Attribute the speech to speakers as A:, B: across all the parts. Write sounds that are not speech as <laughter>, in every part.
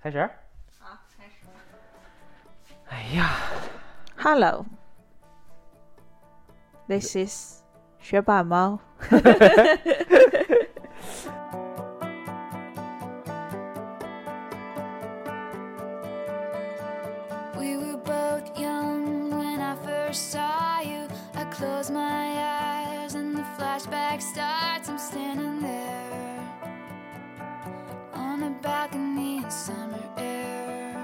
A: 开始。
B: 好，开始。
A: 哎呀，
C: Hello. This is 学霸猫。
D: We were both young when I first saw you. I close my eyes and the flashback starts. I'm standing there on a balcony in summer air.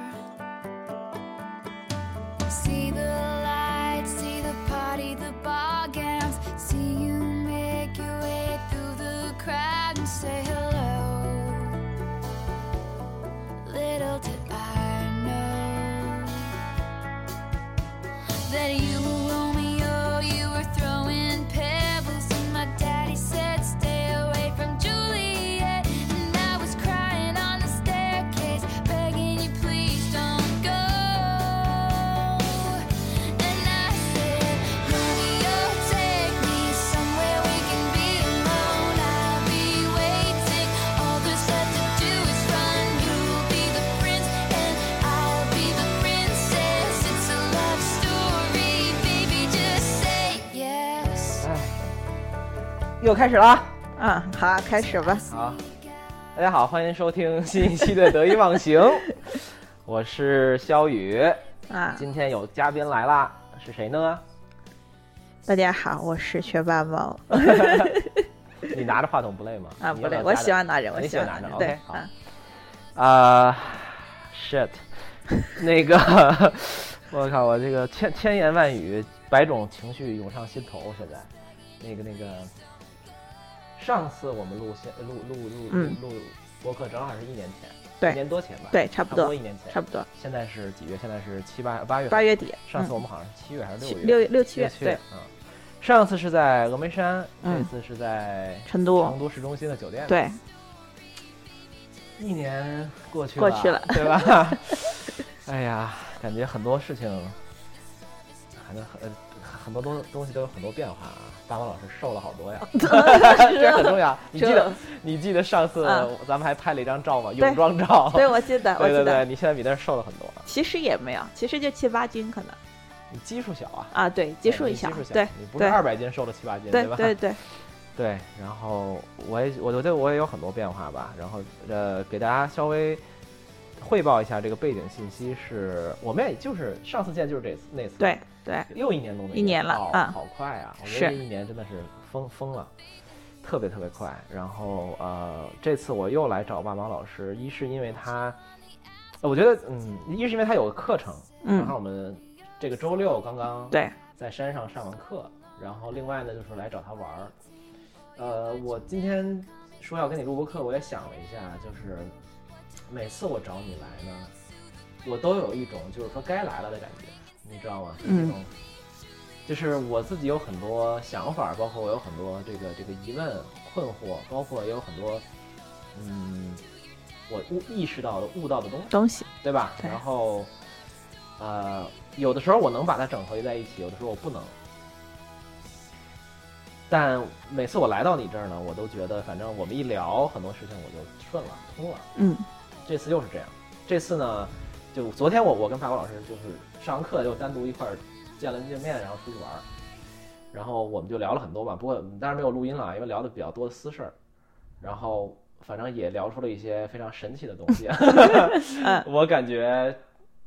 D: See the lights, see the party, the ball gowns. See you make your way through the crowd and say hello. Little did I know that you were Romeo, you were throwing pebbles, and my daddy said, Stay away from Juliet. And I was crying on the staircase, begging you, please don't go. And I said, Romeo, take me somewhere we can be alone. I'll be waiting. All there's left to do is run. You'll be the prince, and I'll be the princess. It's a love story, baby. Just say yes.
A: 又开始了啊！
C: 嗯，好，开始吧。
A: 好，大家好，欢迎收听 <laughs> 新一期的《得意忘形》， <laughs> 我是肖宇。
C: 啊，
A: 今天有嘉宾来啦，是谁呢？
C: 大家好，我是学霸猫。
A: 你拿着话筒不累吗？
C: 啊，
A: 你
C: 不
A: 要
C: 对，
A: 要
C: 我
A: 夹着
C: 喜欢拿着，我
A: 你
C: 喜欢
A: 喜欢拿着
C: 着。对
A: OK，，好
C: 啊，
A: 啊、s h i t 那个，我靠，我这个千千言万语，百种情绪涌上心头。现在，那个那个，上次我们录线录录录
C: 嗯
A: 录录播客，正好是一年前，
C: 对
A: 一年多前吧，，
C: 对，差
A: 差
C: 不
A: 不
C: 多，
A: 一年前，
C: 差不多，
A: 现在是几月？现在是七八八月份。
C: 八月底。
A: 上次
C: 嗯
A: 我们好像是七月还是
C: 七
A: 六月？
C: 六六七月，
A: 七
C: 对，，
A: 嗯。上次是在峨眉山，
C: 嗯
A: 这次是在
C: 成
A: 成
C: 都，
A: 都市中心的酒店。
C: 对，
A: 一年过去
C: 过去了
A: 对吧？
C: <laughs>
A: 哎呀，感觉很多事情，还能很很多东东西都有很多变化啊。大王老师瘦了好多
C: <laughs>
A: 呀，这 <laughs> 很重要。你记得
C: 这
A: 你记得上次
C: 啊
A: 咱们还拍了一张照吗？
C: 对
A: 泳装照。
C: 对我记得，我
A: 对对对，
C: 记得，
A: 你现在比那儿瘦了很多，
C: 其实也没有，其实就七八斤可能
A: 你基数小啊，
C: 啊，对，基数
A: 对
C: 一
A: 你
C: 下
A: 基数，小，
C: 对
A: 你不是
C: 对
A: 二百斤瘦了七八斤，
C: 对
A: 吧？
C: 对对，
A: 对，然后我也我觉得我也有很多变化吧。然后呃，给大家稍微汇报一下这个背景信息是，我们也就是上次见就是这次那次，
C: 对，对，
A: 又一年多没见
C: 一年了
A: 好
C: 嗯
A: 好快啊！我觉
C: 是
A: 得这一年真的是疯疯了，特别特别快。然后呃，这次我又来找爸妈老师，一是因为他，呃我觉得嗯，一是因为他有个课程，正好
C: 嗯，
A: 我们这个周六刚刚
C: 对，
A: 在山上上完课，然后另外呢就是来找他玩儿。呃，我今天说要跟你录播课，我也想了一下，就是每次我找你来呢，我都有一种就是说该来了的感觉，你知道吗？
C: 嗯
A: 这种，就是我自己有很多想法，包括我有很多这个这个疑问、困惑，包括也有很多嗯，我悟意识到的、悟到的东西。
C: 东西，
A: 对吧？
C: 对
A: 然后，呃，有的时候我能把它整合在一起，有的时候我不能。但每次我来到你这儿呢，我都觉得，反正我们一聊很多事情，我就顺了、通了。
C: 嗯，
A: 这次又是这样，这次呢，就昨天我我跟法国老师就是上完课又单独一块儿见了见面，然后出去玩儿，然后我们就聊了很多吧，不过当然没有录音了啊，因为聊的比较多的私事儿，然后反正也聊出了一些非常神奇的东
C: <laughs>
A: 西。
C: 嗯
A: 我感觉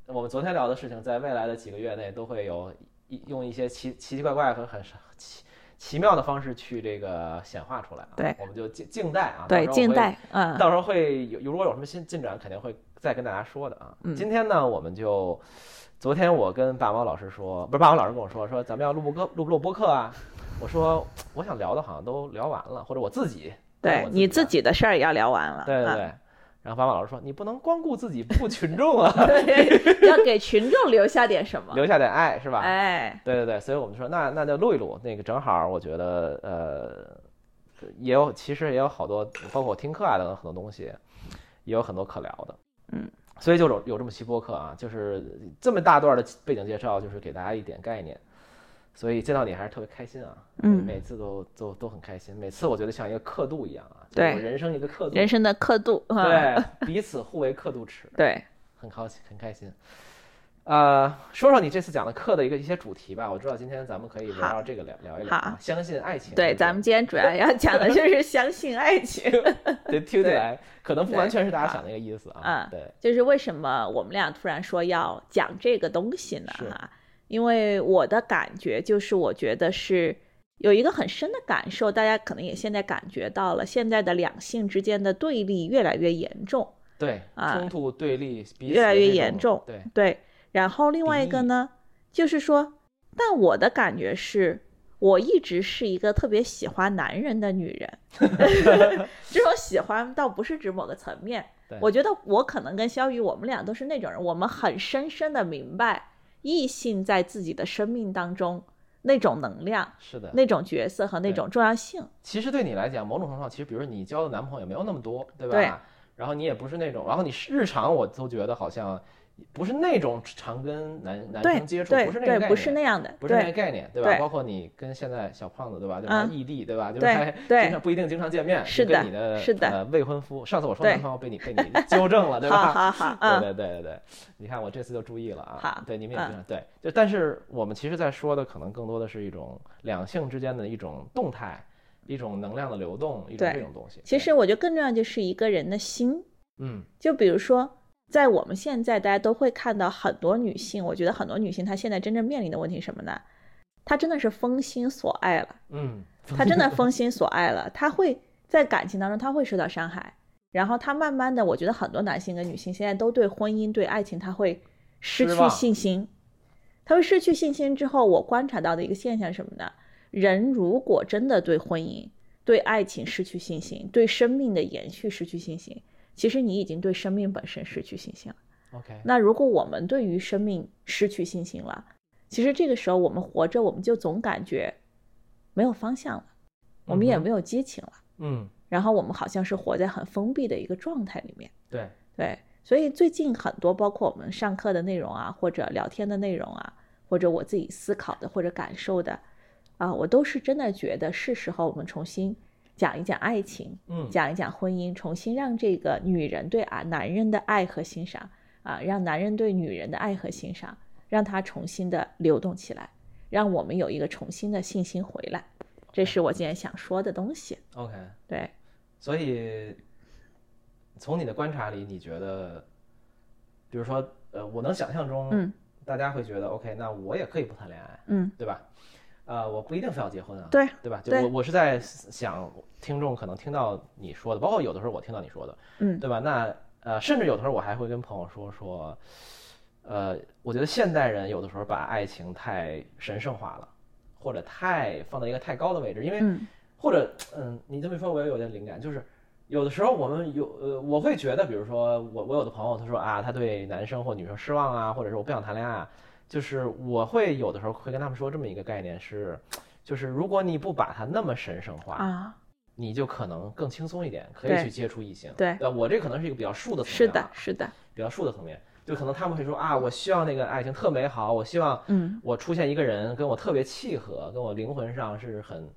A: 我们昨天聊的事情，在未来的几个月内都会有一用一些奇奇奇怪怪和很奇奇妙的方式去这个显化出来、啊。
C: 对
A: 我们就静静待啊，
C: 对，
A: 到时候我
C: 静
A: 会
C: 待，嗯，
A: 到时候会有，如果有什么新进展，肯定会再跟大家说的啊。
C: 嗯
A: 今天呢，我们就，昨天我跟爸猫老师说，不是爸猫老师跟我说，说咱们要录播客，录不录播客啊？我说我想聊的好像都聊完了，或者我自己，
C: 对
A: 我
C: 你
A: 自
C: 自
A: 己啊
C: 己的事儿也要聊完了，
A: 对对
C: 啊
A: 对。然后爸猫老师说，你不能光顾自己不顾群众啊，
C: <laughs> 对，要给群众留下点
A: <laughs>
C: 什么。
A: 留下点爱是吧？
C: 哎，
A: 对对对，所以我们说那那就录一录，那个正好我觉得呃，也有其实也有好多，包括我听课啊等等很多东西，也有很多可聊的，
C: 嗯，
A: 所以就有有这么期播客啊，就是这么大段的背景介绍，就是给大家一点概念。所以见到你还是特别开心啊，
C: 嗯
A: 每次都都都很开心，每次我觉得像一个刻度一样啊，就是
C: 对
A: 我人生一个刻度，
C: 人生的刻度啊，
A: 对彼此互为刻度尺，
C: 对
A: 很高兴，很开心。呃，说说你这次讲的课的一个一些主题吧。我知道今天咱们可以围
C: 好
A: 绕这个聊聊一聊啊
C: 好，
A: 相信爱情。
C: 对，
A: 不
C: 咱们今天主要要讲的就是相信
A: <laughs>
C: 爱情，
A: 对听起
C: 对
A: 来可能不
C: 对
A: 完全是大家
C: 好
A: 想的那个意思啊
C: 嗯。
A: 对，
C: 就是为什么我们俩突然说要讲这个东西呢？
A: 是
C: 哈，因为我的感觉就是，我觉得是有一个很深的感受，大家可能也现在感觉到了，现在的两性之间的对立越来越严重，
A: 对，
C: 啊
A: 冲突对立彼此
C: 越来
A: 的
C: 越
A: 这
C: 严
A: 种
C: 重
A: 对，
C: 对。然后另外一个
A: 敌意
C: 呢，就是说，但我的感觉是。我一直是一个特别喜欢男人的女
A: <laughs>
C: 人，这种喜欢倒不是指某个层面，
A: 对
C: 我觉得我可能跟肖宇，我们俩都是那种人，我们很深深的明白异性在自己的生命当中那种能量、
A: 是的。
C: 那种角色和那种重要性。
A: 其实对你来讲，某种程度上，其实比如你交的男朋友也没有那么多，对吧？
C: 对
A: 然后你也不是那种，然后你日常我都觉得好像不是那种常跟男男
C: 对
A: 生接触，
C: 对
A: 不是那个概
C: 对，
A: 念，
C: 不是那样的，
A: 不是那个
C: 对
A: 概念，对吧？
C: 对
A: 包括你跟现在小胖子，对吧？对吧？
C: 嗯
A: 异地，对吧？就是
C: 对
A: 还
C: 对
A: 经常不一定经常见面，
C: 是
A: 你跟
C: 的
A: 你的
C: 是的
A: 呃未婚夫。上次我说
C: 对
A: 男朋友被你被你纠正了，对
C: 好
A: 吧？
C: 好好，
A: <laughs> 对
C: 嗯，
A: 对对对对，你看我这次就注意了啊。
C: 好
A: 对你们也
C: 嗯
A: 经常对，就但是我们其实在说的可能更多的是一种两性之间的一种动态，一种能量的流动，一种
C: 对
A: 这种东西。
C: 其
A: 对
C: 实我觉得更重要就是一个人的心，
A: 嗯，
C: 就比如说。在我们现在，大家都会看到很多女性，我觉得很多女性她现在真正面临的问题是什么呢？她真的是封心所爱了。
A: 嗯，
C: 他真的封心所爱了，他会在感情当中他会受到伤害，然后他慢慢的，我觉得很多男性跟女性现在都对婚姻、对爱情他会失
A: 失
C: 去
A: 望
C: 信心，他会失去信心之后，我观察到的一个现象是什么呢？人如果真的对婚姻、对爱情失去信心，对生命的延续失去信心，其实你已经对生命本身失去信心了。
A: OK，
C: 那如果我们对于生命失去信心了，其实这个时候我们活着，我们就总感觉没有方向了，我们也
A: 嗯哼
C: 没有激情了，
A: 嗯，
C: 然后我们好像是活在很封闭的一个状态里面。
A: 对，
C: 对，所以最近很多包括我们上课的内容啊，或者聊天的内容啊，或者我自己思考的或者感受的啊，我都是真的觉得是时候我们重新讲一讲爱情，
A: 嗯，
C: 讲一讲婚姻，重新让这个女人对啊男人的爱和欣赏啊，让男人对女人的爱和欣赏，让它重新的流动起来，让我们有一个重新的信心回来。这是我今天想说的东西。
A: OK，
C: 对，
A: 所以，从你的观察里，你觉得，比如说，呃，我能想象中，
C: 嗯，
A: 大家会觉得，OK，那我也可以不谈恋爱，
C: 嗯，
A: 对吧？呃，我不一定非要结婚啊，
C: 对，
A: 对吧？就
C: 对
A: 我我是在想，听众可能听到你说的，包括有的时候我听到你说的，
C: 嗯
A: 对吧？那呃，甚至有的时候我还会跟朋友说说，呃，我觉得现代人有的时候把爱情太神圣化了，或者太放到一个太高的位置，因为
C: 嗯
A: 或者嗯，你这么一说，我也有点灵感，就是有的时候我们有呃，我会觉得，比如说我我有的朋友他说啊，他对男生或女生失望啊，或者是我不想谈恋爱啊，就是我会有的时候会跟他们说这么一个概念是，就是如果你不把它那么神圣化，
C: 啊，
A: 你就可能更轻松一点，可以
C: 对
A: 去接触异性。
C: 对
A: 呃，我这可能是一个比较树的层面、啊，
C: 是的，是的，
A: 比较树的层面，就可能他们会说啊，我希望那个爱情特美好，我希望
C: 嗯。
A: 我出现一个人跟我特别契合，跟我灵魂上是很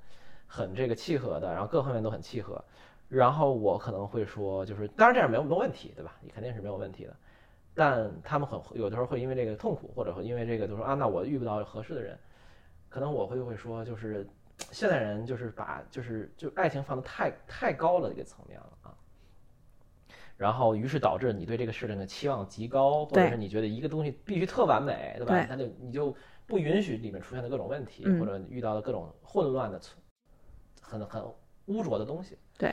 A: 很这个契合的，然后各方面都很契合。然后我可能会说，就是当然这样没有没有问题，对吧？你肯定是没有问题的。但他们很有的时候会因为这个痛苦，或者会因为这个就说啊，那我遇不到合适的人。可能我会会说，就是现代人就是把就是就爱情放的太太高了一个层面了啊。然后于是导致你对这个事情的期望极高，或者
C: 对
A: 是你觉得一个东西必须特完美，对吧
C: 对？
A: 那就你就不允许里面出现的各种问题，
C: 嗯
A: 或者遇到的各种混乱的存、很很污浊的东西。
C: 对，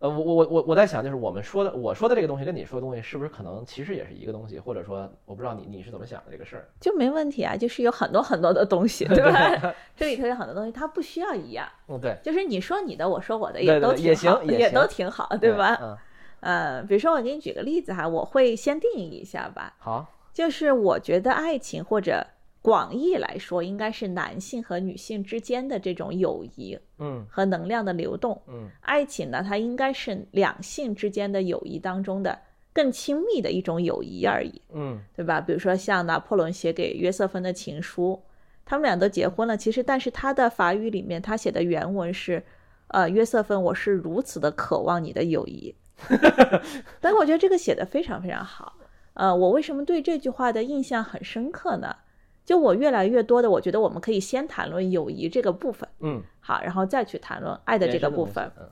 A: 呃，我我我我我在想，就是我们说的我说的这个东西跟你说的东西，是不是可能其实也是一个东西？或者说，我不知道你你是怎么想的这个事儿？
C: 就没问题啊，就是有很多很多的
A: <laughs>
C: 东西，对吧？这里头有很多东西，它不需要一样，
A: 嗯，对，
C: 就是你说你的，我说我的，
A: 对对
C: 也都
A: 对也
C: 挺好，
A: 行也
C: 都
A: 行
C: 挺好， <laughs> 对吧？
A: 嗯，
C: 呃，比如说我给你举个例子哈，我会先定义一下吧，
A: 好，
C: 就是我觉得爱情或者广义来说，应该是男性和女性之间的这种友谊
A: 嗯
C: 和能量的流动。
A: 嗯
C: 爱情呢，它应该是两性之间的友谊当中的更亲密的一种友谊而已。
A: 嗯
C: 对吧？比如说像拿破仑写给约瑟芬的情书，他们俩都结婚了。其实，但是他的法语里面他写的原文是，呃，约瑟芬，我是如此的渴望你的友谊。 <laughs> 但我觉得这个写的非常非常好。呃，我为什么对这句话的印象很深刻呢？就我越来越多的，我觉得我们可以先谈论友谊这个部分，
E: 嗯，
C: 好，然后再去谈论爱的这
E: 延伸的
C: 个部
E: 东西
C: 分。，
E: 嗯，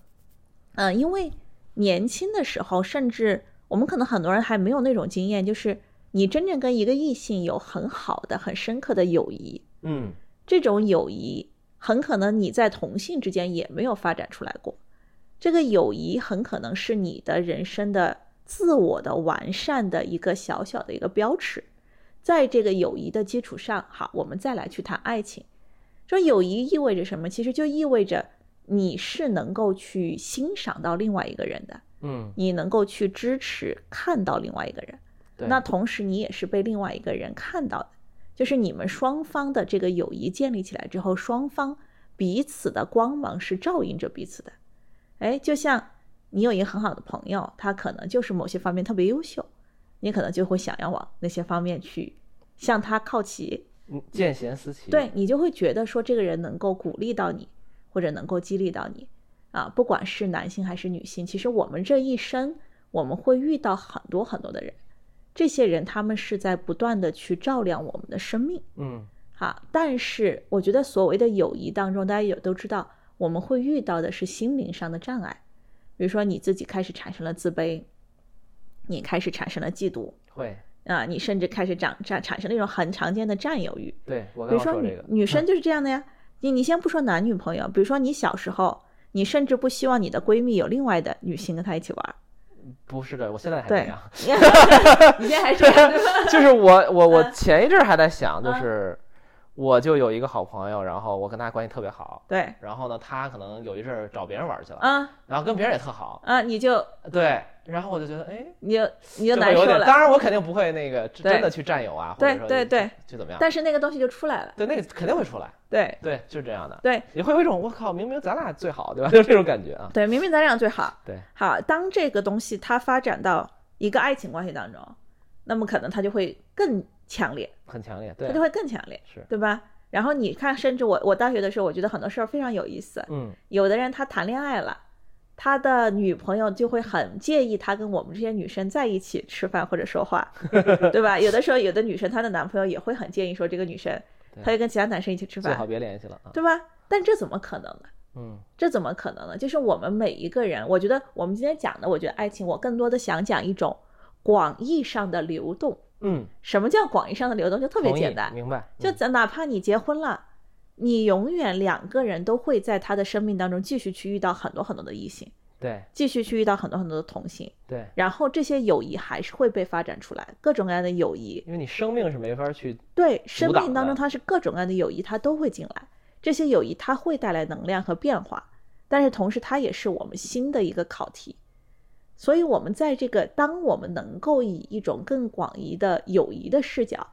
C: 嗯，因为年轻的时候，甚至我们可能很多人还没有那种经验，就是你真正跟一个异性有很好的、很深刻的友谊，
E: 嗯，
C: 这种友谊很可能你在同性之间也没有发展出来过。这个友谊很可能是你的人生的自我的完善的一个小小的一个标尺。在这个友谊的基础上，好，我们再来去谈爱情。说友谊意味着什么？其实就意味着你是能够去欣赏到另外一个人的，
E: 嗯，
C: 你能够去支持看到另外一个人。
E: 对，
C: 那同时你也是被另外一个人看到的，就是你们双方的这个友谊建立起来之后，双方彼此的光芒是照应着彼此的。哎，就像你有一个很好的朋友，他可能就是某些方面特别优秀，你可能就会想要往那些方面去向他靠齐，
E: 嗯见贤思齐，
C: 对，你就会觉得说这个人能够鼓励到你，或者能够激励到你啊，不管是男性还是女性，其实我们这一生我们会遇到很多很多的人，这些人他们是在不断的去照亮我们的生命
E: 嗯，
C: 啊。但是我觉得所谓的友谊当中，大家也都知道，我们会遇到的是心灵上的障碍，比如说你自己开始产生了自卑，你开始产生了嫉妒
E: 会，
C: 啊，你甚至开始长产产生了一种很常见的占有欲。
E: 对我刚
C: 比如
E: 刚
C: 说
E: 说
C: 女、
E: 这个，嗯
C: 女生就是这样的呀。你你先不说男女朋友，比如说你小时候，你甚至不希望你的闺蜜有另外的女性跟她一起玩儿，
E: 不是的，我现在还这啊
C: 对
E: <laughs> 样，
C: <laughs> 你现在还是这样对 <laughs> 吧？
E: 就是我我我
C: 嗯
E: 前一阵儿还在想，就
C: 嗯
E: 是我就有一个好朋友，然后我跟他关系特别好， <laughs>
C: 对
E: 然后呢，他可能有一阵儿找别人玩儿去了，
C: 啊
E: 然后跟别人也特好，
C: 啊，你就
E: 对，然后我就觉得，哎，
C: 你就你
E: 这
C: 就
E: 会
C: 难
E: 有
C: 受
E: 点，
C: 了，
E: 当然我肯定不会那个真
C: 对
E: 真的去占有啊，或
C: 对
E: 者说
C: 对
E: 就
C: 对，
E: 就怎么样，
C: 但是那个东西就出来了，
E: 对，那个肯定会出来，
C: 对
E: 对，就是这样的，
C: 对
E: 也会有一种我靠，明明咱俩最好，对吧？就 <laughs> 这种感觉啊，
C: 对，明明咱俩最好，
E: 对，
C: 好，当这个东西它发展到一个爱情关系当中，那么可能它就会更强烈，
E: 很强烈，
C: 它
E: 对
C: 就，会更强烈，
E: 是，
C: 对吧？然后你看，甚至我我大学的时候，我觉得很多事儿非常有意思，
E: 嗯，
C: 有的人他谈恋爱了，他的女朋友就会很介意他跟我们这些女生在一起吃饭或者
E: <laughs>
C: 说话，对吧？有的时候，有的女生她的男朋友也会很介意说这个女生，
E: 对
C: 她就跟其他男生一起吃
E: 最好
C: 饭，
E: 别联系了啊，
C: 对吧？但这怎么可能呢？
E: 嗯
C: 这怎么可能呢？就是我们每一个人，我觉得我们今天讲的，我觉得爱情，我更多的想讲一种广义上的流动。
E: 嗯，
C: 什么叫广义上的流动？就特别
E: 同意
C: 简单，
E: 明白，
C: 就
E: 嗯
C: 咱哪怕你结婚了，你永远两个人都会在他的生命当中继续去遇到很多很多的异性，
E: 对
C: 继续去遇到很多很多的同性，
E: 对，
C: 然后这些友谊还是会被发展出来，各种各样的友谊，
E: 因为你生命是没法去，
C: 对生
E: 挡
C: 命当
E: 的
C: 中它是各种各样的友谊，它都会进来，这些友谊它会带来能量和变化，但是同时它也是我们新的一个考题。所以，我们在这个，当我们能够以一种更广义的友谊的视角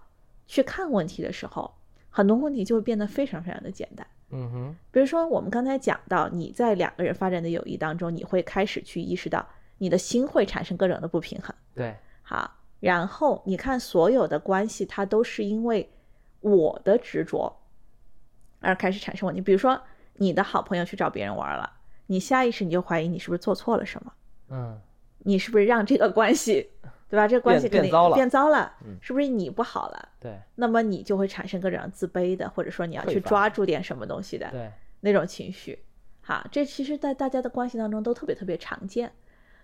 C: 去看问题的时候，很多问题就会变得非常非常的简单。
E: 嗯哼，
C: 比如说，我们刚才讲到，你在两个人发展的友谊当中，你会开始去意识到你的心会产生各种的不平衡。
E: 对，
C: 好，然后你看所有的关系，它都是因为我的执着而开始产生问题。比如说，你的好朋友去找别人玩了，你下意识你就怀疑你是不是做错了什么，
E: 嗯。
C: 你是不是让这个关系，对吧？这个关
E: 变
C: 系肯
E: 变
C: 定
E: 糟了
C: 变糟了
E: 嗯，
C: 是不是你不好了？
E: 对
C: 那么你就会产生各种自卑的，或者说你要
E: 匮
C: 去
E: 乏
C: 抓住点什么东西的
E: 对，
C: 那种情绪。好，这其实在大家的关系当中都特别特别常见。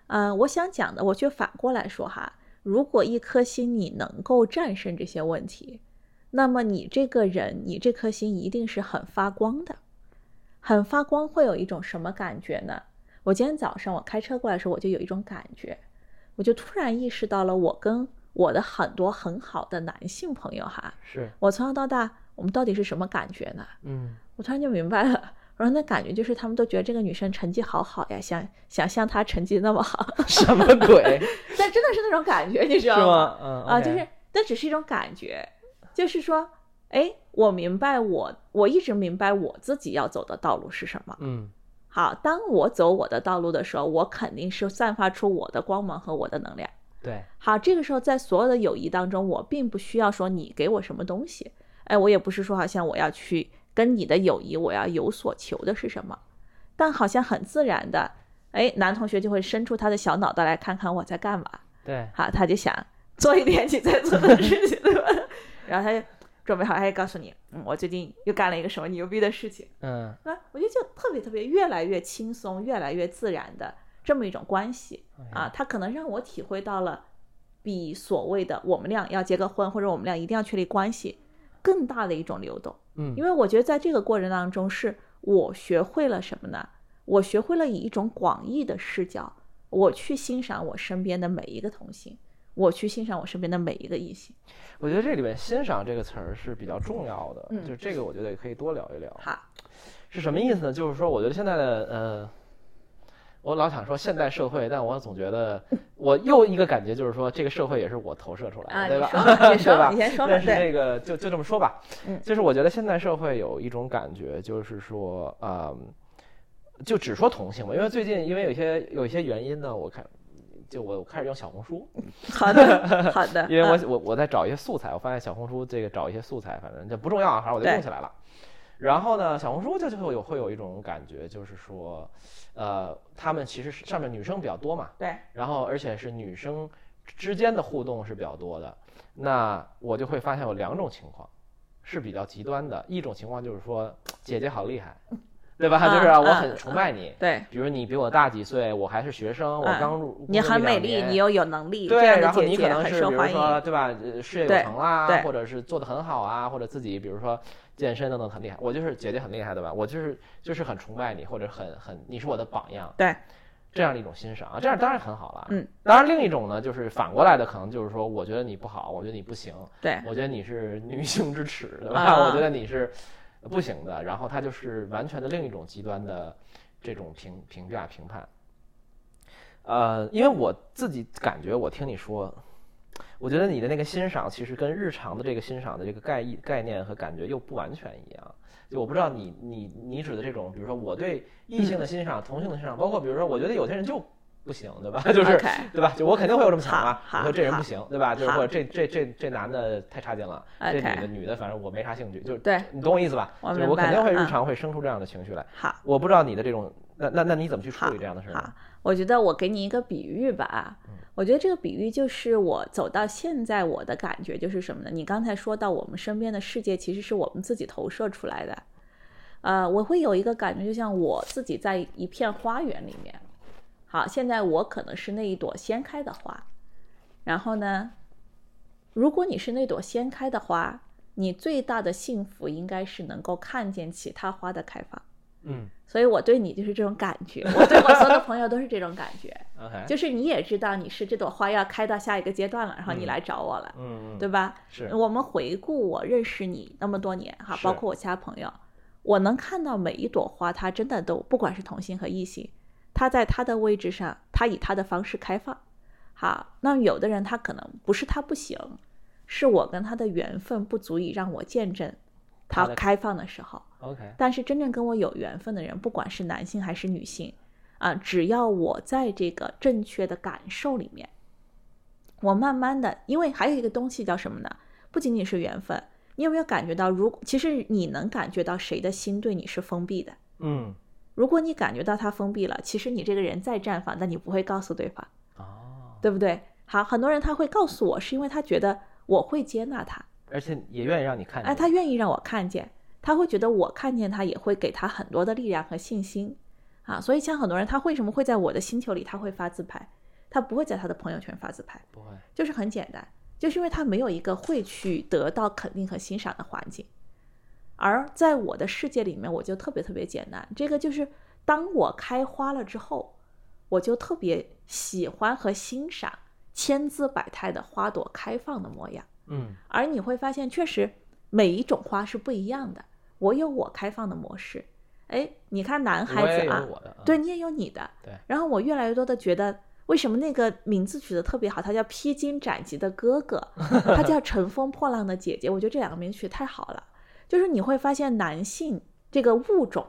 C: 嗯、我想讲的，我觉得反过来说哈，如果一颗心你能够战胜这些问题，那么你这个人，你这颗心一定是很发光的，很发光会有一种什么感觉呢？我今天早上我开车过来的时候，我就有一种感觉，我就突然意识到了，我跟我的很多很好的男性朋友哈，
E: 是，
C: 我从小到大，我们到底是什么感觉呢？ <laughs>
E: 嗯，
C: 我突然就明白了。我说那感觉就是他们都觉得这个女生成绩好好呀，想想像她成绩那么好， <laughs>
E: 什么鬼？
C: 但真的是那种感觉，你知
E: 是
C: 道
E: 吗？嗯
C: 啊，
E: ，OK
C: 就是那只是一种感觉，就是说，哎，我明白我，我一直明白我自己要走的道路是什么。
E: 嗯，
C: 好，当我走我的道路的时候，我肯定是散发出我的光芒和我的能量。
E: 对，
C: 好，这个时候在所有的友谊当中，我并不需要说你给我什么东西，哎，我也不是说好像我要去跟你的友谊，我要有所求的是什么，但好像很自然的，哎，男同学就会伸出他的小脑袋来看看我在干嘛，
F: 对，
C: 好，他就想做一点你在做的事情，对吧？ <laughs> 然后他就准备好，他就告诉你，嗯，我最近又干了一个什么牛逼的事情。
F: 嗯
C: 那我觉得就特别特别越来越轻松、越来越自然的这么一种关系啊，它可能让我体会到了比所谓的我们俩要结个婚或者我们俩一定要确立关系更大的一种流动。
F: 嗯
C: 因为我觉得在这个过程当中，是我学会了什么呢？我学会了以一种广义的视角，我去欣赏我身边的每一个同性，我去欣赏我身边的每一个异性。
A: 我觉得这里面“欣赏”这个词儿是比较重要的，
C: 嗯
A: 就这个我觉得也可以多聊一聊。
C: 好，
A: 是什么意思呢？就是说，我觉得现在的呃，我老想说现代社会，但我总觉
C: <laughs>
A: 得我又一个感觉就是说，这个社会也是我投射出来的，
C: 啊
A: 对吧？
C: 你说吧
A: <laughs> 对吧？
C: 你说吧你 <laughs> 先说吧
A: 但是
C: 对
A: 这个就就这么说吧，
C: 嗯
A: 就是我觉得现代社会有一种感觉，就是说，嗯，就只说同性吧，因为最近因为有一些有一些原因呢，我看就我开始用小红书，
C: 好的，好的，
A: <laughs> 因为我
C: 嗯
A: 我我在找一些素材，我发现小红书这个找一些素材，反正这不重要啊，反正我就
C: 对
A: 用起来了。然后呢，小红书就就会有会有一种感觉，就是说，呃，他们其实是上面女生比较多嘛，
C: 对，
A: 然后而且是女生之间的互动是比较多的。那我就会发现有两种情况是比较极端的，一种情况就是说姐姐好厉害，对吧？
C: 啊
A: 就是啊我
C: 啊
A: 很崇拜你，
C: 对。
A: 比如你比我大几岁，我还是学生，我
C: 啊
A: 刚入，
C: 你
A: 工作
C: 很
A: 一
C: 美
A: 两
C: 丽，
A: 年
C: 你又有能力，
A: 哎对，
C: 这样的
A: 然后
C: 姐
A: 你
C: 姐
A: 可能
C: 很
A: 是
C: 受
A: 比如
C: 欢迎。
A: 说对吧，呃事业
C: 对
A: 有成啦
C: 对，
A: 或者是做得很好啊，或者自己比如说健身等等很厉害。我就是姐姐很厉害，对吧？我就是就是很崇拜你，或者很很你是我的榜样。
C: 对。
A: 这样的一种欣赏啊，这样当然很好了。
C: 嗯，
A: 当然另一种呢，就是反过来的，可能就是说，我觉得你不好，我觉得你不行，
C: 对，嗯
A: 我觉得你是女性之耻，对吧？
C: 啊
A: 我觉得你是不行的。然后他就是完全的另一种极端的这种评评价评判。呃，因为我自己感觉，我听你说，我觉得你的那个欣赏其实跟日常的这个欣赏的这个概意概念和感觉又不完全一样。就我不知道你你你指的这种，比如说我对异
C: 嗯
A: 性的欣赏、同性的欣赏，包括比如说，我觉得有些人就不行，对吧？
C: <laughs>
A: 就是
C: OK
A: <laughs> 对吧？就我肯定会有这么想啊，
C: 好
A: 我
C: 好
A: 说这人
C: 好
A: 不行，对吧？就是
C: 好
A: 或者这这这这男的太差劲了，这
C: OK
A: 女的女的反正我没啥兴趣，就是
C: 对
A: 你懂我意思吧？
C: 我
A: 就是
C: 明
A: 我
C: 白
A: 肯定
C: 了
A: 会日
C: 嗯
A: 常会生出这样的情绪来。
C: 好，
A: 我不知道你的这种，那那那你怎么去处理这样的事儿
C: 好
A: 呢？，
C: 我觉得我给你一个比喻吧啊，我觉得这个比喻就是我走到现在，我的感觉就是什么呢？你刚才说到我们身边的世界其实是我们自己投射出来的，呃，我会有一个感觉，就像我自己在一片花园里面，好，现在我可能是那一朵先开的花，然后呢，如果你是那朵先开的花，你最大的幸福应该是能够看见其他花的开放。
A: 嗯
C: 所以我对你就是这种感觉，我对我所有的朋友都是这种感觉，
A: ，OK，
C: 就是你也知道你是这朵花要开到下一个阶段了，然后你
A: 嗯
C: 来找我了，
A: 嗯，嗯
C: 对，吧？
A: 是，
C: 我们回顾我认识你那么多年哈，
A: 是
C: 包括我其他朋友，我能看到每一朵花，它真的都不管是同性和异性，它在它的位置上，它以它的方式开放。好，那有的人他可能不是他不行，是我跟他的缘分不足以让我见证他
A: 他的
C: 开放的时候。
A: OK，
C: 但是真正跟我有缘分的人，不管是男性还是女性，啊，只要我在这个正确的感受里面，我慢慢的，因为还有一个东西叫什么呢？不仅仅是缘分，你有没有感觉到如，其实你能感觉到谁的心对你是封闭的？
A: 嗯，
C: 如果你感觉到他封闭了，其实你这个人再绽放，但你不会告诉对方，
A: 哦，
C: 对不对？好，很多人他会告诉我，是因为他觉得我会接纳他，
A: 而且也愿意让你看见，
C: 哎，他愿意让我看见，他会觉得我看见他也会给他很多的力量和信心啊。所以像很多人，他为什么会在我的星球里他会发自拍，他不会在他的朋友圈发自拍，
A: 不会，
C: 就是很简单，就是因为他没有一个会去得到肯定和欣赏的环境。而在我的世界里面，我就特别特别简单，这个就是当我开花了之后，我就特别喜欢和欣赏千姿百态的花朵开放的模样。
A: 嗯
C: 而你会发现，确实每一种花是不一样的。我有我开放的模式，哎，你看男孩
A: 我也
C: 子
A: 有
C: 啊，
A: 我的啊，
C: 对你也有你的，
A: 对
C: 然后我越来越多的觉得，为什么那个名字取得特别好？它叫披荆斩棘的哥
A: <laughs>
C: 哥，它叫乘风破浪的姐姐。我觉得这两个名字取得太好了。就是你会发现，男性这个物种，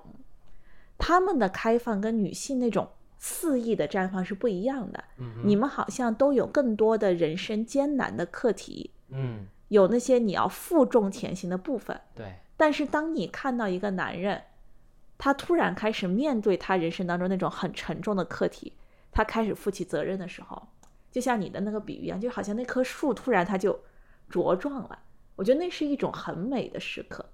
C: 他们的开放跟女性那种肆意的绽放是不一样的。
A: 嗯，嗯
C: 你们好像都有更多的人生艰难的课题，
A: 嗯
C: 有那些你要负重前行的部分。
A: 对，
C: 但是当你看到一个男人，他突然开始面对他人生当中那种很沉重的课题，他开始负起责任的时候，就像你的那个比喻一样，就好像那棵树突然它就茁壮了。我觉得那是一种很美的时刻。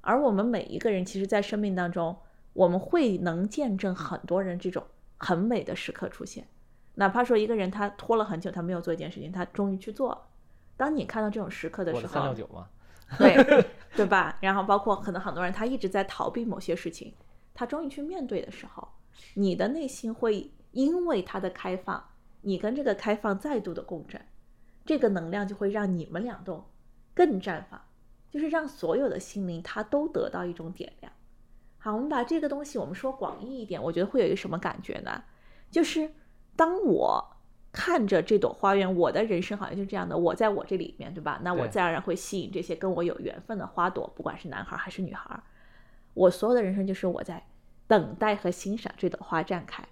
C: 而我们每一个人，其实，在生命当中，我们会能见证很多人这种很美的时刻出现。哪怕说一个人他拖了很久，他没有做一件事情，他终于去做了。当你看到这种时刻的
A: 我
C: 时
A: 的
C: 候，
A: 三六九嘛，
C: 对对吧？然后包括可能很多人他一直在逃避某些事情，他终于去面对的时候，你的内心会因为他的开放，你跟这个开放再度的共振，这个能量就会让你们两栋更绽放，就是让所有的心灵它都得到一种点亮。好，我们把这个东西我们说广义一点，我觉得会有一个什么感觉呢？就是当我看着这朵花园，我的人生好像就是这样的，我在我这里面，对吧？那我
A: 对
C: 自然而然会吸引这些跟我有缘分的花朵，不管是男孩还是女孩。我所有的人生就是我在等待和欣赏这朵花绽开。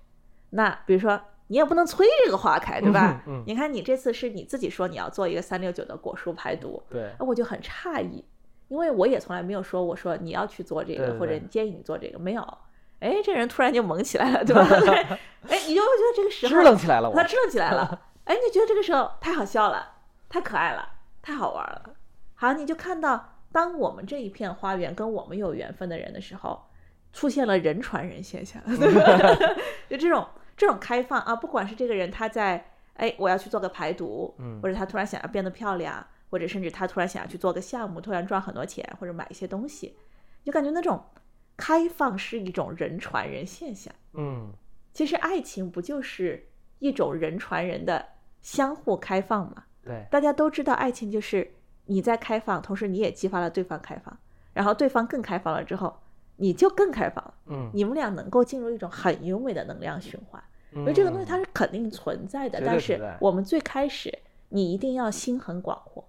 C: 那比如说，你也不能催这个花开，对吧？
A: 嗯嗯
C: 你看，你这次是你自己说你要做一个三六九的果蔬排毒，
A: 对
C: 哎，我就很诧异，因为我也从来没有说我说你要去做这
A: 对
C: 个，
A: 对
C: 或者
A: 对
C: 你建议你做这个，没有。哎，这人突然就萌起来了，对
A: <laughs>
C: 吧？对哎，你就会觉得这个时
A: 支
C: 候
A: 棱起来了我
C: 他。支棱起来
A: <laughs>
C: 了。哎，你觉得这个时候太好笑了，太可爱了，太好玩了。好，你就看到，当我们这一片花园跟我们有缘分的人的时候，出现了人传人
A: <laughs>
C: 现象，对吧？ <laughs> 就这种这种开放啊，不管是这个人他在哎，我要去做个排毒，
A: 嗯
C: 或者他突然想要变得漂亮，或者甚至他突然想要去做个项目，突然赚很多钱或者买一些东西，就感觉那种开放是一种人传人现象。
A: 嗯，
C: 其实爱情不就是一种人传人的相互开放吗？
A: 对
C: 大家都知道，爱情就是你在开放，同时你也激发了对方开放，然后对方更开放了之后，你就更开放了，
A: 嗯，
C: 你们俩能够进入一种很优美的能量循环。
A: 因
C: 所以这个东西它是肯定存在
A: 绝
C: 的，
A: 对
C: 但
A: 嗯存
C: 是
A: 在
C: 我们最开始你一定要心很广阔，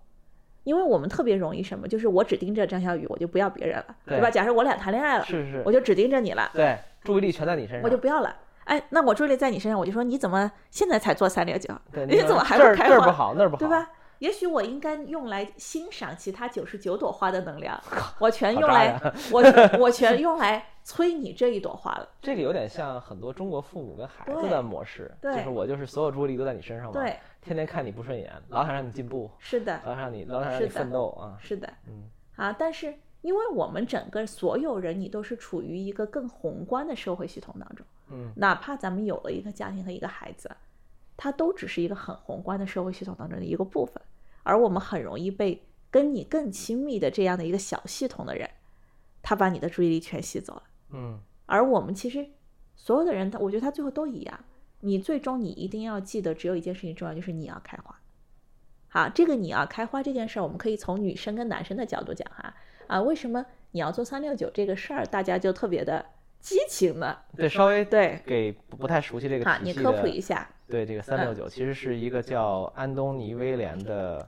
C: 因为我们特别容易什么，就是我只盯着张小雨，我就不要别人了，
A: 对
C: 对吧？假设我俩谈恋爱了，
A: 是是
C: 我就只盯着你了，
A: 对，注意力全在你身上，
C: 我就不要了。哎，那我注意力在你身上，我就说你怎么现在才做三六九？
A: 对，
C: 你
A: 那
C: 怎么
A: 个
C: 还
A: 这
C: 不
A: 儿
C: 开
A: 这儿不
C: 花
A: 好，那儿不好，
C: <laughs> 对？吧？也许我应该用来欣赏其他九十九朵花的能量，我全用
A: <laughs> 好渣
C: 来
A: 呀，
C: 我全
A: <laughs>
C: 我全用来催你这一朵花了。
A: 这个有点像很多中国父母跟孩子
C: 对
A: 的模式，就
C: 对
A: 是我就是所有注意力都在你身上嘛，
C: 对，
A: 天天看你不顺眼，老想让你进步，
C: 是的，
A: 老想让你老想让
C: 是
A: 你
C: 的
A: 奋斗啊，
C: 是的，
A: 嗯，
C: 啊，但是因为我们整个所有人，你都是处于一个更宏观的社会系统当中，
A: 嗯，
C: 哪怕咱们有了一个家庭和一个孩子，它都只是一个很宏观的社会系统当中的一个部分，而我们很容易被跟你更亲密的这样的一个小系统的人，他把你的注意力全吸走了。
A: 嗯，
C: 而我们其实所有的人，他我觉得他最后都一样，你最终你一定要记得，只有一件事情重要，就是你要开花。好，这个你要开花这件事儿，我们可以从女生跟男生的角度讲哈啊，为什么你要做三六九这个事儿，大家就特别的激情呢？
A: 对，稍微
C: 对，
A: 给不不太熟悉这个
C: 好，
A: 体
C: 你
A: 系
C: 科
A: 的
C: 普一下，
A: 对，这个三六九其实是一个叫安东尼·威廉的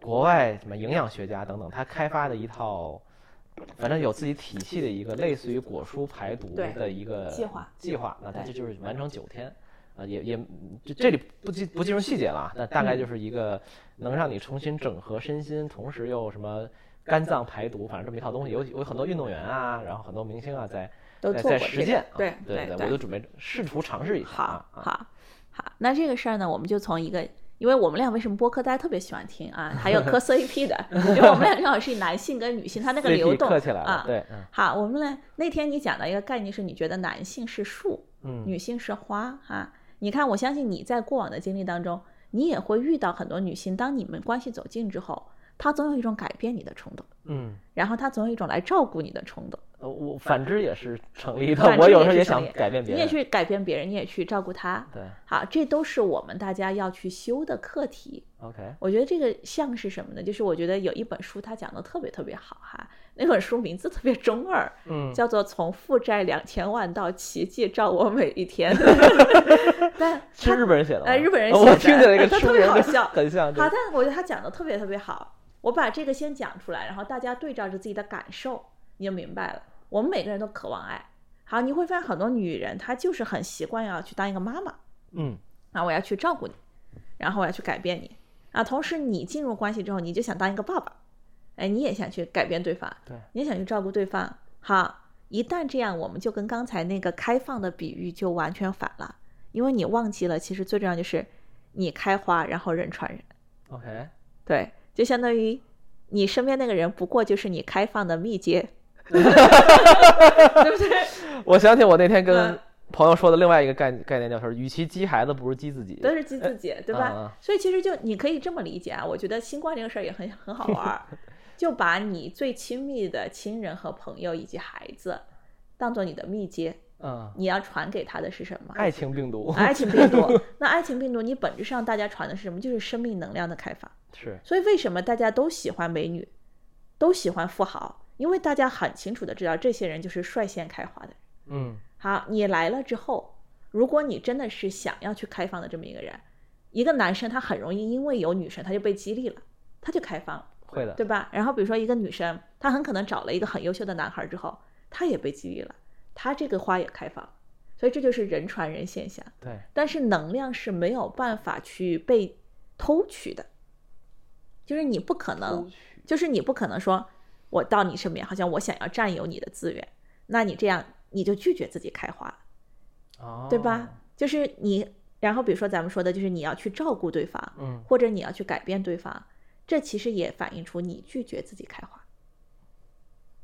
A: 国外什么营养学家等等，他开发的一套，反正有自己体系的一个类似于果蔬排毒
C: 对
A: 的一个
C: 计划
A: 计划，那他这
C: 对
A: 就是完成九天。啊，也也这这里不进不进入细节了啊，那大概
C: 嗯
A: 就是一个能让你重新整合身心，同时又什么肝脏排毒，反正这么一套东西，有有很多运动员啊，然后很多明星啊在
C: 都
A: 在
C: 做
A: 在
C: 过
A: 实
C: 这个
A: 践啊，
C: 对
A: 对
C: 对
A: 我
C: 对
A: 就准备试图尝试一下
C: 好
A: 啊，啊，
C: 好好，那这个事儿呢，我们就从一个，因为我们俩为什么播客大家特别喜欢听啊，还有
A: <laughs>
C: 磕 CP 的，因为我们俩正好是男性跟女性，他那个
A: CP
C: 流动
A: 客气来了，
C: 啊，
A: 对，嗯
C: 好，我们来那天你讲到一个概念是，你觉得男性是树，
A: 嗯，
C: 女性是花哈、你看，我相信你在过往的经历当中，你也会遇到很多女性，当你们关系走近之后，她总有一种改变你的冲动，
A: 嗯，
C: 然后她总有一种来照顾你的冲动。
A: 呃我反之也是成 <laughs> 立的
C: 反。
A: 我
C: 之
A: 有
C: 也
A: 时候
C: 是
A: 也
C: 成
A: 想
C: 立
A: 改变别
C: 你也
A: 人，
C: 去改变别人，你也去照顾她。
A: 对
C: 好，这都是我们大家要去修的课题。
A: ，OK，
C: 我觉得这个像是什么呢？就是我觉得有一本书，它讲的特别特别好哈，那本书名字特别中二，
A: 嗯，
C: 叫做从负债两千万到奇迹照我每一
A: <laughs>
C: 天。但
A: 是日本人写的吗，
C: 哎日本人
A: 哦
C: 写
A: 我
C: 的
A: 听起来这个
C: <laughs> 他特
A: 书
C: 别
A: 名
C: 好
A: 就
C: 笑
A: <laughs> 很像这
C: 好，
A: 个，
C: 但我觉得他讲的特别特别好。我把这个先讲出来，然后大家对照着自己的感受，你就明白了。我们每个人都渴望爱。好，你会发现很多女人她就是很习惯要去当一个妈妈
A: 嗯，
C: 啊，我要去照顾你，然后我要去改变你啊。同时，你进入关系之后，你就想当一个爸爸，哎，你也想去改变对方，
A: 对，
C: 你也想去照顾对方。好，一旦这样，我们就跟刚才那个开放的比喻就完全反了，因为你忘记了，其实最重要就是你开花，然后人传人。
A: OK，
C: 对，就相当于你身边那个人，不过就是你开放的密接，对不对？
A: 我想起我那天跟
C: 嗯
A: 朋友说的另外一个概概念，就是与其激孩子，不如激自己。
C: 都是激自己，对吧？
A: 嗯嗯
C: 所以其实就你可以这么理解啊，我觉得新冠这个事儿也很很好
A: <laughs>
C: 玩儿，就把你最亲密的亲人和朋友以及孩子当做你的密接，
A: 嗯，
C: 你要传给他的是什么？
A: 爱情病毒
C: 爱情病毒。那爱情病毒，你本质上大家传的是什么？就是生命能量的开发。
A: <laughs> 是
C: 所以为什么大家都喜欢美女，都喜欢富豪？因为大家很清楚的知道，这些人就是率先开花的人。
A: 嗯
C: 好，你来了之后，如果你真的是想要去开放的这么一个人，一个男生他很容易因为有女生他就被激励了，他就开放了，
A: 会的，
C: 对吧？然后比如说一个女生，她很可能找了一个很优秀的男孩之后，她也被激励了，她这个花也开放了，所以这就是人传人现象。
A: 对
C: 但是能量是没有办法去被偷取的，就是你不可能，就是你不可能说，我到你身边，好像我想要占有你的资源，那你这样你就拒绝自己开花，
A: 哦，
C: 对吧？？就是你，然后比如说咱们说的，就是你要去照顾对方，
A: 嗯，
C: 或者你要去改变对方，这其实也反映出你拒绝自己开花。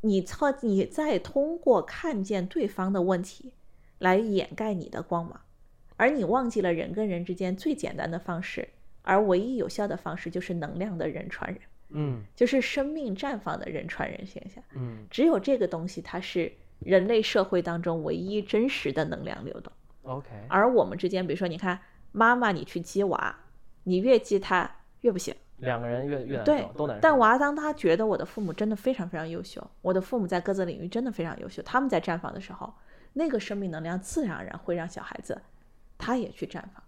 C: 你操，你在通过看见对方的问题来掩盖你的光芒，而你忘记了人跟人之间最简单的方式，而唯一有效的方式就是能量的人传人，
A: 嗯
C: 就是生命绽放的人传人现象。
A: 嗯
C: 只有这个东西，它是人类社会当中唯一真实的能量流动。
A: ，OK，
C: 而我们之间，比如说，你看妈妈，你去激娃，你越激她越不行。
A: 两个人越越难
C: 对
A: 受，都难受。
C: 但娃当他觉得我的父母真的非常非常优秀，我的父母在各自领域真的非常优秀，他们在绽放的时候，那个生命能量自然而然会让小孩子他也去绽放。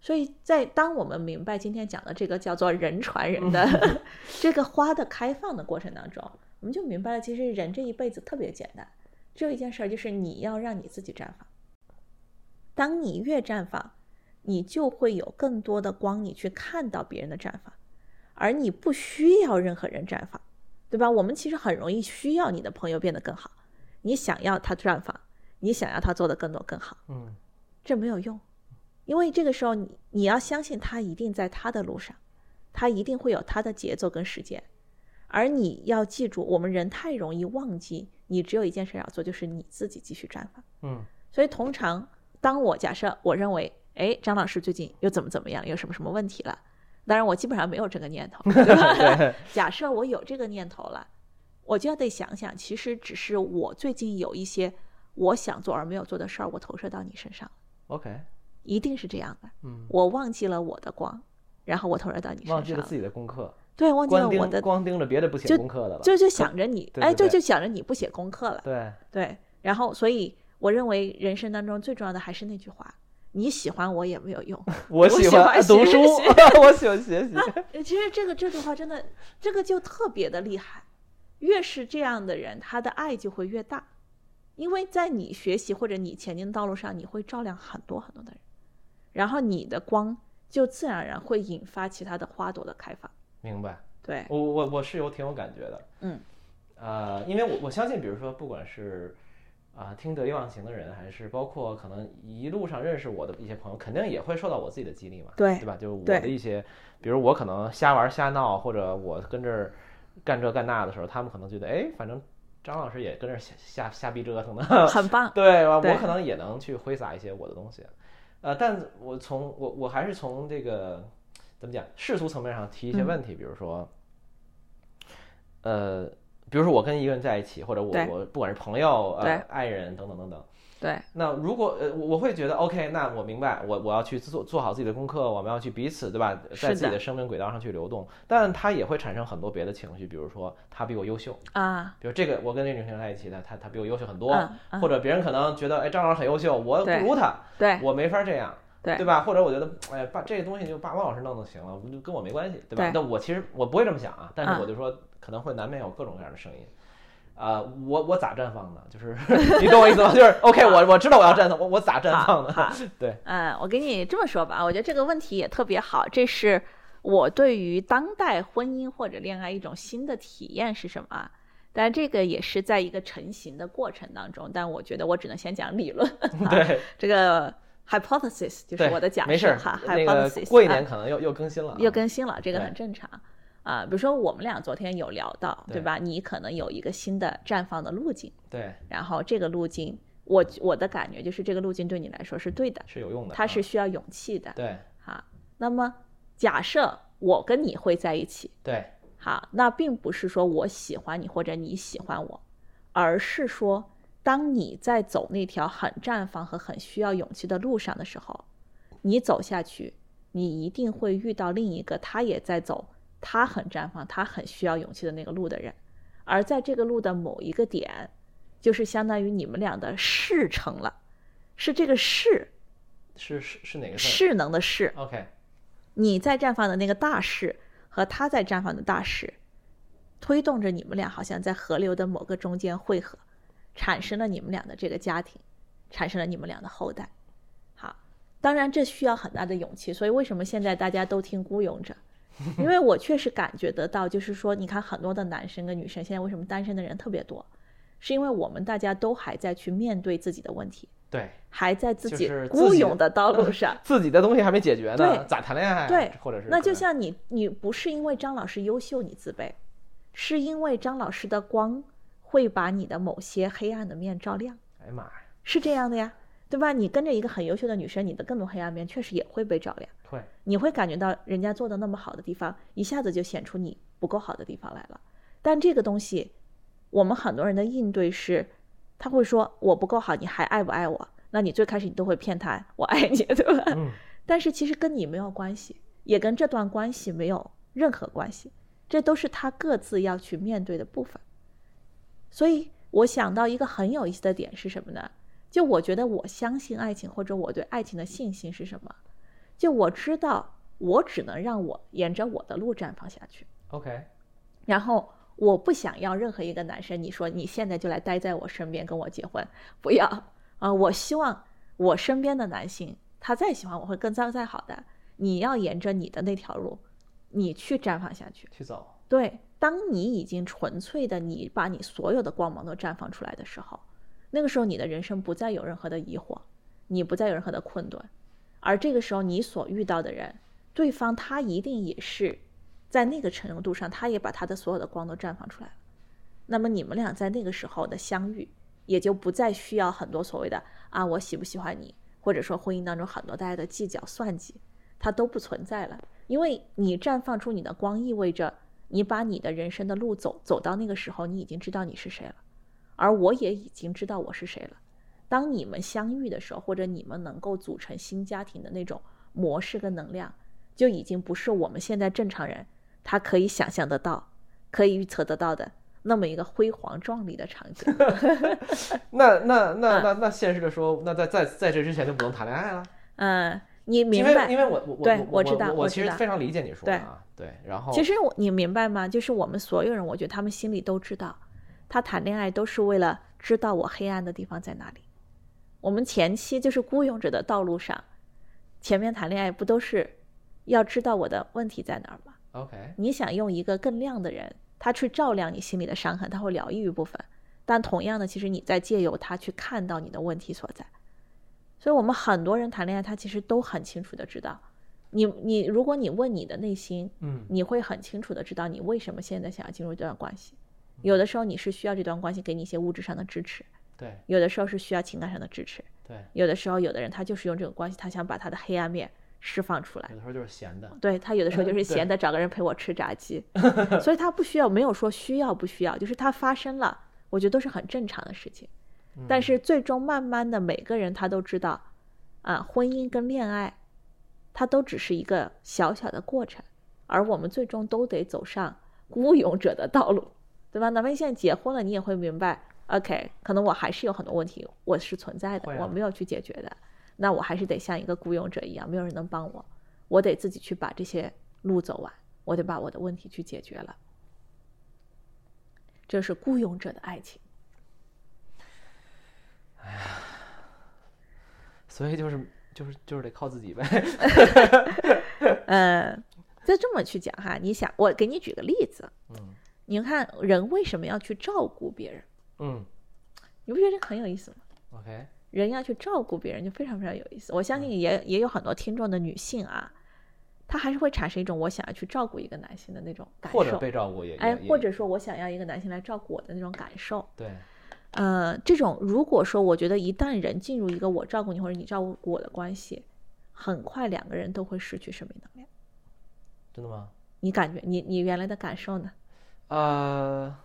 C: 所以在当我们明白今天讲的这个叫做人传人的这个花的开放的过程当中，我们就明白了，其实人这一辈子特别简单，只有一件事儿，就是你要让你自己绽放。当你越绽放，你就会有更多的光，你去看到别人的绽放。而你不需要任何人绽放，对吧？我们其实很容易需要你的朋友变得更好，你想要他绽放，你想要他做的更多更好，
A: 嗯
C: 这没有用，因为这个时候你你要相信他一定在他的路上，他一定会有他的节奏跟时间，而你要记住，我们人太容易忘记，你只有一件事要做，就是你自己继续绽放。
A: 嗯 <laughs>
C: 所以通常，当我假设我认为，哎，张老师最近又怎么怎么样，有什么什么问题了，当然我基本上没有这个念头，对吧？ <laughs> 假设我有这个念头了，我就要得想想，其实只是我最近有一些我想做而没有做的事儿，我投射到你身上，
A: ，OK，
C: 一定是这样的。
A: 嗯，
C: 我忘记了我的光，然后我投射到你身上，
A: 忘记了自己的功课，
C: 对，忘记了
A: 光
C: 我的
A: 盯，光盯着别的不写
C: 就
A: 功课的了。
C: 就就想着你，
A: 对
C: 哎，
A: 对
C: 对，
A: 对
C: 就想着你不写功课了。
A: 对，
C: 对，然后所以我认为人生当中最重要的还是那句话：你喜欢我也没有用。
A: 我喜
C: 喜欢
A: 欢读书，
C: 学
A: <laughs>
C: 习
A: 我喜欢学习。
C: <laughs> 呃其实这个这句话真的，这个就特别的厉害。越是这样的人，他的爱就会越大，因为在你学习或者你前进的道路上，你会照亮很多很多的人，然后你的光就自然而然会引发其他的花朵的开放。
A: 明白，
C: 对，
A: 我我我是有挺有感觉的。
C: 嗯，
A: 呃，因为我我相信，比如说，不管是啊、听得意忘形的人，还是包括可能一路上认识我的一些朋友，肯定也会受到我自己的激励嘛，
C: 对
A: 对吧？就是我
C: 对
A: 的一些，比如我可能瞎玩儿瞎闹，或者我跟这儿干这干那的时候，他们可能觉得，哎，反正张老师也跟这儿瞎瞎瞎逼折腾呢，
C: 很棒。
A: 对吧？
C: 对
A: 我可能也能去挥洒一些我的东西，呃，但我从我我还是从这个怎么讲世俗层面上提一
C: 嗯
A: 些问题，比如说，呃，比如说我跟一个人在一起，或者我
C: 对
A: 我不管是朋友、
C: 对
A: 呃爱人等等等等，
C: 对
A: 那如果呃我我会觉得 OK，那我明白，我我要去做做好自己的功课，我们要去彼此对吧，
C: 是
A: 在自己
C: 的
A: 的生命轨道上去流动，但他也会产生很多别的情绪，比如说他比我优秀，
C: 啊，
A: 比如这个我跟这个女生在一起，她她她比我优秀很多，
C: 嗯嗯
A: 或者别人可能觉得哎张老师很优秀，我不
C: 对
A: 如他，
C: 对
A: 我没法这样，
C: 对
A: 吧？或者我觉得哎把这个东西就把王老师弄就行了，我就跟我没关系，对吧
C: 对？
A: 那我其实我不会这么想啊，但
C: 啊
A: 是我就说可能会难免有各种各样的声音。啊、我我咋绽放呢？就是 <laughs> 你懂我意思吗？就是 OK，我我知道我要绽放，我我咋绽
C: 好
A: 放呢？
C: 好
A: 对，
C: 嗯，我给你这么说吧，我觉得这个问题也特别好，这是我对于当代婚姻或者恋爱一种新的体验是什么啊？但是这个也是在一个成型的过程当中，但我觉得我只能先讲理论。 <laughs>
E: 对，
C: 这个 hypothesis 就是
E: 对
C: 我的假
E: 没事
C: 设
E: 儿
C: 哈。
E: 那个
C: hypothesis
E: 过一
C: 啊
E: 年可能又又更新了啊，
C: 又更新了，这个很
E: 对
C: 正常啊。比如说我们俩昨天有聊到，对
E: 对
C: 吧？你可能有一个新的绽放的路径，
E: 对
C: 然后这个路径，我我的感觉就是这个路径对你来说是对的，
E: 是有用的啊，
C: 它是需要勇气的
E: 对
C: 哈。那么假设我跟你会在一起，
E: 对
C: 哈，那并不是说我喜欢你或者你喜欢我，而是说当你在走那条很绽放和很需要勇气的路上的时候，你走下去，你一定会遇到另一个他也在走，他很绽放，他很需要勇气的那个路的人，而在这个路的某一个点，就是相当于你们俩的事成了，是这个事
E: 是是是哪个字
C: 势能的势，
E: 儿？OK，
C: 你在绽放的那个大势和他在绽放的大势，推动着你们俩好像在河流的某个中间汇合，产生了你们俩的这个家庭，产生了你们俩的后代。好，当然这需要很大的勇气，所以为什么现在大家都听《孤勇者》？因为我确实感觉得到，就是说，你看很多的男生跟女生现在为什么单身的人特别多，是因为我们大家都还在去面对自己的问题，
E: 对，
C: 还在自己
E: 就是自己
C: 孤勇的道路上。
E: 自己的东西还没解决呢，
C: 对
E: 咋谈恋爱啊？
C: 对
E: 或者是
C: 那
E: 可
C: 就
E: 能
C: 像你，你不是因为张老师优秀你自卑，是因为张老师的光会把你的某些黑暗的面照亮，
E: 哎呀妈呀，
C: 是这样的呀，对吧？你跟着一个很优秀的女生，你的更多黑暗面确实也会被照亮，
E: 会
C: 你会感觉到人家做的那么好的地方，一下子就显出你不够好的地方来了。但这个东西，我们很多人的应对是，他会说我不够好，你还爱不爱我？那你最开始你都会骗他，我爱你，对吧？
E: 嗯
C: 但是其实跟你没有关系，也跟这段关系没有任何关系，这都是他各自要去面对的部分。所以我想到一个很有意思的点是什么呢？就我觉得我相信爱情，或者我对爱情的信心是什么？就我知道我只能让我沿着我的路绽放下去，
E: ，OK，
C: 然后。我不想要任何一个男生，你说你现在就来待在我身边跟我结婚，不要啊、我希望我身边的男性，他再喜欢我会更再再好的，你要沿着你的那条路，你去绽放下去。
E: 去走，
C: 对，当你已经纯粹的你把你所有的光芒都绽放出来的时候，那个时候你的人生不再有任何的疑惑，你不再有任何的困顿，而这个时候你所遇到的人，对方他一定也是在那个程度上，他也把他的所有的光都绽放出来了。那么你们俩在那个时候的相遇，也就不再需要很多所谓的啊我喜不喜欢你，或者说婚姻当中很多大家的计较算计，它都不存在了。因为你绽放出你的光，意味着你把你的人生的路走走到那个时候，你已经知道你是谁了，而我也已经知道我是谁了。当你们相遇的时候，或者你们能够组成新家庭的那种模式跟能量，就已经不是我们现在正常人他可以想象得到、可以预测得到的那么一个辉煌壮丽的场景。 <laughs>
E: 那那那那那现实的说，那在在在这之前就不能谈恋爱了，
C: 嗯，你明
E: 因为
C: 白
E: 因？为我我
C: 对
E: 我
C: 我知道
E: 我
C: 我
E: 其
C: 知
E: 实
C: 道
E: 非常理解你说的啊，对，然
A: 哦
E: 后
C: 其实我你明白吗？就是我们所有人，我觉得他们心里都知道，他谈恋爱都是为了知道我黑暗的地方在哪里。我们前期就是孤勇者的道路上，前面谈恋爱不都是要知道我的问题在哪儿吗？
E: OK
C: 你想用一个更亮的人，他去照亮你心里的伤痕，他会疗愈一部分。但同样的，其实你在借由他去看到你的问题所在。所以，我们很多人谈恋爱，他其实都很清楚的知道，你你，如果你问你的内心，
E: 嗯
C: 你会很清楚的知道你为什么现在想要进入这段关系。有的时候你是需要这段关系给你一些物质上的支持，
E: 对
C: 有的时候是需要情感上的支持，
E: 对，
C: 有的时候有的人他就是用这种关系，他想把他的黑暗面释放出来
E: 有。的时候就是闲的，
C: 对他有的时候就是
E: 对
C: 闲的找个人陪我吃炸鸡，所以他不需要，没有说需要不需要，就是它发生了，我觉得都是很正常的事情。但
E: 嗯
C: 是最终慢慢的，每个人他都知道，啊，婚姻跟恋爱，它都只是一个小小的过程，而我们最终都得走上孤勇者的道路，对吧？哪怕你现在结婚了，你也会明白，OK，可能我还是有很多问题，我是存在的
E: 会，啊
C: 我没有去解决的，那我还是得像一个孤勇者一样，没有人能帮我，我得自己去把这些路走完，我得把我的问题去解决了。这是孤勇者的爱情。
E: 所以就是就是就是得靠自己呗，
C: 嗯，就这么去讲哈。你想，我给你举个例子，
A: 嗯
C: 你看人为什么要去照顾别人？
A: 嗯
C: 你不觉得这个很有意思吗？
A: ，OK，
C: 人要去照顾别人，就非常非常有意思。我相
A: 嗯
C: 信也也有很多听众的女性啊，她还是会产生一种我想要去照顾一个男性的那种感
A: 或者
C: 受，
A: 被照顾也，
C: 哎
A: 也，
C: 或者说我想要一个男性来照顾我的那种感受。
A: 对，
C: 呃，这种如果说我觉得一旦人进入一个我照顾你或者你照顾我的关系，很快两个人都会失去生命能量。
A: 真的吗？
C: 你感觉你你原来的感受呢？
A: 呃，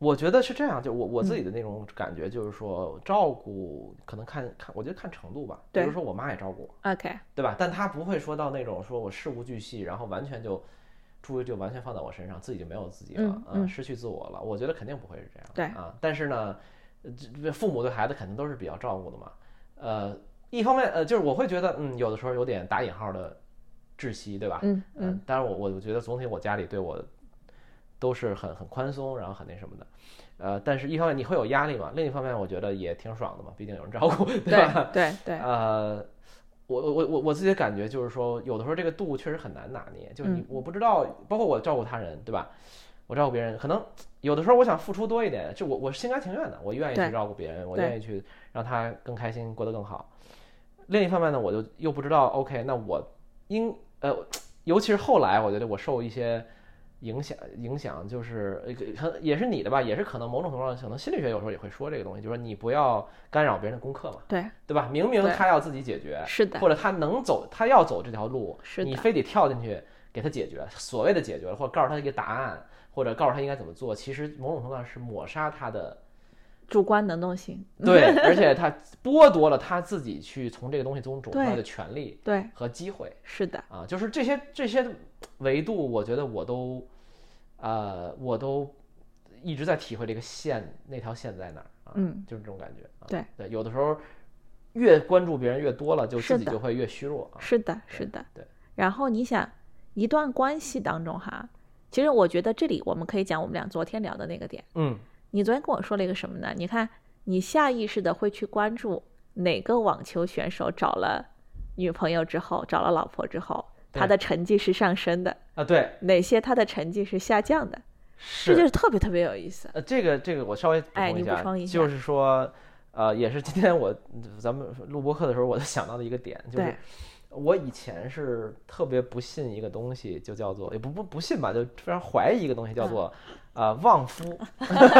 A: 我觉得是这样，就我我自己
C: 嗯
A: 的那种感觉，就是说照顾可能看看，我觉得看程度吧。比
C: 对
A: 如说我妈也照顾我，
C: OK，
A: 对吧？但她不会说到那种说我事无巨细，然后完全就注意就完全放在我身上，自己就没有自己了，啊
C: 嗯嗯
A: 失去自我了。我觉得肯定不会是这样，
C: 对
A: 啊。但是呢，呃这父母对孩子肯定都是比较照顾的嘛。呃，一方面呃，就是我会觉得，嗯，有的时候有点打引号的窒息，对吧？
C: 嗯
A: 嗯
C: 嗯，，
A: 当然我我觉得总体我家里对我都是很很宽松，然后很那什么的，呃，但是一方面你会有压力嘛，另一方面我觉得也挺爽的嘛，毕竟有人照顾，对吧？
C: 对对对，
A: 呃，我我我我自己的感觉就是说，有的时候这个度确实很难拿捏，就是你
C: 嗯
A: 我不知道，包括我照顾他人，对吧？我照顾别人，可能有的时候我想付出多一点，就我我是心甘情愿的，我愿意
C: 对
A: 去照顾别人，我
C: 对
A: 愿意去让他更开心，过得更好。另一方面呢，我就又不知道，OK，那我应呃，尤其是后来，我觉得我受一些影响，影响就是呃可能也是你的吧，也是可能某种程度上，可能心理学有时候也会说这个东西，就是说你不要干扰别人的功课嘛，
C: 对，
A: 对吧？明明
C: 对
A: 他要自己解决，
C: 是的，
A: 或者他能走，他要走这条路，
C: 是的
A: 你非得跳进去给他解决，所谓的解决了，或者告诉他一个答案，或者告诉他应该怎么做，其实某种程度上是抹杀他的
C: <laughs> 主观能动性，
A: 对，而且他剥夺了他自己去从这个东西中找
C: 对
A: 到的权利
C: 对，
A: 和机会
C: 是的，
A: 啊，就是这些这些维度，我觉得我都，呃，我都一直在体会这个线那条线在哪儿啊，
C: 嗯，
A: 就是这种感觉啊，
C: 对
A: 对，有的时候越关注别人越多了，就是自己
C: 的
A: 就会越虚弱啊，
C: 是的，
A: 对
C: 是的，
A: 对。
C: 然后你想，一段关系当中哈，其实我觉得这里我们可以讲我们俩昨天聊的那个点。
A: 嗯。
C: 你昨天跟我说了一个什么呢？你看，你下意识的会去关注哪个网球选手找了女朋友之后，找了老婆之后，他
A: 对
C: 的成绩是上升的，
A: 啊，对，
C: 哪些他的成绩是下降的，这
A: 是
C: 就是特别特别有意思。
A: 呃，这个这个我稍微补
C: 哎
A: 充
C: 你
A: 一
C: 补
A: 下，
C: 充一
A: 就
C: 下
A: 是说，呃，也是今天我咱们录播课的时候，我就想到的一个点，就是
C: 对
A: 我以前是特别不信一个东西，就叫做也不不不信吧，就非常怀疑一个东西，叫做啊、呃旺夫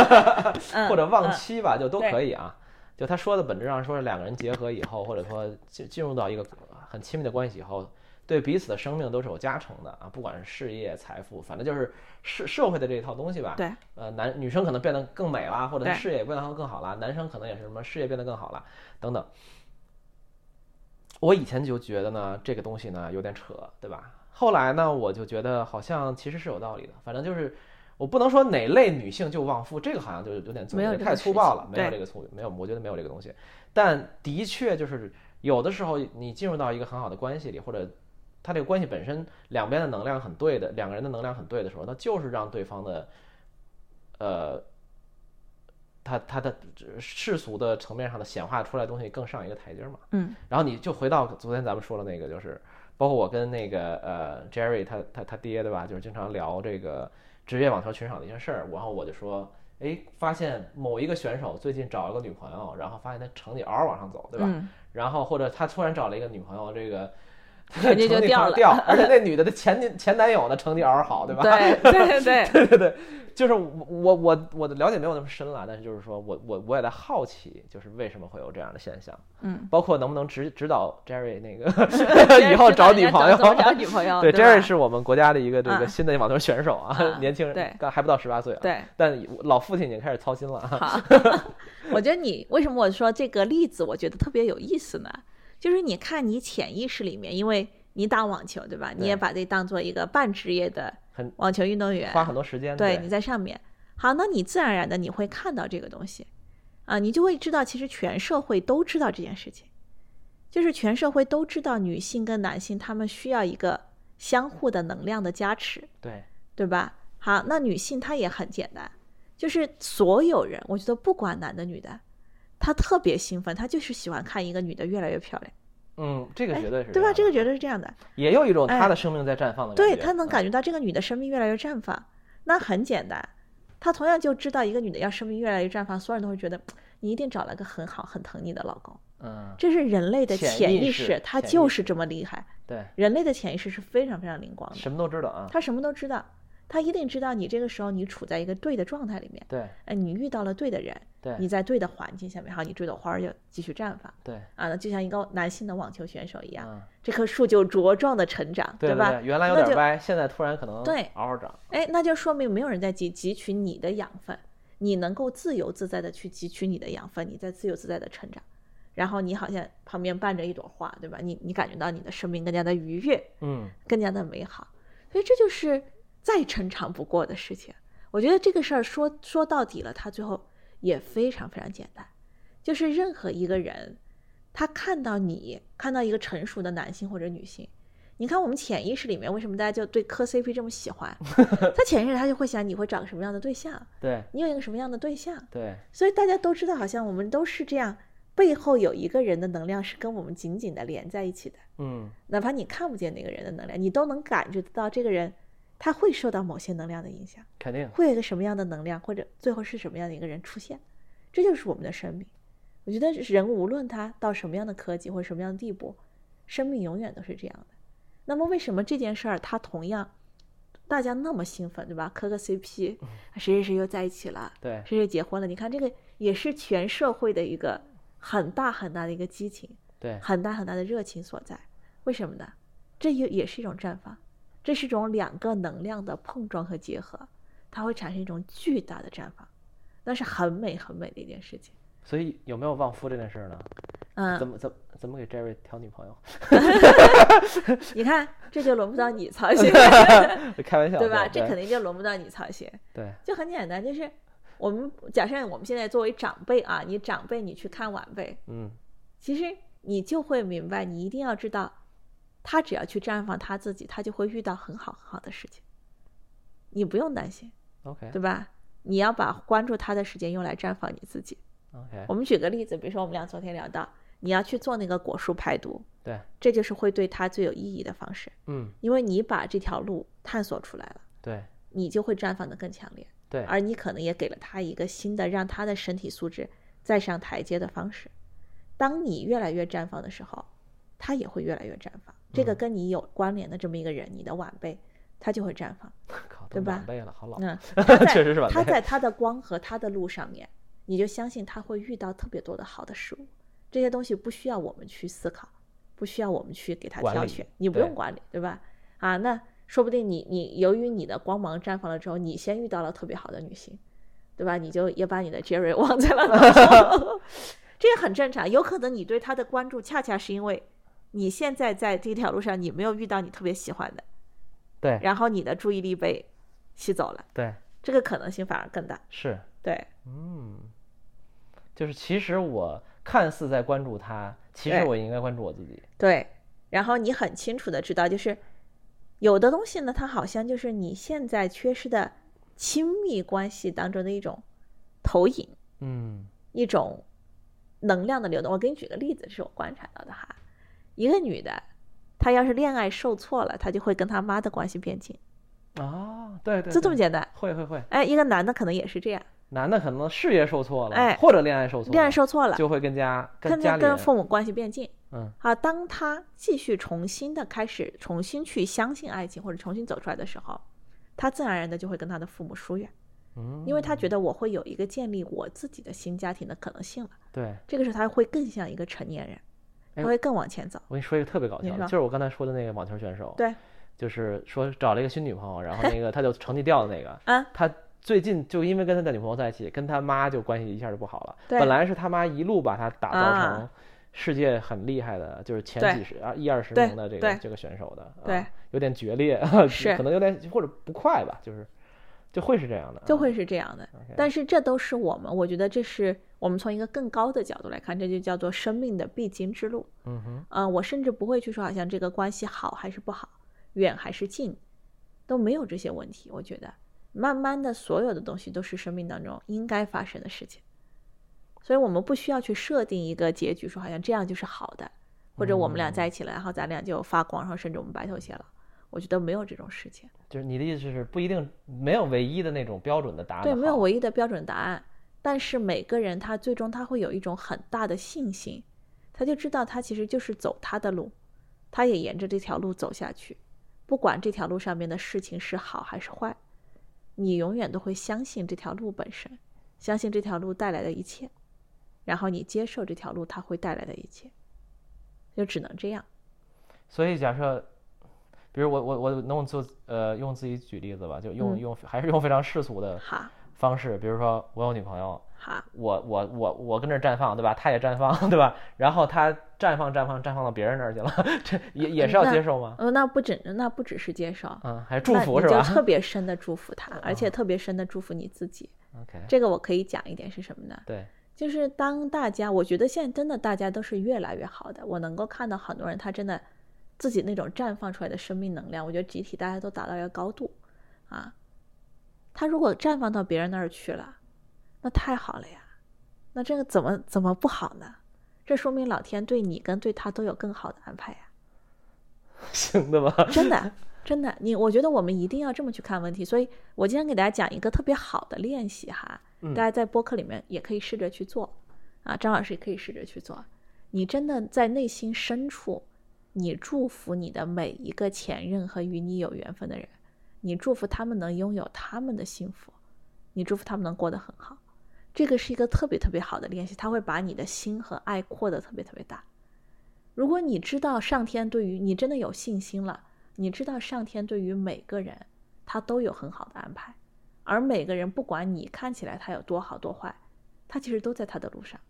A: 或者
C: 嗯 <laughs> 嗯
A: 旺妻吧，就都
C: 对
A: 可以啊。就他说的本质上说是两个人结合以后，或者说进进入到一个很亲密的关系以后，对彼此的生命都是有加成的啊，不管是事业、财富，反正就是社社会的这一套东西吧。
C: 对，
A: 呃，男女生可能变得更美啦，或者
C: 对
A: 是事业变得更好啦，男生可能也是什么事业变得更好啦，等等。我以前就觉得呢，这个东西呢有点扯，对吧？后来呢，我就觉得好像其实是有道理的，反正就是我不能说哪类女性就旺夫，这个好像就是有点
C: 没有这个
A: 太
C: 事
A: 粗暴
C: 情
A: 了，没有
C: 对
A: 这个粗，没有，我觉得没有这个东西。但的确就是有的时候你进入到一个很好的关系里，或者他这个关系本身两边的能量很对的，两个人的能量很对的时候，他就是让对方的，呃，他他的世俗的层面上的显化出来的东西更上一个台阶嘛。
C: 嗯，
A: 然后你就回到昨天咱们说的那个，就是包括我跟那个呃 Jerry 他他他爹对吧，就是经常聊这个职业网球群场的一些事儿，然后我就说。哎，发现某一个选手最近找了个女朋友，然后发现他成绩嗷嗷往上走，对吧？
C: 嗯，
A: 然后或者他突然找了一个女朋友，这个
C: <laughs> 成绩就
A: <laughs> 成突然
C: 掉了
A: 掉，而且那女的的前女前男友呢成绩嗷嗷好，对吧？
C: 对对
A: <laughs>
C: 对，
A: 对对对，就是我我我我的了解没有那么深了，但是就是说我我我也在好奇，就是为什么会有这样的现象，
C: 嗯，
A: 包括能不能指指导 Jerry 那
C: <laughs>
A: 个 <laughs> 以后
C: 知
A: 找
C: 道人
A: 女
C: 家
A: 朋
C: 怎么找
A: 友。
C: 女朋友，
A: 对
C: 吧
A: ，Jerry 是我们国家的一个这个
C: 嗯
A: 新的网球选手啊 <laughs>
C: 嗯，
A: 年轻
C: 对
A: 人，刚还不到十八岁啊，
C: 对。
A: 但老父亲已经开始操心了啊。 <laughs>
C: 好， <laughs> 我觉得你为什么我说这个例子，我觉得特别有意思呢？就是你看你潜意识里面，因为你打网球对吧？你也
A: 对
C: 把这当做一个半职业的
A: 很
C: 网球运动员，
A: 花很多时间，
C: 对，你在上面。好，那你自然而然的你会看到这个东西，啊，你就会知道，其实全社会都知道这件事情，就是全社会都知道女性跟男性他们需要一个相互的能量的加持，
A: 对，
C: 对吧？好，那女性她也很简单，就是所有人，我觉得不管男的女的，她特别兴奋，她就是喜欢看一个女的越来越漂亮，
A: 嗯，这个
C: 哎
A: 绝对是
C: 对吧？这个绝
A: 对
C: 对是这样的，
A: 也有一种
C: 哎
A: 他的生命在绽放的感
C: 对
A: 觉，啊
C: 他能感觉到这个女的生命越来越绽放。那很简单，他同样就知道一个女的要生命越来越绽放，所有人都会觉得你一定找了个很好、很疼你的老公。
A: 嗯，
C: 这是人类的
A: 潜
C: 潜
A: 意
C: 意
A: 识
C: 识，他
A: 潜意
C: 就是
A: 识
C: 这么厉害。
A: 对，
C: 人类的潜意识是非常非常灵光的，
A: 什么都知道啊，
C: 嗯他什么都知道，他一定知道你这个时候你处在一个对的状态里面，
A: 对
C: 哎，你遇到了对的人，
A: 对
C: 你在对的环境下面，好，你这朵花儿就继续绽放
A: 对，
C: 啊，那就像一个男性的网球选手一样，
A: 嗯，
C: 这棵树就茁壮的成长，
A: 对
C: 吧？
A: 对，原来有
C: 那
A: 点
C: 就
A: 歪，现在突然可能
C: 对
A: 嗷嗷长，
C: 哎，那就说明没有人在汲汲取你的养分，你能够自由自在的去汲取你的养分，你在自由自在的成长，然后你好像旁边伴着一朵花，对吧？你你感觉到你的生命更加的愉悦，
A: 嗯，
C: 更加的美好，所以这就是再正常不过的事情。我觉得这个事儿说说到底了，它最后也非常非常简单，就是任何一个人，他看到你，看到一个成熟的男性或者女性，你看我们潜意识里面为什么大家就对磕 CP 这么喜欢？他潜意识他就会想你会找个什么样的对象，
A: 对
C: 你有一个什么样的对象，
A: 对
C: 所以大家都知道，好像我们都是这样，背后有一个人的能量是跟我们紧紧的连在一起的。
A: 嗯
C: 哪怕你看不见那个人的能量，你都能感觉得到这个人他会受到某些能量的影响，
A: 肯定
C: 会有一个什么样的能量，或者最后是什么样的一个人出现，这就是我们的生命。我觉得人无论他到什么样的科技或者什么样的地步，生命永远都是这样的。那么为什么这件事儿他同样大家那么兴奋，对吧？磕个 CP，谁谁谁又在一起了，
A: 对
C: 谁谁结婚了？你看这个也是全社会的一个很大很大的一个激情。
A: 对
C: 很大很大的热情所在。为什么呢？这也也是一种绽放，这是一种两个能量的碰撞和结合，它会产生一种巨大的绽放，那是很美很美的一件事情。
A: 所以有没有旺夫这件事儿呢？怎
C: 嗯，
A: 么怎么怎么给 Jerry 挑女朋友？ <laughs>
C: 你看，这就轮不到你操
A: <laughs>
C: 心，对
A: 开玩笑，对
C: 吧？这肯定就轮不到你操心，
A: 对
C: 就很简单，就是我们假设我们现在作为长辈啊，你长辈你去看晚辈，
A: 嗯
C: 其实你就会明白，你一定要知道，他只要去绽放他自己，他就会遇到很好很好的事情，你不用担心，
A: ，OK
C: 对吧？你要把关注他的时间用来绽放你自己。
A: OK，
C: 我们举个例子，比如说我们俩昨天聊到，你要去做那个果蔬排毒，
A: 对，
C: 这就是会对他最有意义的方式，
A: 嗯
C: 因为你把这条路探索出来了，
A: 对
C: 你就会绽放的更强烈，
A: 对
C: 而你可能也给了他一个新的让他的身体素质再上台阶的方式。当你越来越绽放的时候，他也会越来越绽放。这个
A: 嗯
C: 跟你有关联的这么一个人，你的晚辈，他就会绽放。
A: 靠，
C: 对
A: 都
C: 吧
A: 晚辈了，好 <laughs> 老，
C: 嗯，他在
A: 确实是晚
C: 他
A: 辈
C: 在他的光和他的路上面，你就相信他会遇到特别多的好的事物。这些东西不需要我们去思考，不需要我们去给他
A: 管
C: 挑
A: 理
C: 选，你不
A: 对
C: 用管理，对吧？啊，那说不定你你由于你的光芒绽放了之后，你先遇到了特别好的女性，对吧？你就也把你的 Jerry <laughs> 忘在了脑后 <laughs> 这也很正常。有可能你对他的关注，恰恰是因为你现在在这条路上你没有遇到你特别喜欢的，
A: 对
C: 然后你的注意力被吸走了。
A: 对
C: 这个可能性反而更大。
A: 是，
C: 对，
A: 嗯，就是其实我看似在关注他，其实
C: 对
A: 我应该关注我自己，
C: 对，然后你很清楚的知道，就是有的东西呢，它好像就是你现在缺失的亲密关系当中的一种投影，
A: 嗯
C: 一种能量的流动。我给你举个例子，这是我观察到的哈，一个女的。她要是恋爱受挫了，她就会跟她妈的关系变近，
A: 啊，对对，
C: 就这么
A: 对
C: 简单。
A: 会会会，
C: 哎，一个男的可能也是这样，
A: 男的可能事业受挫了，
C: 哎
A: 或者恋爱受挫了，
C: 恋爱受挫了，
A: 就会跟家
C: 跟
A: 家里
C: 跟
A: 人，
C: 父母关系变近，
A: 嗯
C: 啊，当他继续重新的开始，重新去相信爱情或者重新走出来的时候，他自然而然的就会跟他的父母疏远，
A: 嗯，
C: 因为他觉得我会有一个建立我自己的新家庭的可能性了。
A: 对。
C: 这个时候他会更像一个成年人，他
A: 哎
C: 会更往前走。
A: 我跟你说一个特别搞
C: 你
A: 笑的，
C: 说
A: 就是我刚才说的那个网球选手，
C: 对，
A: 就是说找了一个新女朋友，然后那个他就成绩掉的那个，
C: <laughs> 啊，
A: 他最近就因为跟他的女朋友在一起，跟他妈就关系一下就不好了。
C: 对
A: 本来是他妈一路把他打造成
C: 啊
A: 世界很厉害的，就是前
C: 对
A: 几十啊一二十
C: 对
A: 名的这个
C: 对
A: 这个选手的，啊
C: 对，
A: 有点决裂，啊
C: 是
A: 可能有点或者不快吧，就是就会是这样的，
C: 就
A: 啊
C: 会是这样的。
A: OK
C: 但是这都是我们，我觉得这是我们从一个更高的角度来看，这就叫做生命的必经之路。
A: 嗯哼，
C: 嗯、我甚至不会去说好像这个关系好还是不好，远还是近，都没有这些问题。我觉得，慢慢的，所有的东西都是生命当中应该发生的事情，所以我们不需要去设定一个结局，说好像这样就是好的，或者我们俩在一起了，然后咱俩就发光，然后甚至我们白头偕老，我觉得没有这种事情。
A: 就是你的意思是不一定没有唯一的那种标准的答案的
C: 对，
A: 好，
C: 没有唯一的标准答案，但是每个人他最终他会有一种很大的信心，他就知道他其实就是走他的路，他也沿着这条路走下去，不管这条路上面的事情是好还是坏，你永远都会相信这条路本身，相信这条路带来的一切，然后你接受这条路它会带来的一切，就只能这样。
A: 所以假设，比如我我我能做呃用自己举例子吧，就用、
C: 嗯
A: 用还是用非常世俗的
C: 哈
A: 方式，比如说我有女朋友，
C: 哈，
A: 我我我我跟这儿绽放，对吧？她也绽放， <laughs> 对吧？然后她绽放绽放绽放到别人那儿去了， <laughs> 这也也是要
C: 那
A: 接受吗？
C: 呃，那不只那不只是接受，
A: 嗯，还是祝
C: 那
A: 福
C: 你
A: 是
C: 就
A: 吧
C: 特别深的祝福他，而且
A: 哦
C: 特别深的祝福你自己。
A: <laughs> ？OK，
C: 这个我可以讲一点是什么呢？
A: 对， <laughs>
C: 就是当大家，我觉得现在真的大家都是越来越好的，我能够看到很多人他真的自己那种绽放出来的生命能量，我觉得集体大家都达到一个高度啊。他如果绽放到别人那儿去了，那太好了呀，那这个怎么怎么不好呢？这说明老天对你跟对他都有更好的安排呀。
A: 行的吧？
C: 真的，真的，你我觉得我们一定要这么去看问题。所以我今天给大家讲一个特别好的练习哈，
A: 嗯
C: 大家在播客里面也可以试着去做啊，张老师也可以试着去做。你真的在内心深处，你祝福你的每一个前任和与你有缘分的人，你祝福他们能拥有他们的幸福，你祝福他们能过得很好。这个是一个特别特别好的练习，它会把你的心和爱扩得特别特别大。如果你知道上天对于你真的有信心了，你知道上天对于每个人他都有很好的安排，而每个人不管你看起来他有多好多坏，他其实都在他的路上，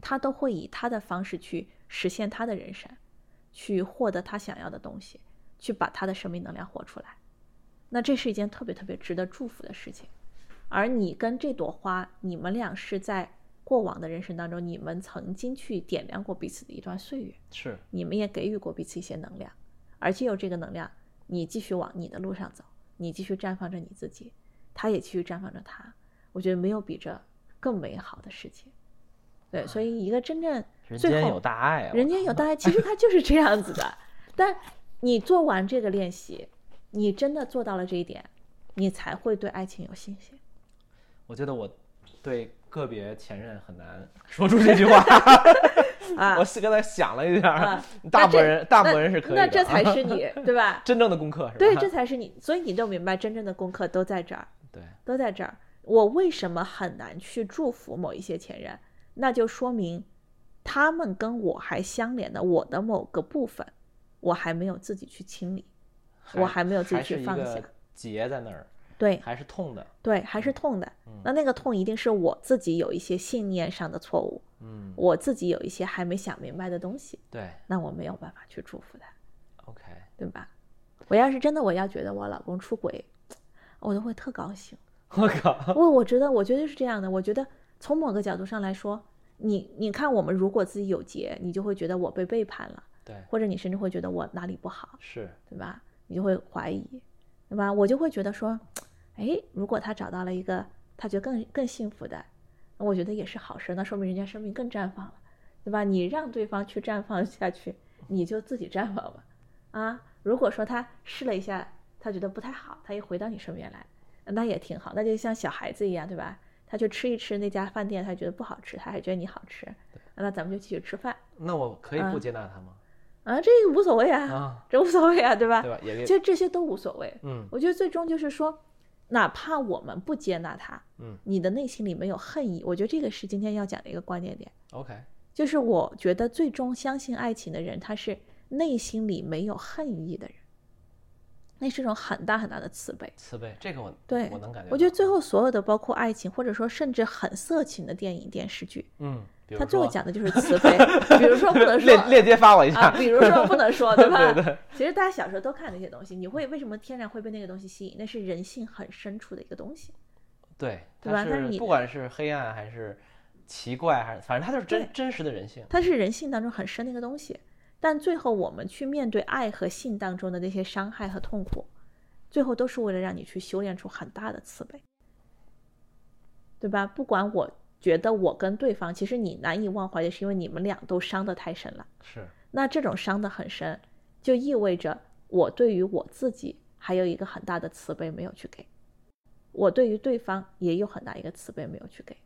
C: 他都会以他的方式去实现他的人生，去获得他想要的东西，去把他的生命能量活出来。那这是一件特别特别值得祝福的事情。而你跟这朵花，你们俩是在过往的人生当中，你们曾经去点亮过彼此的一段岁月，
A: 是，
C: 你们也给予过彼此一些能量，而且有这个能量，你继续往你的路上走，你继续绽放着你自己，他也继续绽放着他。我觉得没有比这更美好的事情。对，所以一个真正
A: 人
C: 最
A: 间
C: 后
A: 有大爱啊，
C: 人间有大爱，其实它就是这样
A: <laughs>
C: 子的。但你做完这个练习，你真的做到了这一点，你才会对爱情有信心。
A: 我觉得我对个别前任很难说出这句话
C: 啊
A: 嗯 <laughs> 我是刚才想了一下，
C: 啊
A: 大
C: 那
A: 部分
C: 这
A: 人大部
C: 那
A: 分人是可以
C: 那
A: 的
C: 这
A: 啊 <laughs>
C: 才是你对吧？
A: 真正的功课是吧？ <laughs>
C: 对，这才是你，所以你就明白真正的功课都在这儿，
A: 对
C: 都在这儿。我为什么很难去祝福某一些前任？那就说明他们跟我还相连的我的某个部分，我还没有自己去清理，我还没有自己
A: 还
C: 去
A: 是一
C: 放
A: 个
C: 下。
A: 结在那儿，
C: 对，
A: 还是痛的，
C: 对，还是痛的。那那个痛一定是我自己有一些信念上的错误，
A: 嗯，
C: 我自己有一些还没想明白的东西，
A: 对
C: 那我没有办法去祝福他，
A: ，OK，
C: 对吧？我要是真的我要觉得我老公出轨，我都会特高兴。
A: 我靠，
C: 我我觉得我觉得是这样的，我觉得从某个角度上来说，你你看我们如果自己有结，你就会觉得我被背叛了，
A: 对，
C: 或者你甚至会觉得我哪里不好，
A: 是，
C: 对吧？你就会怀疑，对吧？我就会觉得说，哎，如果他找到了一个他觉得更更幸福的，那我觉得也是好事，那说明人家生命更绽放了，对吧？你让对方去绽放下去，你就自己绽放吧。啊，如果说他试了一下，他觉得不太好，他又回到你身边来，那也挺好，那就像小孩子一样，对吧？他去吃一吃那家饭店，他觉得不好吃，他还觉得你好吃，那咱们就继续吃饭
A: 那我可以不
C: 嗯
A: 接纳他吗？
C: 啊，这个无所谓啊，
A: 啊，
C: 这无所谓啊，对吧？
A: 对吧？也
C: 其
A: 也，
C: 实这些都无所谓，
A: 嗯
C: 我觉得最终就是说，哪怕我们不接纳他，
A: 嗯
C: 你的内心里没有恨意，我觉得这个是今天要讲的一个关键点。
A: ，OK，
C: 就是我觉得最终相信爱情的人，他是内心里没有恨意的人，那是一种很大很大的慈悲。
A: 慈悲，这个我
C: 对，
A: 我能感觉到，
C: 我觉得最后所有的，包括爱情，或者说甚至很色情的电影、电视剧，
A: 嗯，比如
C: 它最后
A: 说
C: 讲的就是慈悲。 <laughs> 比如说不
A: <laughs>
C: 能说
A: 链链接发我一
C: 啊
A: 下，， <laughs>
C: 比如说不能说，对吧？
A: 对对
C: 其实大家小时候都看那些东西，你会为什么天然会被那个东西吸引？那是人性很深处的一个东西。
A: 对，
C: 对吧
A: 它
C: 它是
A: 是
C: 你
A: 不
C: 的
A: 管是黑暗还是奇怪，还是反正它就是
C: 对
A: 真真实的人性，
C: 它是人性当中很深的一个东西。但最后我们去面对爱和性当中的那些伤害和痛苦，最后都是为了让你去修炼出很大的慈悲，对吧？不管我觉得我跟对方，其实你难以忘怀的是因为你们俩都伤得太深了。
A: 是
C: 那这种伤得很深，就意味着我对于我自己还有一个很大的慈悲没有去给，我对于对方也有很大一个慈悲没有去给。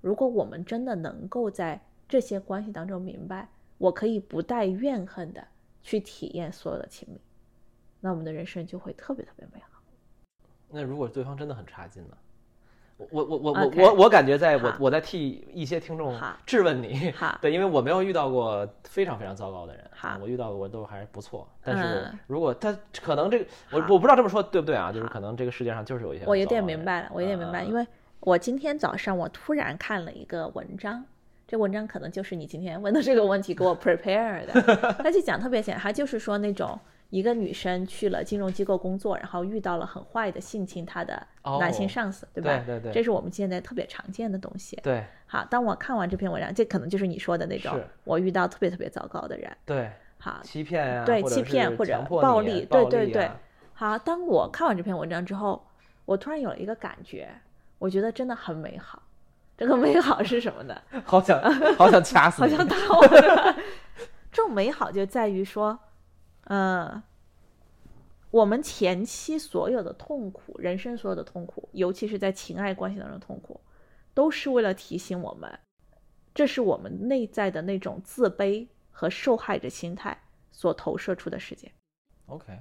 C: 如果我们真的能够在这些关系当中明白，我可以不带怨恨的去体验所有的亲密，那我们的人生就会特别特别美好。
A: 那如果对方真的很差劲呢？我我我我
C: OK
A: 我我感觉在我
C: 好
A: 我在替一些听众
C: 好
A: 质问你 <laughs>
C: 好，
A: 对，因为我没有遇到过非常非常糟糕的人，嗯
C: 好
A: 我遇到过都还是不错。但是
C: 嗯
A: 我如果他可能这个，我
C: 好
A: 我不知道这么说对不对啊？就是
C: 好
A: 可能这个世界上就是有一些
C: 我有点
A: 很糟糕的人
C: 明白了，我有点明白，
A: 嗯
C: 因为我今天早上我突然看了一个文章，这文章可能就是你今天问的这个问题给我 prepare 的，他就讲特别简单，他就是说那种一个女生去了金融机构工作，然后遇到了很坏的性侵她的男性
A: 哦
C: 上司，对吧？
A: 对对对，
C: 这是我们现在特别常见的东西。
A: 嗯对
C: 好，当我看完这篇文章，这可能就是你说的那种
A: 是，
C: 我遇到特别特别糟糕的人。
A: 对
C: 好，
A: 欺骗呀，
C: 对
A: 或者
C: 欺骗
A: 是
C: 或者
A: 强迫
C: 暴
A: 你
C: 力
A: 暴
C: 对对
A: 力
C: 对
A: 啊
C: 好，当我看完这篇文章之后，我突然有了一个感觉，我觉得真的很美好。这个美好是什么呢？
A: 好想好想掐死
C: 好
A: 你，
C: 像打我 <laughs> 了。这种美好就在于说，呃，我们前期所有的痛苦，人生所有的痛苦，尤其是在情爱关系当中的痛苦，都是为了提醒我们，这是我们内在的那种自卑和受害者心态所投射出的世界。
A: OK，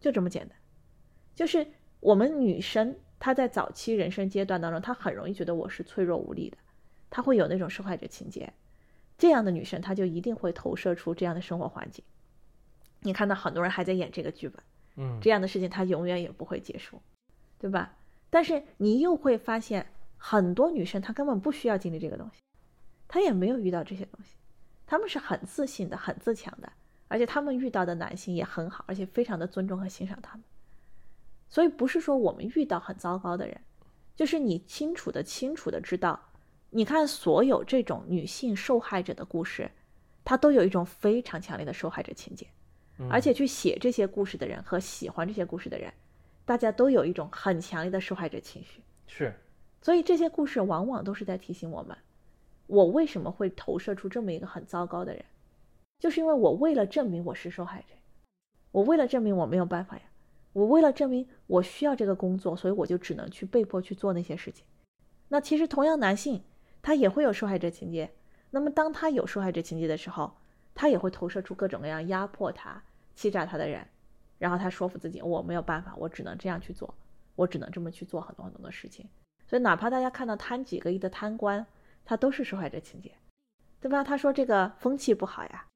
C: 就这么简单。就是我们女生，她在早期人生阶段当中，她很容易觉得我是脆弱无力的，她会有那种受害者情节。这样的女生，她就一定会投射出这样的生活环境。你看到很多人还在演这个剧本，
A: 嗯，
C: 这样的事情它永远也不会结束，对吧？但是你又会发现，很多女生她根本不需要经历这个东西，她也没有遇到这些东西，她们是很自信的、很自强的，而且她们遇到的男性也很好，而且非常的尊重和欣赏她们。所以不是说我们遇到很糟糕的人，就是你清楚的、清楚的知道，你看所有这种女性受害者的故事，她都有一种非常强烈的受害者情节。
A: 嗯
C: 而且去写这些故事的人和喜欢这些故事的人，大家都有一种很强烈的受害者情绪，
A: 是
C: 所以这些故事往往都是在提醒我们：我为什么会投射出这么一个很糟糕的人？就是因为我为了证明我是受害者，我为了证明我没有办法呀，我为了证明我需要这个工作，所以我就只能去被迫去做那些事情。那其实同样男性他也会有受害者情节，那么当他有受害者情节的时候，他也会投射出各种各样压迫他、欺诈他的人，然后他说服自己我没有办法，我只能这样去做，我只能这么去做很多很多的事情。所以哪怕大家看到贪几个亿的贪官，他都是受害者情节，对吧？他说这个风气不好呀，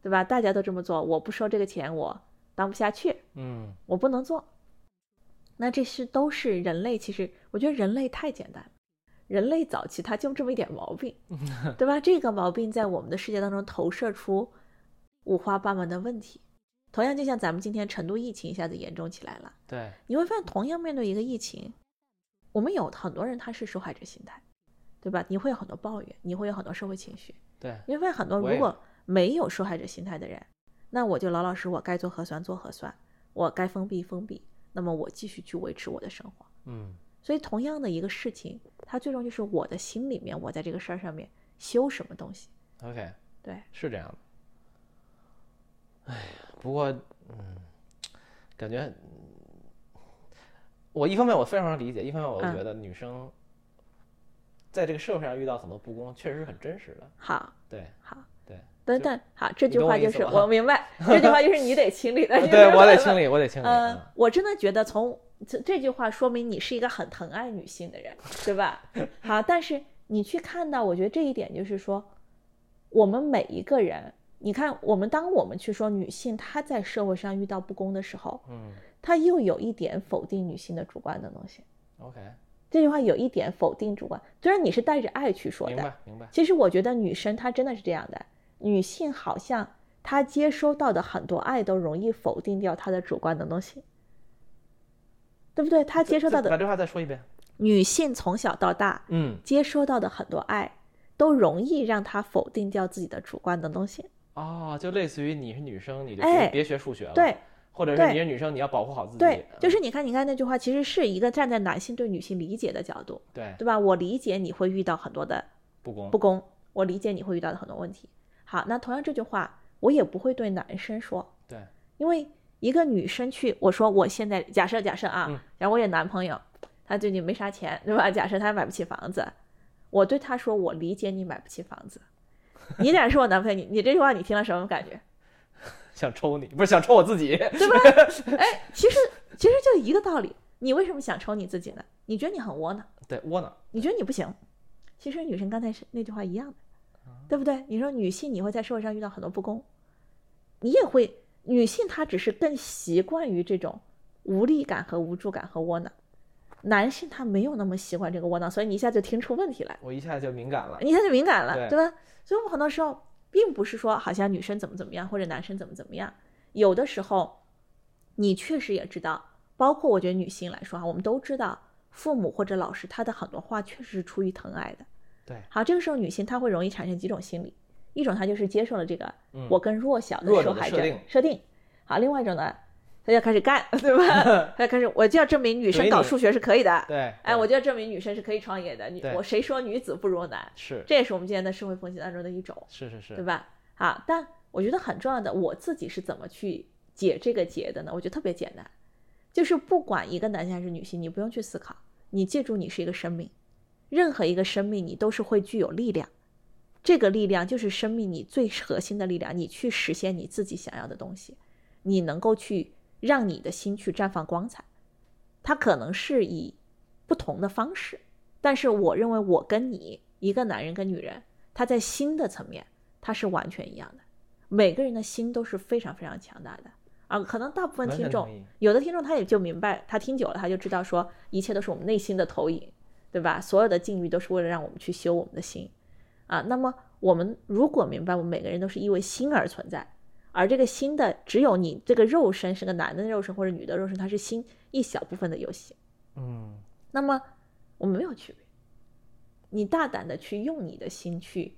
C: 对吧？大家都这么做，我不收这个钱，我当不下去，
A: 嗯 <laughs>
C: 我不能做。那这是都是人类，其实我觉得人类太简单了，人类早期他就这么一点毛病，对吧？这个毛病在我们的世界当中投射出五花八门的问题。同样，就像咱们今天成都疫情一下子严重起来了，
A: 对
C: 你会发现，同样面对一个疫情，我们有很多人他是受害者心态，对吧？你会有很多抱怨，你会有很多社会情绪。
A: 对
C: 你会发现很多
A: 我
C: 如
A: 也
C: 果没有受害者心态的人，那我就老老实实，我该做核酸做核酸，我该封闭封闭，那么我继续去维持我的生活。
A: 嗯
C: 所以，同样的一个事情，它最终就是我的心里面，我在这个事儿上面修什么东西。
A: OK
C: 对，
A: 是这样的。哎呀，不过嗯，感觉嗯我一方面我非常能理解，一方面我
C: 嗯
A: 觉得女生在这个社会上遇到很多不公，确实是很真实的。
C: 好，
A: 对
C: 好，
A: 对，
C: 等
A: 就
C: 等，好，这
A: 你
C: 句
A: 懂
C: 话
A: 我意
C: 就
A: 思
C: 是
A: 吧。
C: 我明白，这句话就是你得清理的
A: <laughs> 对
C: <laughs>
A: 我得
C: 理。
A: 清理，我得清理。
C: 哎呃
A: 嗯，
C: 我真的觉得从这这句话说明你是一个很疼爱女性的人，对吧？好，但是你去看到，我觉得这一点就是说，我们每一个人，你看，我们当我们去说女性她在社会上遇到不公的时候，
A: 嗯
C: 她又有一点否定女性的主观的东西。
A: ，OK，
C: 这句话有一点否定主观，虽然你是带着爱去说
A: 明
C: 的，
A: 白明白。
C: 其实我觉得女生她真的是这样的，女性好像她接收到的很多爱都容易否定掉她的主观的东西，对不对？她接收到
A: 再把
C: 的
A: 这话再说一遍。
C: 女性从小到大
A: 嗯，
C: 接收到的很多爱，都容易让她否定掉自己的主观的东西。
A: 哦，就类似于你是女生，你就
C: 哎
A: 别别学数学了。
C: 对，
A: 或者
C: 对
A: 是你是女生，你要保护好自己。
C: 对，就
A: 嗯
C: 是你看，你看那句话，其实是一个站在男性对女性理解的角度，
A: 对
C: 对吧？我理解你会遇到很多的
A: 不公，
C: 不公，我理解你会遇到的很多问题。好，那同样这句话，我也不会对男生说，
A: 对，
C: 因为一个女生去，我说我现在假设假设啊，
A: 嗯
C: 然后我有男朋友，他最近没啥钱，对吧？假设他买不起房子，我对他说我理解你买不起房子，你俩是我男朋友，你你这句话你听了什么感觉？
A: 想抽你，不是想抽我自己，
C: 哎，其实其实就一个道理，你为什么想抽你自己呢？你觉得你很窝囊。
A: 对，窝囊，
C: 你觉得你不行，其实女生刚才是那句话一样的，对不对？你说女性你会在社会上遇到很多不公，你也会，女性她只是更习惯于这种无力感和无助感和窝囊，男性他没有那么习惯这个窝囊，所以你一下就听出问题来，
A: 我一下就敏感了，
C: 你一下就敏感了，
A: 对
C: 对吧？所以我们很多时候并不是说好像女生怎么怎么样或者男生怎么怎么样，有的时候你确实也知道，包括我觉得女性来说哈，我们都知道父母或者老师他的很多话确实是出于疼爱的。
A: 对
C: 好，这个时候女性她会容易产生几种心理，一种她就是接受了这个、
A: 嗯
C: 我更弱小的
A: 弱者
C: 受
A: 的
C: 害
A: 设
C: 者
A: 定
C: 设定，好，另外一种呢，她就开始干， <laughs> 对吧？她就开始我就要证明女生
A: 怼
C: 搞
A: 你
C: 数学是可以的，
A: <laughs> 对，
C: 哎，
A: 对
C: 我就要证明女生是可以创业的，你
A: 对
C: 我谁说女子不如男？
A: 是
C: 这也是我们今天的社会风气当中的一种，
A: 是是
C: 对
A: 是，
C: 吧？啊，但我觉得很重要的，我自己是怎么去解这个结的呢？我觉得特别简单，就是不管一个男性还是女性，你不用去思考，你记住你是一个生命，任何一个生命你都是会具有力量，这个力量就是生命你最核心的力量，你去实现你自己想要的东西，你能够去让你的心去绽放光彩，它可能是以不同的方式，但是我认为我跟你一个男人跟女人，他在心的层面他是完全一样的，每个人的心都是非常非常强大的啊，可能大部分
A: 完
C: 听
A: 全
C: 众
A: 同。意
C: 有的听众他也就明白，他听久了他就知道说，一切都是我们内心的投影，对吧？所有的境遇都是为了让我们去修我们的心，啊，那么我们如果明白我们每个人都是因为心而存在，而这个心的只有你这个肉身是个男的肉身或者女的肉身，它是心一小部分的游戏，
A: 嗯，
C: 那么我们没有区别。你大胆的去用你的心去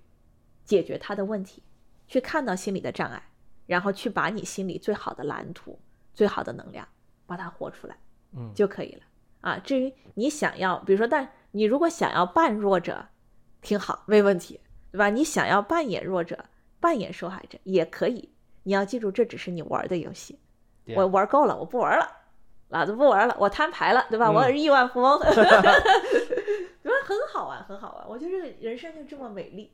C: 解决他的问题，去看到心里的障碍，然后去把你心里最好的蓝图、最好的能量，把它活出来，
A: 嗯
C: 就可以了啊。至于你想要，比如说，但你如果想要扮弱者，挺好，没问题，对吧？你想要扮演弱者、扮演受害者也可以，你要记住，这只是你玩的游戏。
A: 对
C: 我玩够了，我不玩了，老子不玩了，我摊牌了，对吧？
A: 嗯
C: 我是亿万
A: <laughs>
C: 富翁，对吧？很好玩，很好玩。啊我觉得人生就这么美丽。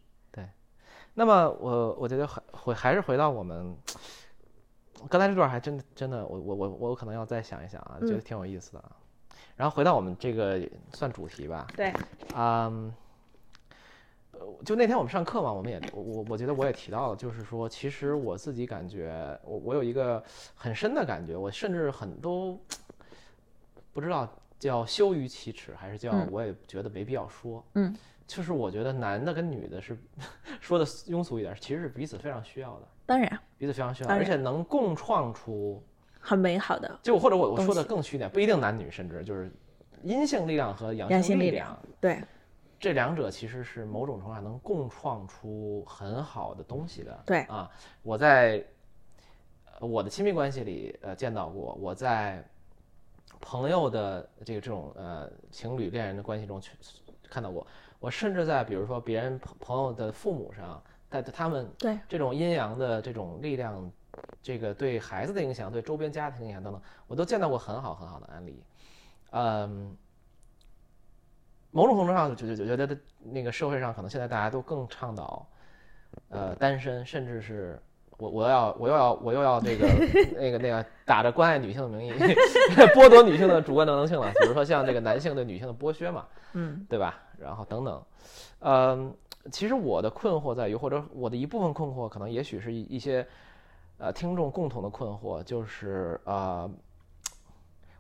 A: 那么我我觉得还回还是回到我们刚才这段，还真的真的，我我我我可能要再想一想啊，觉得
C: 嗯
A: 挺有意思的啊。然后回到我们这个算主题吧，
C: 对，
A: 嗯，呃就那天我们上课嘛，我们也我我我觉得我也提到了，就是说，其实我自己感觉，我我有一个很深的感觉，我甚至很都不知道叫羞于启齿，还是叫
C: 嗯
A: 我也觉得没必要说。
C: 嗯，
A: 就是我觉得男的跟女的是 <laughs> 说的庸俗一点，其实是彼此非常需要的，
C: 当然
A: 彼此非常需要，
C: 当
A: 而
C: 然
A: 且能共创出
C: 很美好的，
A: 就或者我我
C: 东
A: 说的
C: 西
A: 更虚一点，不一定男女，甚至就是阴性力量和阳
C: 阳
A: 性
C: 性力
A: 量
C: 对，
A: 这两者其实是某种程度上能共创出很好的东西的。
C: 对
A: 啊，我在呃我的亲密关系里呃见到过，我在朋友的这个这种呃情侣恋人的关系中去看到过，我甚至在比如说别人朋朋友的父母上，在他们
C: 对
A: 这种阴阳的这种力量，这个对孩子的影响，对周边家庭的影响等等，我都见到过很好很好的案例。嗯，某种程度上，就就就觉得那个社会上可能现在大家都更倡导，呃，单身，甚至是我我要我又要我又要这
C: <laughs>
A: 个那个那个打着关爱女性的名义 <laughs> 剥夺女性的主观能动性了，比如说像这个男性对女性的剥削嘛，
C: 嗯，
A: 对吧？然后等等，嗯，其实我的困惑在于，或者我的一部分困惑，可能也许是一一些呃听众共同的困惑，就是呃，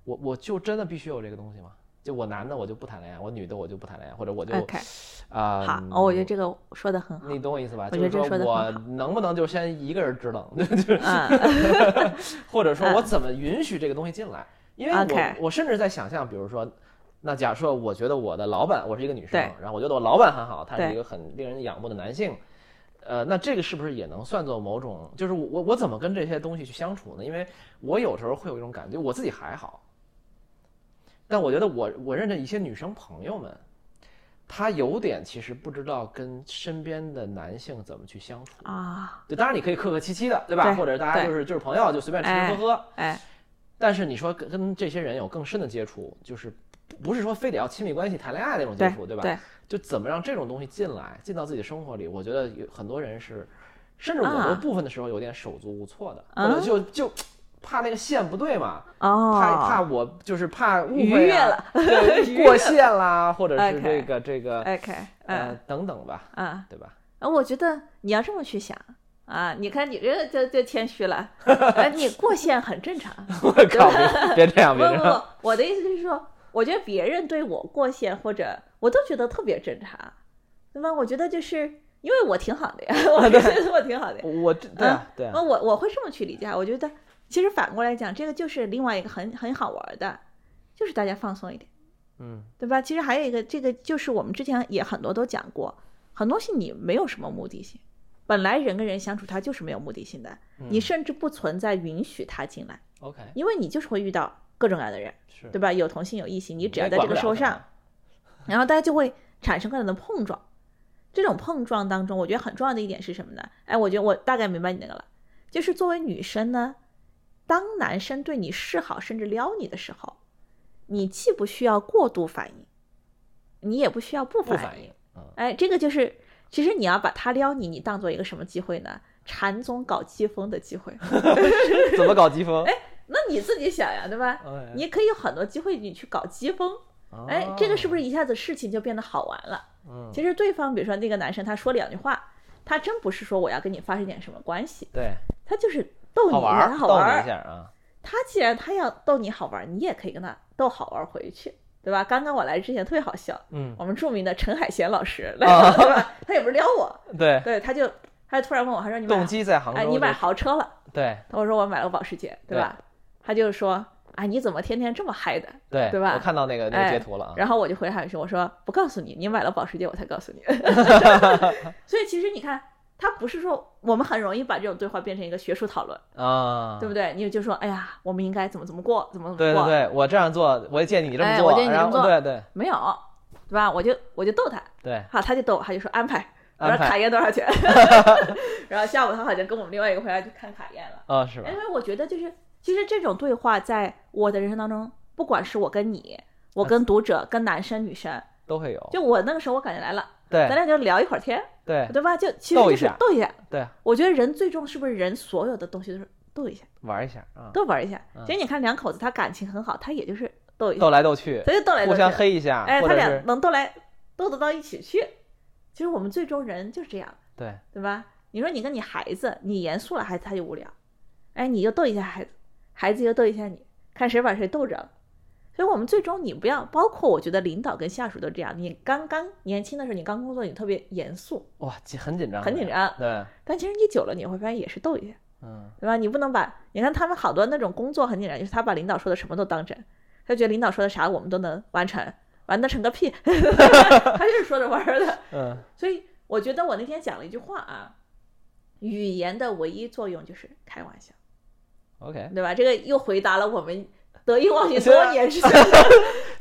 A: 我我就真的必须有这个东西吗？就我男的我就不谈恋爱，我女的我就不谈恋爱，或者我就啊
C: OK 呃好，哦我觉得这个说
A: <laughs>
C: 的很好。
A: 你懂我意思吧？
C: 我
A: 就
C: 觉得
A: 是
C: 这说得
A: 我
C: 很好
A: 能不能就先一个人支棱，就是
C: <laughs> 嗯，
A: 或者说
C: 嗯
A: 我怎么允许这个东西进来？因为我
C: OK
A: 我甚至在想象，比如说，那假设我觉得我的老板，我是一个女生
C: 对，
A: 然后我觉得我老板很好，他
C: 对
A: 是一个很令人仰慕的男性，呃，那这个是不是也能算作某种？就是我我我怎么跟这些东西去相处呢？因为我有时候会有一种感觉，我自己还好，但我觉得我我认识一些女生朋友们，她有点其实不知道跟身边的男性怎么去相处。
C: 啊，
A: 对，当然你可以客客气气的，对吧？
C: 对
A: 或者大家
C: 对
A: 就是就是朋友，就随便吃吃喝喝。
C: 哎，
A: 但是你说跟跟这些人有更深的接触，就是不不是说非得要亲密关系、谈恋爱那种接
C: 对
A: 触，对吧？
C: 对
A: 就怎么让这种东西进来，进到自己的生活里？我觉得有很多人是，甚至我
C: 啊
A: 有部分的时候有点手足无措的，
C: 啊
A: 或者就就怕那个线不对嘛，
C: 哦，
A: 怕怕我就是怕误
C: 愉
A: 会
C: 悦
A: 啊
C: 了
A: 对
C: <laughs> 愉悦
A: 过线啦，或者是
C: OK
A: 这个这个
C: ，OK，
A: 呃
C: 嗯
A: 等等吧，
C: 啊。
A: 对
C: <laughs>
A: 吧？ <laughs>
C: 啊，我觉得你要这么去想啊，你看你这个就就谦虚
A: <laughs>
C: 了，哎，你过线很正常。
A: 我靠，别别这样，
C: 不
A: <laughs> 别这
C: 不
A: 样，
C: 不，我的意思是说，我觉得别人对我过线或者我都觉得特别正常，对吧？我觉得就是因为我挺好的呀，我觉得我挺好的呀。
A: 啊我这对啊对
C: 那
A: 啊，
C: 我我会这么去理解啊，我觉得其实反过来讲，这个就是另外一个很很好玩的，就是大家放松一点。
A: 嗯
C: 对吧？其实还有一个，这个就是我们之前也很多都讲过，很多东西你没有什么目的性，本来人跟人相处他就是没有目的性的，你
A: 嗯
C: 甚至不存在允许他进来，
A: ，OK，
C: 因为你就是会遇到各种各样的人，
A: 是
C: 对吧？有同性有异性，你只
A: 嗯
C: 要
A: 也
C: 在
A: 管
C: 这个
A: 不了
C: 社会
A: 他
C: 上，然后大家就会产生各种的碰撞。这种碰撞当中，我觉得很重要的一点是什么呢？哎，我觉得我大概明白你那个了，就是作为女生呢，当男生对你示好甚至撩你的时候，你既不需要过度反应，你也不需要不
A: 不
C: 反
A: 反应，嗯，
C: 哎，这个就是，其实你要把他撩你，你当做一个什么机会呢？禅宗搞机风的机会。 <laughs>
A: 怎么搞机锋？
C: 那你自己想呀，对吧？
A: 哎
C: 哎
A: 啊
C: 你可以有很多机会，你去搞机风，哎，这个是不是一下子事情就变得好玩了？
A: 哦嗯，
C: 其实对方，比如说那个男生，他说两句话，他真不是说我要跟你发生点什么关系，
A: 对，
C: 他就是逗你
A: 好
C: 一
A: 玩
C: 下，
A: 儿，
C: 好
A: 逗
C: 玩
A: 你一
C: 儿。
A: 下啊，
C: 他既然他要逗你好玩儿，你也可以跟他逗好玩儿回去，对吧？刚刚我来之前特别好笑，
A: 嗯，啊
C: 我们著名的陈海贤老师
A: 哦
C: 来了， <laughs> 对吧？他也不是撩我，
A: 对，
C: 对，他就他就突然问我，他说你买
A: 动机在杭州
C: 哎，
A: 就，
C: 你买豪车了？
A: 对
C: 我说我买了保时捷，对吧？他就说啊，你怎么天天这么嗨的？
A: 对
C: 对吧
A: 我看到那个那个
C: 哎
A: 截图了啊，
C: 然后我就回他一句，我说不告诉你，你买了保时捷我才告
A: <laughs>
C: 诉你。所以其实你看，他不是说我们很容易把这种对话变成一个学术讨论，
A: 啊，
C: 哎对不对？你就说哎呀，我们应该怎么怎么过，怎么怎么
A: 对
C: 过，
A: 对对，我这样做，我也建议你这么
C: 哎
A: 做，
C: 我建议你这
A: 然
C: 么
A: 后
C: 做
A: 对对
C: 没有，对吧？我就我就逗他，
A: 对，
C: 好，他就逗我，他就说安排。我说
A: 安排
C: 卡宴多
A: <laughs>
C: 少钱？然后下午他好像跟我们另外一个朋友去看卡宴了。
A: 哦是吧
C: 因？为我觉得就是，其实这种对话在我的人生当中，不管是我跟你，
A: 嗯
C: 我跟读者，跟男生女生，
A: 都会有，
C: 就我那个时候我感觉来了，
A: 哦对
C: 咱俩就聊一会儿天，
A: 对
C: 对吧？就其实
A: 逗一
C: 就是
A: 下
C: 逗一下。
A: 对，
C: 我觉得人最终是不是人所有的东西都是逗一下，
A: 玩一下啊，
C: 都玩一下。
A: 嗯
C: 其实你看两口子他感情很好，他也就是逗一下
A: 斗，来斗去
C: 他，就逗来
A: 互
C: 逗
A: 相
C: 去，
A: 黑一下，
C: 哎，
A: 或
C: 他
A: 者
C: 俩
A: 是
C: 能逗来逗得到一起去。其实我们最终人就是这样。
A: 对
C: 对吧？你说你跟你孩子，你严肃了，孩子他就无聊，哎，你就逗一下孩子，孩子就逗一下你，看谁把谁逗着了。所以，我们最终你不要，包括我觉得领导跟下属都这样。你刚刚年轻的时候，你刚工作，你特别严肃，
A: 哇，紧很紧张，
C: 很紧，张。
A: 对，
C: 但其实你久了，你会发现也是逗一下，
A: 嗯
C: 对吧？你不能把你看他们好多那种工作很紧张，就是他把领导说的什么都当真，他觉得领导说的啥我们都能完成，完得成个屁， <laughs> 他就是说着玩儿的。
A: 嗯
C: 所以我觉得我那天讲了一句话啊，语言的唯一作用就是开玩笑，
A: ，OK，
C: 对吧？这个又回答了我们得意忘形多年之前的，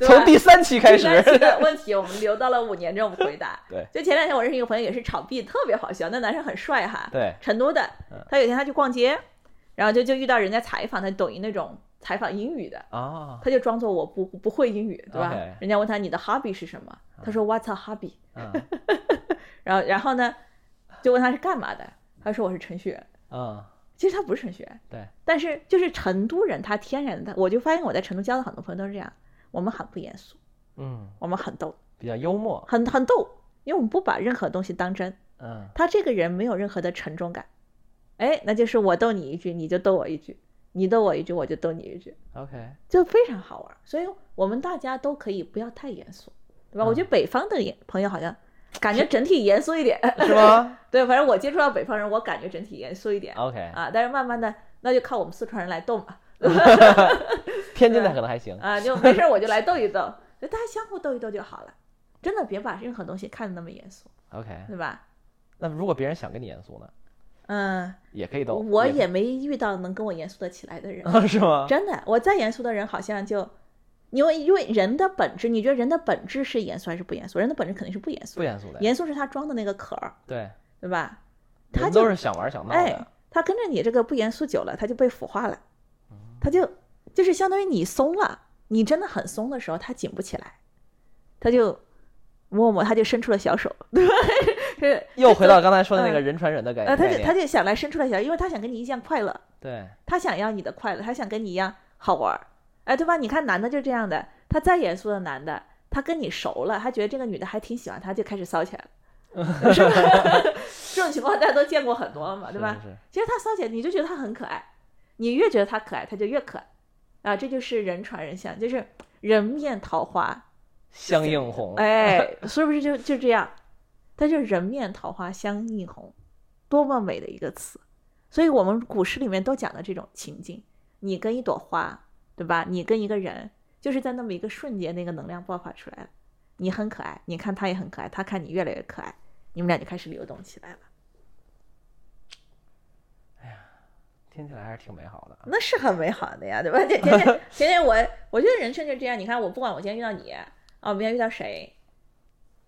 A: <laughs>
C: 对吧
A: 啊从第三期开始，
C: 第三期的问题，我们留到了五年之后我们回答。
A: <laughs> 对，
C: 就前两天我认识一个朋友，也是炒币，特别好笑。那男生很帅哈，
A: <laughs> 对，
C: 成都的
A: 嗯。
C: 他有一天他去逛街，然后就就遇到人家采访他，抖音那种采访英语的，
A: 啊，
C: 他就装作我不不会英语，对吧
A: OK
C: 人家问他你的 hobby 是什么，他说 What's a hobby？
A: 嗯
C: 然后然后呢，就问他是干嘛的，他说我是程序员。
A: 嗯，
C: 其实他不是程序员，
A: 对，
C: 但是就是成都人，他天然的，我就发现我在成都交的很多朋友都是这样，我们很不严肃，
A: 嗯，
C: 我们很逗，
A: 比较幽默，
C: 很很逗，因为我们不把任何东西当真。
A: 嗯
C: 他这个人没有任何的沉重感，哎，那就是我逗你一句，你就逗我一句，你逗我一句，我就逗你一句，
A: ，OK，
C: 就非常好玩。所以我们大家都可以不要太严肃，对吧？我觉得北方的也朋友好像感觉整体严肃一点， <laughs>
A: 是吗
C: 对，反正我接触到北方人，我感觉整体严肃一点
A: ？OK，
C: 啊。但是慢慢的，那就靠我们四川人来逗嘛，
A: 天津的可能还行，
C: 啊，就没事儿我就来逗一逗，就大家相互逗一逗就好了。真的别把任何东西看得那么严肃，
A: OK，
C: 对吧？
A: 那如果别人想跟你严肃呢，
C: 嗯，
A: 也可以逗。
C: 我也
A: 可
C: 没遇到能跟我严肃的起来的人，
A: 以 <laughs> 是吗？
C: 真的，我再严肃的人好像就因为因为人的本质，你觉得人的本质是严肃还是不严肃？人的本质肯定是不严肃
A: 不，严肃的，
C: 严肃是他装的那个壳儿，
A: 对，
C: 对吧？他
A: 人
C: 就
A: 都是想玩想闹
C: 哎
A: 的，，
C: 他跟着你这个不严肃久了，他就被腐化了，
A: 嗯
C: 他就就是相当于你松了，你真的很松的时候，他紧不起来，他就摸摸，他就伸出了小手， <laughs> 对吧？是
A: 又回到刚才说的那个
C: 嗯
A: 人传人的概
C: <laughs> 呃，他
A: 概
C: 就他
A: 念，
C: 就想来伸出了小手，因为他想跟你一样快乐，
A: 对，
C: 他想要你的快乐，他想跟你一样好玩儿，哎，对吧？你看男的就这样的，他再严肃的男的，他跟你熟了，他觉得这个女的还挺喜欢他，就开始骚起来了，是吧？ <laughs> 这种情况大家都见过很多了嘛，对吧？
A: 是是
C: 其实他骚起来，你就觉得他很可爱，你越觉得他可爱，他就越可爱啊！这就是人传人相，就是人面桃花，
A: 相应红，
C: 哎，是不是就就这样？它就人面桃花相映红，多么美的一个词！所以我们古诗里面都讲的这种情境，你跟一朵花，对吧？你跟一个人，就是在那么一个瞬间，那个能量爆发出来了。你很可爱，你看他也很可爱，他看你越来越可爱，你们俩就开始流动起来了。
A: <laughs> 听起来还是挺美好的。
C: 那是很美好的呀，对吧？天天天天我，我觉得人生就这样。你看，我不管我今天遇到你啊，我明天遇到谁，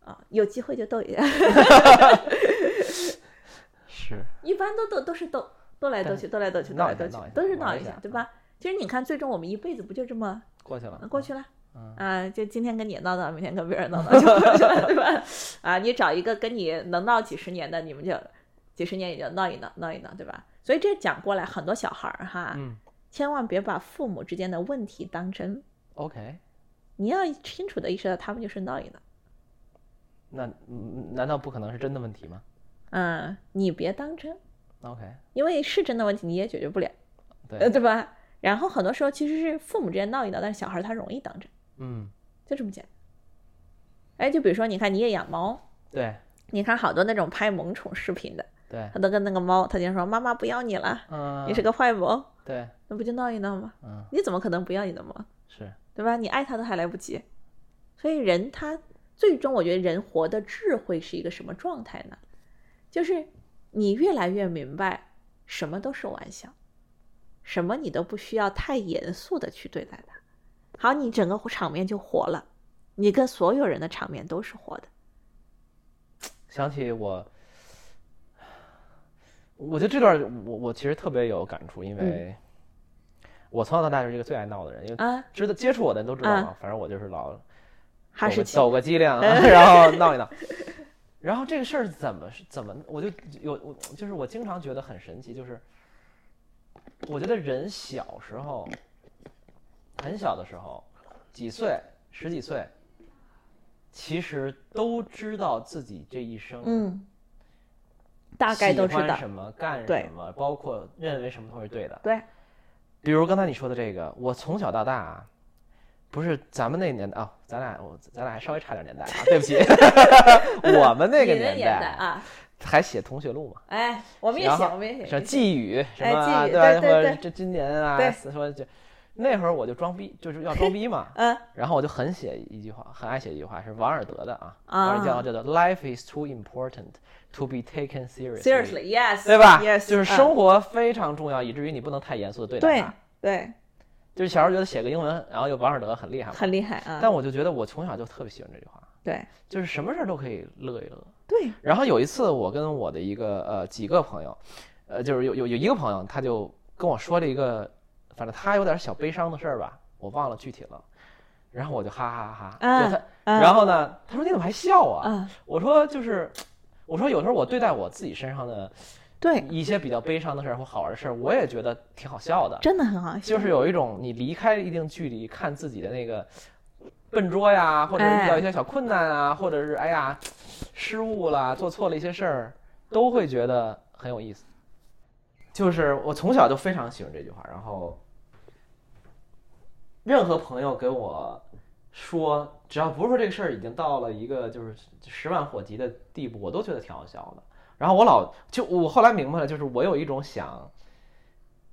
C: 啊，有机会就斗一下，
A: 是，
C: 一般都斗都是斗，斗来斗去，斗来斗去，斗来斗去
A: 闹一下闹一，下
C: 都是闹
A: 玩
C: 一
A: 一
C: 下
A: 下，嗯
C: 对吧？其实你看，最终我们一辈子不就这么呃
A: 过去了，
C: 过去了？
A: 嗯
C: 啊，就今天跟你闹闹，明天跟别
A: <laughs>
C: 人闹闹就过去了，对吧？啊，你找一个跟你能闹几十年的，你们就几十年也就闹一闹，闹一闹，对吧？所以这讲过来，很多小孩儿哈，
A: 嗯
C: 千万别把父母之间的问题当真。
A: ，OK，
C: 你要清楚的意识到他们就是闹一闹。
A: 那嗯难道不可能是真的问题吗
C: 嗯，你别当真，
A: ？OK，
C: 因为是真的问题你也解决不了，呃，
A: 对，
C: 对吧？然后很多时候其实是父母之间闹一闹，但是小孩他容易当真，
A: 嗯，
C: 就这么简单。哎，就比如说，你看你也养猫，
A: 对
C: 你看好多那种拍萌宠视频的，
A: 对，
C: 他都跟那个猫，他就说妈妈不要你了，
A: 嗯，
C: 你是个坏猫，
A: 对，
C: 那不就闹一闹吗？
A: 嗯，
C: 你怎么可能不要你的猫？
A: 是，
C: 对吧？你爱他都还来不及，所以人他最终，我觉得人活的智慧是一个什么状态呢？就是你越来越明白，什么都是玩笑，什么你都不需要太严肃的去对待它。好，你整个场面就活了，你跟所有人的场面都是活的。
A: 想起我，我觉得这段儿我我其实特别有感触，因为
C: 嗯
A: 我从小到大就是一个最爱闹的人，因为
C: 啊，
A: 知道接触我的人都知道
C: 啊
A: 嘛，反正我就是老
C: 哈
A: 抖
C: 士
A: 个
C: 奇，
A: 抖个
C: <laughs>
A: 机灵，然后闹一闹。然后这个事儿怎么是怎么，我就有我就是我经常觉得很神奇，就是我觉得人小时候，很小的时候，几岁十几岁，其实都知道自己这一生
C: 嗯，大概都知
A: 喜欢
C: 道，
A: 什么干
C: 对
A: 什么，包括认为什么都是对的。
C: 对，
A: 比如刚才你说的这个，我从小到大啊，不是咱们那年代啊、咱俩我咱俩还稍微差点年代啊，对不
C: <laughs>
A: 起，我们那个
C: 你的
A: 年
C: 年代啊，
A: 还写同学录嘛，
C: 哎，我们也
A: 然
C: 写，
A: 后
C: 我们也写，
A: 什么寄语什
C: 哎
A: 么啊、
C: 寄语
A: 吧？
C: 对对
A: 或者
C: 对
A: 这今年啊
C: 对，，
A: 说就那会儿我就装逼，就是要装逼嘛
C: 嗯
A: 然后我就很写一句话，很爱写一句话，是王尔德的啊，
C: 啊
A: 王尔德叫叫做 “Life is too important to be taken seriously”。
C: ，seriously yes，
A: 对吧
C: Yes，
A: 就是
C: 嗯
A: 生活非常重要，以至于你不能太严肃的对待
C: 对
A: 它。
C: 对，
A: 就是小时候觉得写个英文，然后就王尔德很厉害嘛。
C: 很厉害啊，
A: 但我就觉得我从小就特别喜欢这句话，
C: 对
A: 就是什么事儿都可以乐一乐。
C: 对，
A: 然后有一次，我跟我的一个呃几个朋友，呃，就是有有有一个朋友，他就跟我说了一个，反正他有点小悲伤的事儿吧，我忘了具体了。然后我就哈哈哈哈，
C: 啊
A: 就他，
C: 啊
A: 然后呢，他说你怎么还笑啊？
C: 啊，
A: 我说就是，我说有时候我对待我自己身上的
C: 对，
A: 一些比较悲伤的事儿或好玩的事儿，我也觉得挺好笑的。
C: 真的很好笑，
A: 就是有一种你离开一定距离看自己的那个笨拙呀，或者是遇到一些小困难啊，或者是哎呀失误啦，做错了一些事儿，都会觉得很有意思。就是我从小就非常喜欢这句话，然后任何朋友给我说，只要不是说这个事儿已经到了一个就是十万火急的地步，我都觉得挺好笑的。然后我老就我后来明白了，就是我有一种想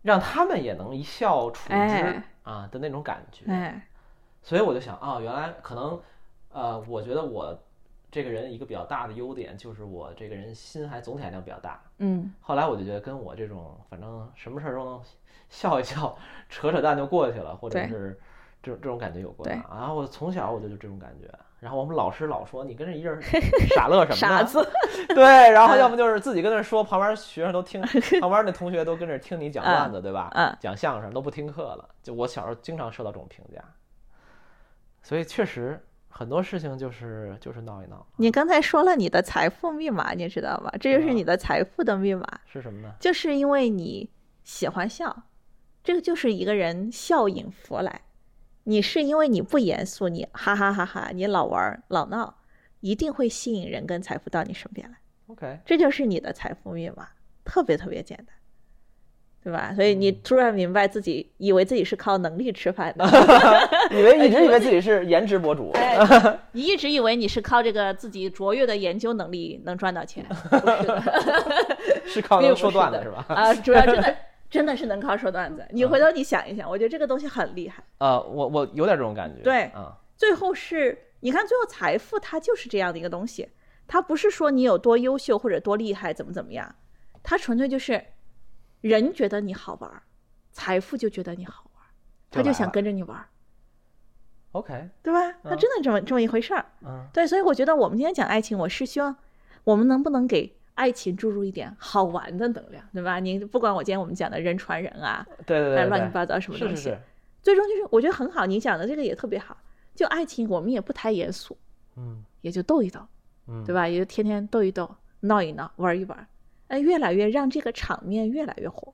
A: 让他们也能一笑处之、
C: 哎
A: 啊的那种感觉。
C: 哎，
A: 所以我就想啊，原来可能，呃，我觉得我这个人一个比较大的优点就是我这个人心还总体来讲比较大。 <laughs>
C: 嗯，
A: 后来我就觉得跟我这种反正什么事儿都能笑一笑、扯扯淡就过去了，或者
C: 对
A: 是这种这种感觉有过吧
C: 对？
A: 啊，我从小我就有这种感觉。然后我们老师老说你跟这一
C: <laughs>
A: 人儿傻乐什么
C: 傻
A: 呢
C: 子，嗯
A: 对，然后要么就是自己跟那儿说，旁边学生都
C: <laughs>
A: 听，旁边那同学都跟那儿听你讲段子，对吧？
C: 嗯
A: 讲相声都不听课了。就我小时候经常受到这种评价，所以确实很多事情就是就是闹一闹，
C: 你刚才说了你的财富密码，你知道吗？这
A: 嗯
C: 就是你的财富的密码，
A: 是什么呢？
C: 就是因为你喜欢笑，这个就是一个人笑引佛来。你是因为你不严肃，你哈哈哈哈，你老玩儿老闹，一定会吸引人跟财富到你身边来。
A: OK，
C: 这就是你的财富密码，特别特别简单，对吧？所以你突然明白自己，以为自己是靠能力吃饭的，
A: 以为一直以为自己是颜值博主，
C: <laughs> 哎你一直以为你是靠这个自己卓越的研究能力能赚到钱，不是的 <laughs>
A: 是靠
C: 并
A: 能
C: 不
A: 说
C: 是
A: 段
C: 的
A: 子是吧？嗯
C: 啊，主要真
A: <laughs>
C: 的真的是能靠说段子。你回头你想一想，我觉得这个东西很厉害。
A: 呃，我我有点这种感觉，
C: 对
A: 啊，
C: 最后是你看，最后财富它就是这样的一个东西，它不是说你有多优秀或者多厉害怎么怎么样，它纯粹就是人觉得你好玩儿，财富就觉得你好玩儿，
A: 就
C: 他就
A: 来
C: 想
A: 了
C: 跟着你玩儿，
A: OK，
C: 对吧？它
A: 嗯
C: 真的这么这么一回事儿。
A: 嗯，
C: 对，所以我觉得我们今天讲爱情，我是希望我们能不能给爱情注入一点好玩的能量，对吧？你不管我今天我们讲的人传人啊，
A: 对对对
C: 哎，
A: 对，
C: 乱
A: 对
C: 七八糟什么
A: 是是
C: 东西，
A: 是，
C: 最终就是我觉得很好，你讲的这个也特别好。就爱情，我们也不太严肃，
A: 嗯
C: 也就斗一斗，
A: 嗯，
C: 对吧？也就天天斗一斗，闹一闹，玩一玩，哎，越来越让这个场面越来越火。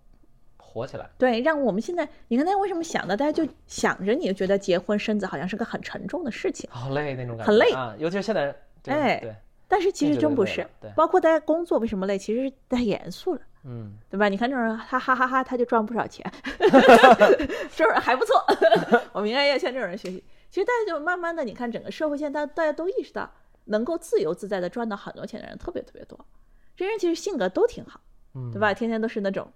A: 火起来，
C: 对，让我们现在，你刚才为什么想的？大家就想着你就觉得结婚生子好像是个很沉重的事情。
A: 好累那种感觉，
C: 很累
A: 啊，尤其是现在人，对
C: 哎
A: 对，
C: 但是其
A: 那
C: 实
A: 就
C: 真
A: 是
C: 不
A: 累
C: 是
A: 了对，
C: 包括大家工作为什么累，其实是太严肃了，
A: 嗯，
C: 对吧？你看这种人，他哈哈哈，他就赚不少钱，这种人还不错， <laughs> 我们应该要向这种人学习。其实大家就慢慢的，你看整个社会现在，大家都意识到，能够自由自在的赚到很多钱的人特别特别多，这些人其实性格都挺好，
A: 嗯
C: 对吧？？天天都是那种，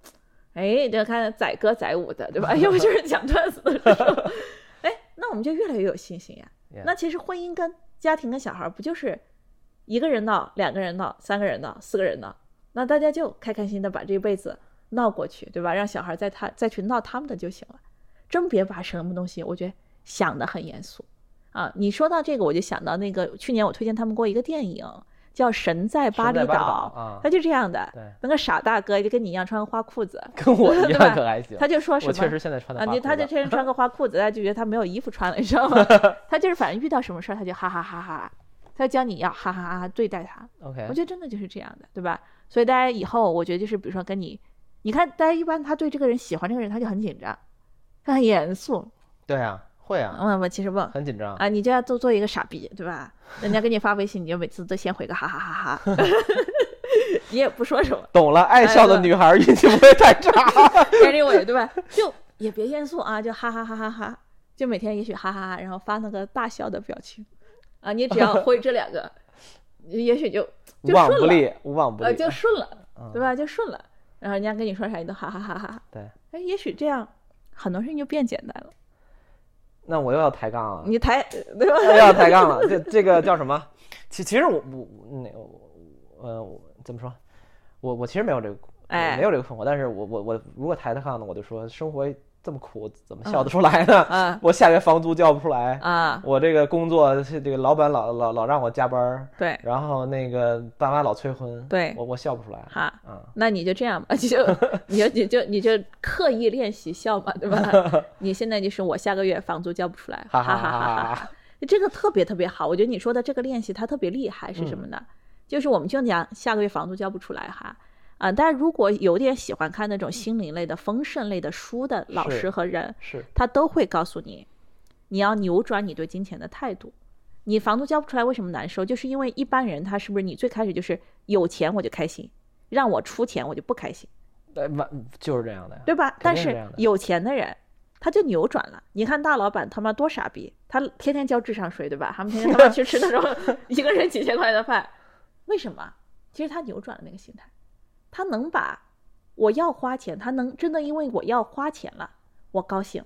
C: 哎，就看载歌载舞的，对吧？要不就是讲段子的时候，哎，那我们就越来越有信心呀。啊
A: Yeah
C: 那其实婚姻跟家庭跟小孩儿不就是一个人闹、两个人闹、三个人闹、四个人闹，那大家就开开心的把这一辈子闹过去，对吧？让小孩儿再他再去闹他们的就行了，真别把什么东西，我觉得想的很严肃啊。你说到这个，我就想到那个去年我推荐他们过一个电影。叫《神在巴
A: 神
C: 厘
A: 在巴
C: 岛》
A: 厘岛啊
C: 他就这样的，
A: 对，
C: 那个傻大哥就跟你一样穿花裤子，
A: 跟我一
C: 对
A: 样
C: 吧
A: 可还行，
C: 他就说什
A: 我
C: 么
A: 确实现在穿的
C: 啊，
A: 花
C: 你
A: 裤
C: 他就
A: 子
C: 天天穿个花裤子，大家就觉得他没有衣服穿了，你知
A: <laughs>
C: 道吗？他就是反正遇到什么事儿他就哈哈哈哈，他教你要哈哈哈哈对待他，
A: OK，
C: 我觉得真的就是这样的，对吧？所以大家以后我觉得就是比如说跟你，你看大家一般他对这个人喜欢这个人他就很紧张，他很严肃，
A: 对啊，会啊，
C: 问问其实问
A: 很紧张，
C: 啊，你就要做做一个傻逼，对吧？人家给你发微信，你就每次都先回个哈哈哈哈， <laughs>
A: <laughs>
C: 你也不说什么。
A: 懂了，爱笑的
C: 对
A: 女孩儿运气不会
C: <laughs>
A: 太差，
C: anyway，对吧？就也别严肃啊，就哈哈哈哈哈，就每天也许哈哈哈，然后发那个大笑的表情啊，你只要会这两个，也许就
A: 无
C: 就
A: 往
C: 顺
A: 不
C: 了，
A: 利，无往不
C: 呃，
A: 利，
C: 就顺了，
A: 嗯
C: 对吧？就顺了，然后人家跟你说啥，你都哈哈哈哈。
A: 对，
C: 哎，也许这样很多事情就变简单了。
A: 那我又要抬杠了，
C: 你抬，对吧？
A: <laughs> 又要抬杠了，这这个叫什么？其其实我我我那我呃我怎么说？我我其实没有这个
C: 哎
A: 没有这个困惑，但是我我我如果抬得杠呢，我就说生活这么苦，怎
C: 嗯
A: 么笑得出来呢？
C: <laughs> 啊
A: 我下月房租交不出来，
C: 啊，
A: 我这个工作是这个老板老老老让我加班儿，
C: 对
A: 然后那个爸妈老催婚，
C: 对
A: 我我笑不出来。
C: 哈。
A: 啊，
C: 那你就这样吧，你 <laughs> 就你就你就你就刻意练习笑嘛，对 <laughs> 吧？你现在就是我下个月房租交不出来，
A: 哈
C: 哈
A: 哈
C: 哈
A: 哈
C: 哈
A: 哈
C: 哈哈！这个特别特别好，我觉得你说的这个练习它特别厉害是什么呢？就是我们就讲下个月房租交不出来哈。啊，大家如果有点喜欢看那种心灵类的、丰盛类的书的老
A: 是
C: 师和人，
A: 是
C: 他都会告诉你，你要扭转你对金钱的态度。你房租交不出来，为什么难受？就是因为一般人他是不是你最开始就是有钱我就开心，让我出钱我就不开心，
A: 呃，完就是这样的呀。
C: 对吧？
A: 肯
C: 但
A: 定是这
C: 是
A: 样的
C: 有钱的人他就扭转了。你看大老板他妈多傻逼，他天天交智商税，对吧？他们天天他妈去吃
A: <laughs>
C: 那种一个人几千块的饭，为什么？其实他扭转了那个心态，他能把我要花钱，他能真的因为我要花钱了，我高兴，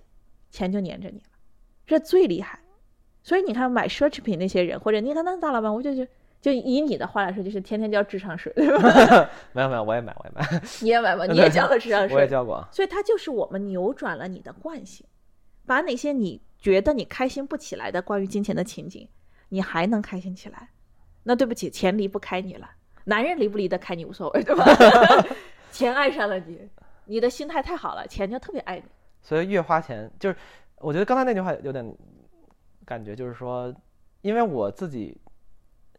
C: 钱就粘着你了，这最厉害。所以你看买奢侈品那些人，或者你看那大老板，我就觉得就以你的话来说，就是天天交智商税，对吧？
A: 没有没有，我也买，我
C: <laughs>
A: 也买，
C: 你也买
A: <laughs>
C: 吧，你也交了智商税，
A: 我也交过。啊
C: 所以它就是我们扭转了你的惯性，把哪些你觉得你开心不起来的关于金钱的情景，你还能开心起来，那对不起，钱离不开你了。男人离不离得开你无所谓，对吧？ <laughs> 钱爱上了你，你的心态太好了，钱就特别爱你。
A: 所以越花钱，就是我觉得刚才那句话有点感觉，就是说，因为我自己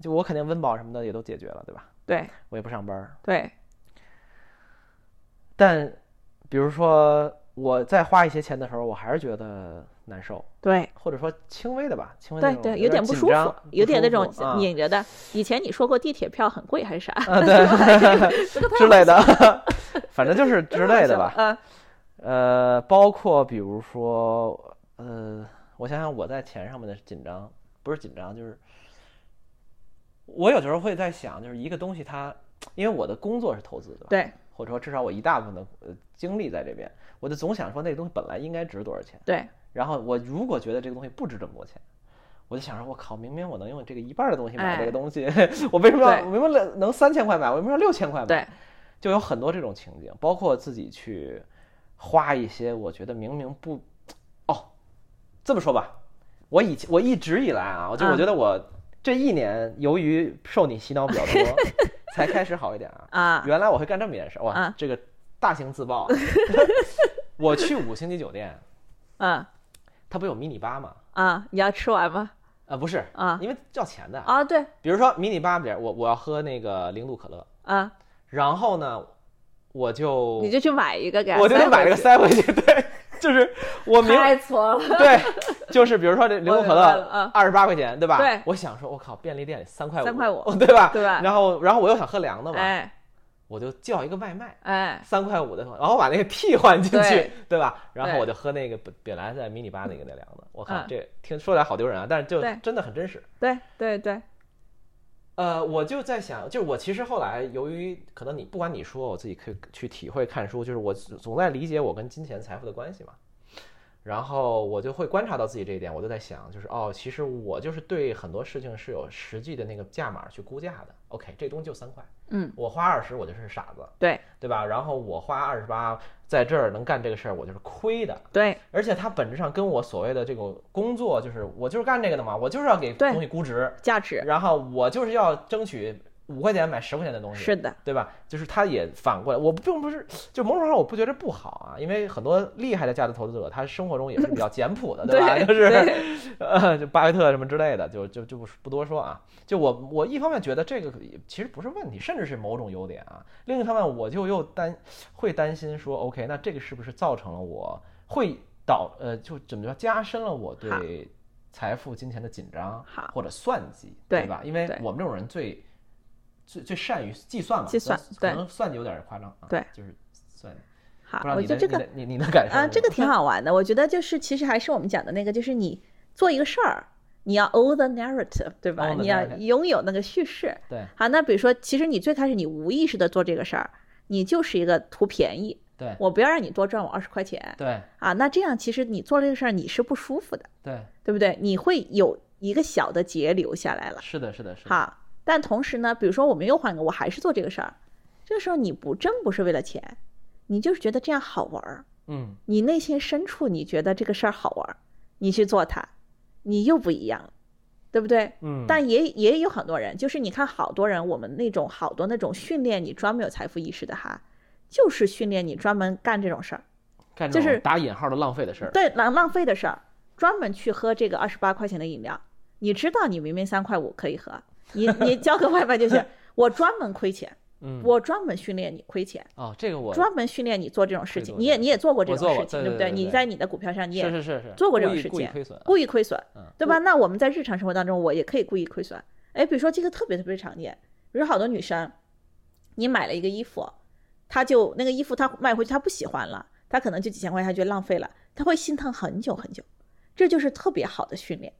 A: 就我肯定温饱什么的也都解决了，对吧？
C: 对
A: 我也不上班儿，
C: 对，
A: 但比如说我在花一些钱的时候，我还是觉得难受，
C: 对
A: 或者说轻微的吧，轻微的
C: 对
A: 那种
C: 对，
A: 有
C: 点
A: 点
C: 不
A: 紧
C: 舒服
A: 张，
C: 有点那
A: 不舒
C: 种
A: 服啊
C: 拧着的。以前你说过地铁票很贵还是啥？
A: 啊，
C: <laughs>
A: 对之类的， <laughs> 反正就是之类的吧。
C: 嗯，
A: 呃，包括比如说，呃，我想想我在钱上面的紧张，不是紧张，就是我有时候会在想，就是一个东西它，因为我的工作是投资，对吧？
C: 对
A: 或者说至少我一大部分的呃精力在这边，我就总想说那个东西本来应该值多少钱，
C: 对
A: 然后我如果觉得这个东西不值这么多钱。我就想说，我靠，明明我能用这个一半的东西买这
C: 哎
A: 个东西， <laughs> 我为什么要？
C: 对
A: 我明明能三千块买，我为什么要六千块买？
C: 对，
A: 就有很多这种情景，包括自己去花一些我觉得明明不，哦，这么说吧，我以前我一直以来啊，我就
C: 嗯
A: 我觉得我这一年由于受你洗脑比较多，
C: <laughs>
A: 才开始好一点啊。
C: 啊，
A: 原来我会干这么一件事，哇
C: 啊，
A: 这个大型自
C: <laughs>
A: 爆啊。我去五星级酒店，
C: 嗯
A: 它不有迷你吧吗？
C: 啊，你要吃完吗？
A: 啊，不是，
C: 啊
A: 因为要钱的。
C: 啊，对
A: 比如说迷你吧里边，我我要喝那个零度可乐，
C: 啊，
A: 然后呢，我就
C: 你就去买一个给它塞
A: 我
C: 回
A: 就
C: 去，
A: 得把这个塞回去。对，就是我明
C: 太挫了，
A: 对，就是比如说这零度可
C: 我明白了
A: 乐
C: 啊
A: 二十八块钱，对吧？
C: 对
A: 我想说，我靠，便利店里三块五，
C: 三块五
A: 对吧？
C: 对吧
A: 然后，然后我又想喝凉的嘛，
C: 哎
A: 我就叫一个外卖，
C: 哎，
A: 三块五的，然后把那个替 <laughs> 换进去
C: 对，
A: 对吧？然后
C: 对
A: 我就喝那个本本来在迷你吧那个那凉的，我靠
C: 嗯，
A: 这听说起来好丢人啊，但是就
C: 对
A: 真的很真实。
C: 对对对，
A: 呃，我就在想，就是我其实后来由于可能你不管你说，我自己可以去体会看书，就是我总总在理解我跟金钱财富的关系嘛。然后我就会观察到自己这一点，我就在想，就是哦，其实我就是对很多事情是有实际的那个价码去估价的。OK，这东西就三块，
C: 嗯，
A: 我花二十我就是傻子，
C: 对
A: 对吧？然后我花二十八在这儿能干这个事儿，我就是亏的。
C: 对
A: 而且它本质上跟我所谓的这个工作，就是我就是干这个的嘛，我就是要给
C: 对
A: 东西估值。
C: 价值
A: 然后我就是要争取五块钱买十块钱的东西，
C: 是的，
A: 对吧？就是他也反过来，我并不是就某种程度上我不觉得不好啊，因为很多厉害的价值投资者，他生活中也是比较简朴的，吧？
C: 对
A: <laughs> 就是呃，就巴菲特什么之类的，就就就不不多说啊。就我我一方面觉得这个其实不是问题，甚至是某种优点啊。另一方面，我就又担会担心说，OK，那这个是不是造成了我会导呃，就怎么叫加深了我
C: 好
A: 对财富、金钱的紧张
C: 好
A: 或者算计，
C: 对
A: 吧？因为
C: 对
A: 我们这种人最最最善于计算嘛，
C: 计算
A: 可能
C: 对
A: 可能算计有点夸张啊，
C: 对
A: 就是算计。
C: 好
A: 不知，道
C: 我
A: 你
C: 觉
A: 的
C: 得这个
A: 你的你你的感受
C: 啊，这个
A: 是
C: 挺好玩的。我觉得就是其实还是我们讲的那个，就是你做一个事儿，你要 own the narrative，对吧？
A: Own the
C: 你要
A: narrative
C: 拥有那个叙事。
A: 什么
C: 好，那比如说，其实你最开始你无意识的做这个事儿，你就是一个图便宜，
A: 对对
C: 我不要让你多赚我二十块钱
A: 对
C: 啊。那这样其实你做这个事儿你是不舒服的，
A: 对，
C: 对不对？你会有一个小的结留下来了。
A: 是的是的是的，
C: 好，但同时呢，比如说我们又换个，我还是做这个事儿，这个时候你不真不是为了钱，你就是觉得这样好玩儿。
A: 嗯
C: 你内心深处你觉得这个事儿好玩儿，你去做它，你又不一样了，对不对？
A: 嗯，
C: 但也也有很多人，就是你看好多人，我们那种好多那种训练你专门有财富意识的哈，就是训练你专门干这种事儿，
A: 干这
C: 就
A: 种
C: 是
A: 打引号的浪费的事儿，
C: 对浪浪费的事儿，专门去喝这个二十八块钱的饮料，你知道你明明三块五可以喝，你你叫个外
A: <laughs>
C: 卖就行，我专门亏钱，
A: 嗯，
C: 我专门训练你亏钱。
A: 哦，这个我
C: 专门训练你做这种事
A: 会
C: 情，
A: 做
C: 你
A: 这
C: 也
A: 个
C: 你也做过这
A: 我
C: 种
A: 做
C: 事
A: 过
C: 情，
A: 对
C: 对不
A: 对对
C: 你
A: 对
C: 在你的股票上你也
A: 是是是是
C: 做过这
A: 故
C: 种
A: 意
C: 事
A: 故意
C: 情
A: 亏损，
C: 故意亏损
A: 嗯，
C: 对吧？那我们在日常生活当中，我也可以故意亏损。哎，比如说这个特别特别常见，比如好多女生，你买了一个衣服，她就那个衣服她卖回去她不喜欢了，她可能就几千块钱她觉得浪费了，她会心疼很久很久。这就是特别好的训练，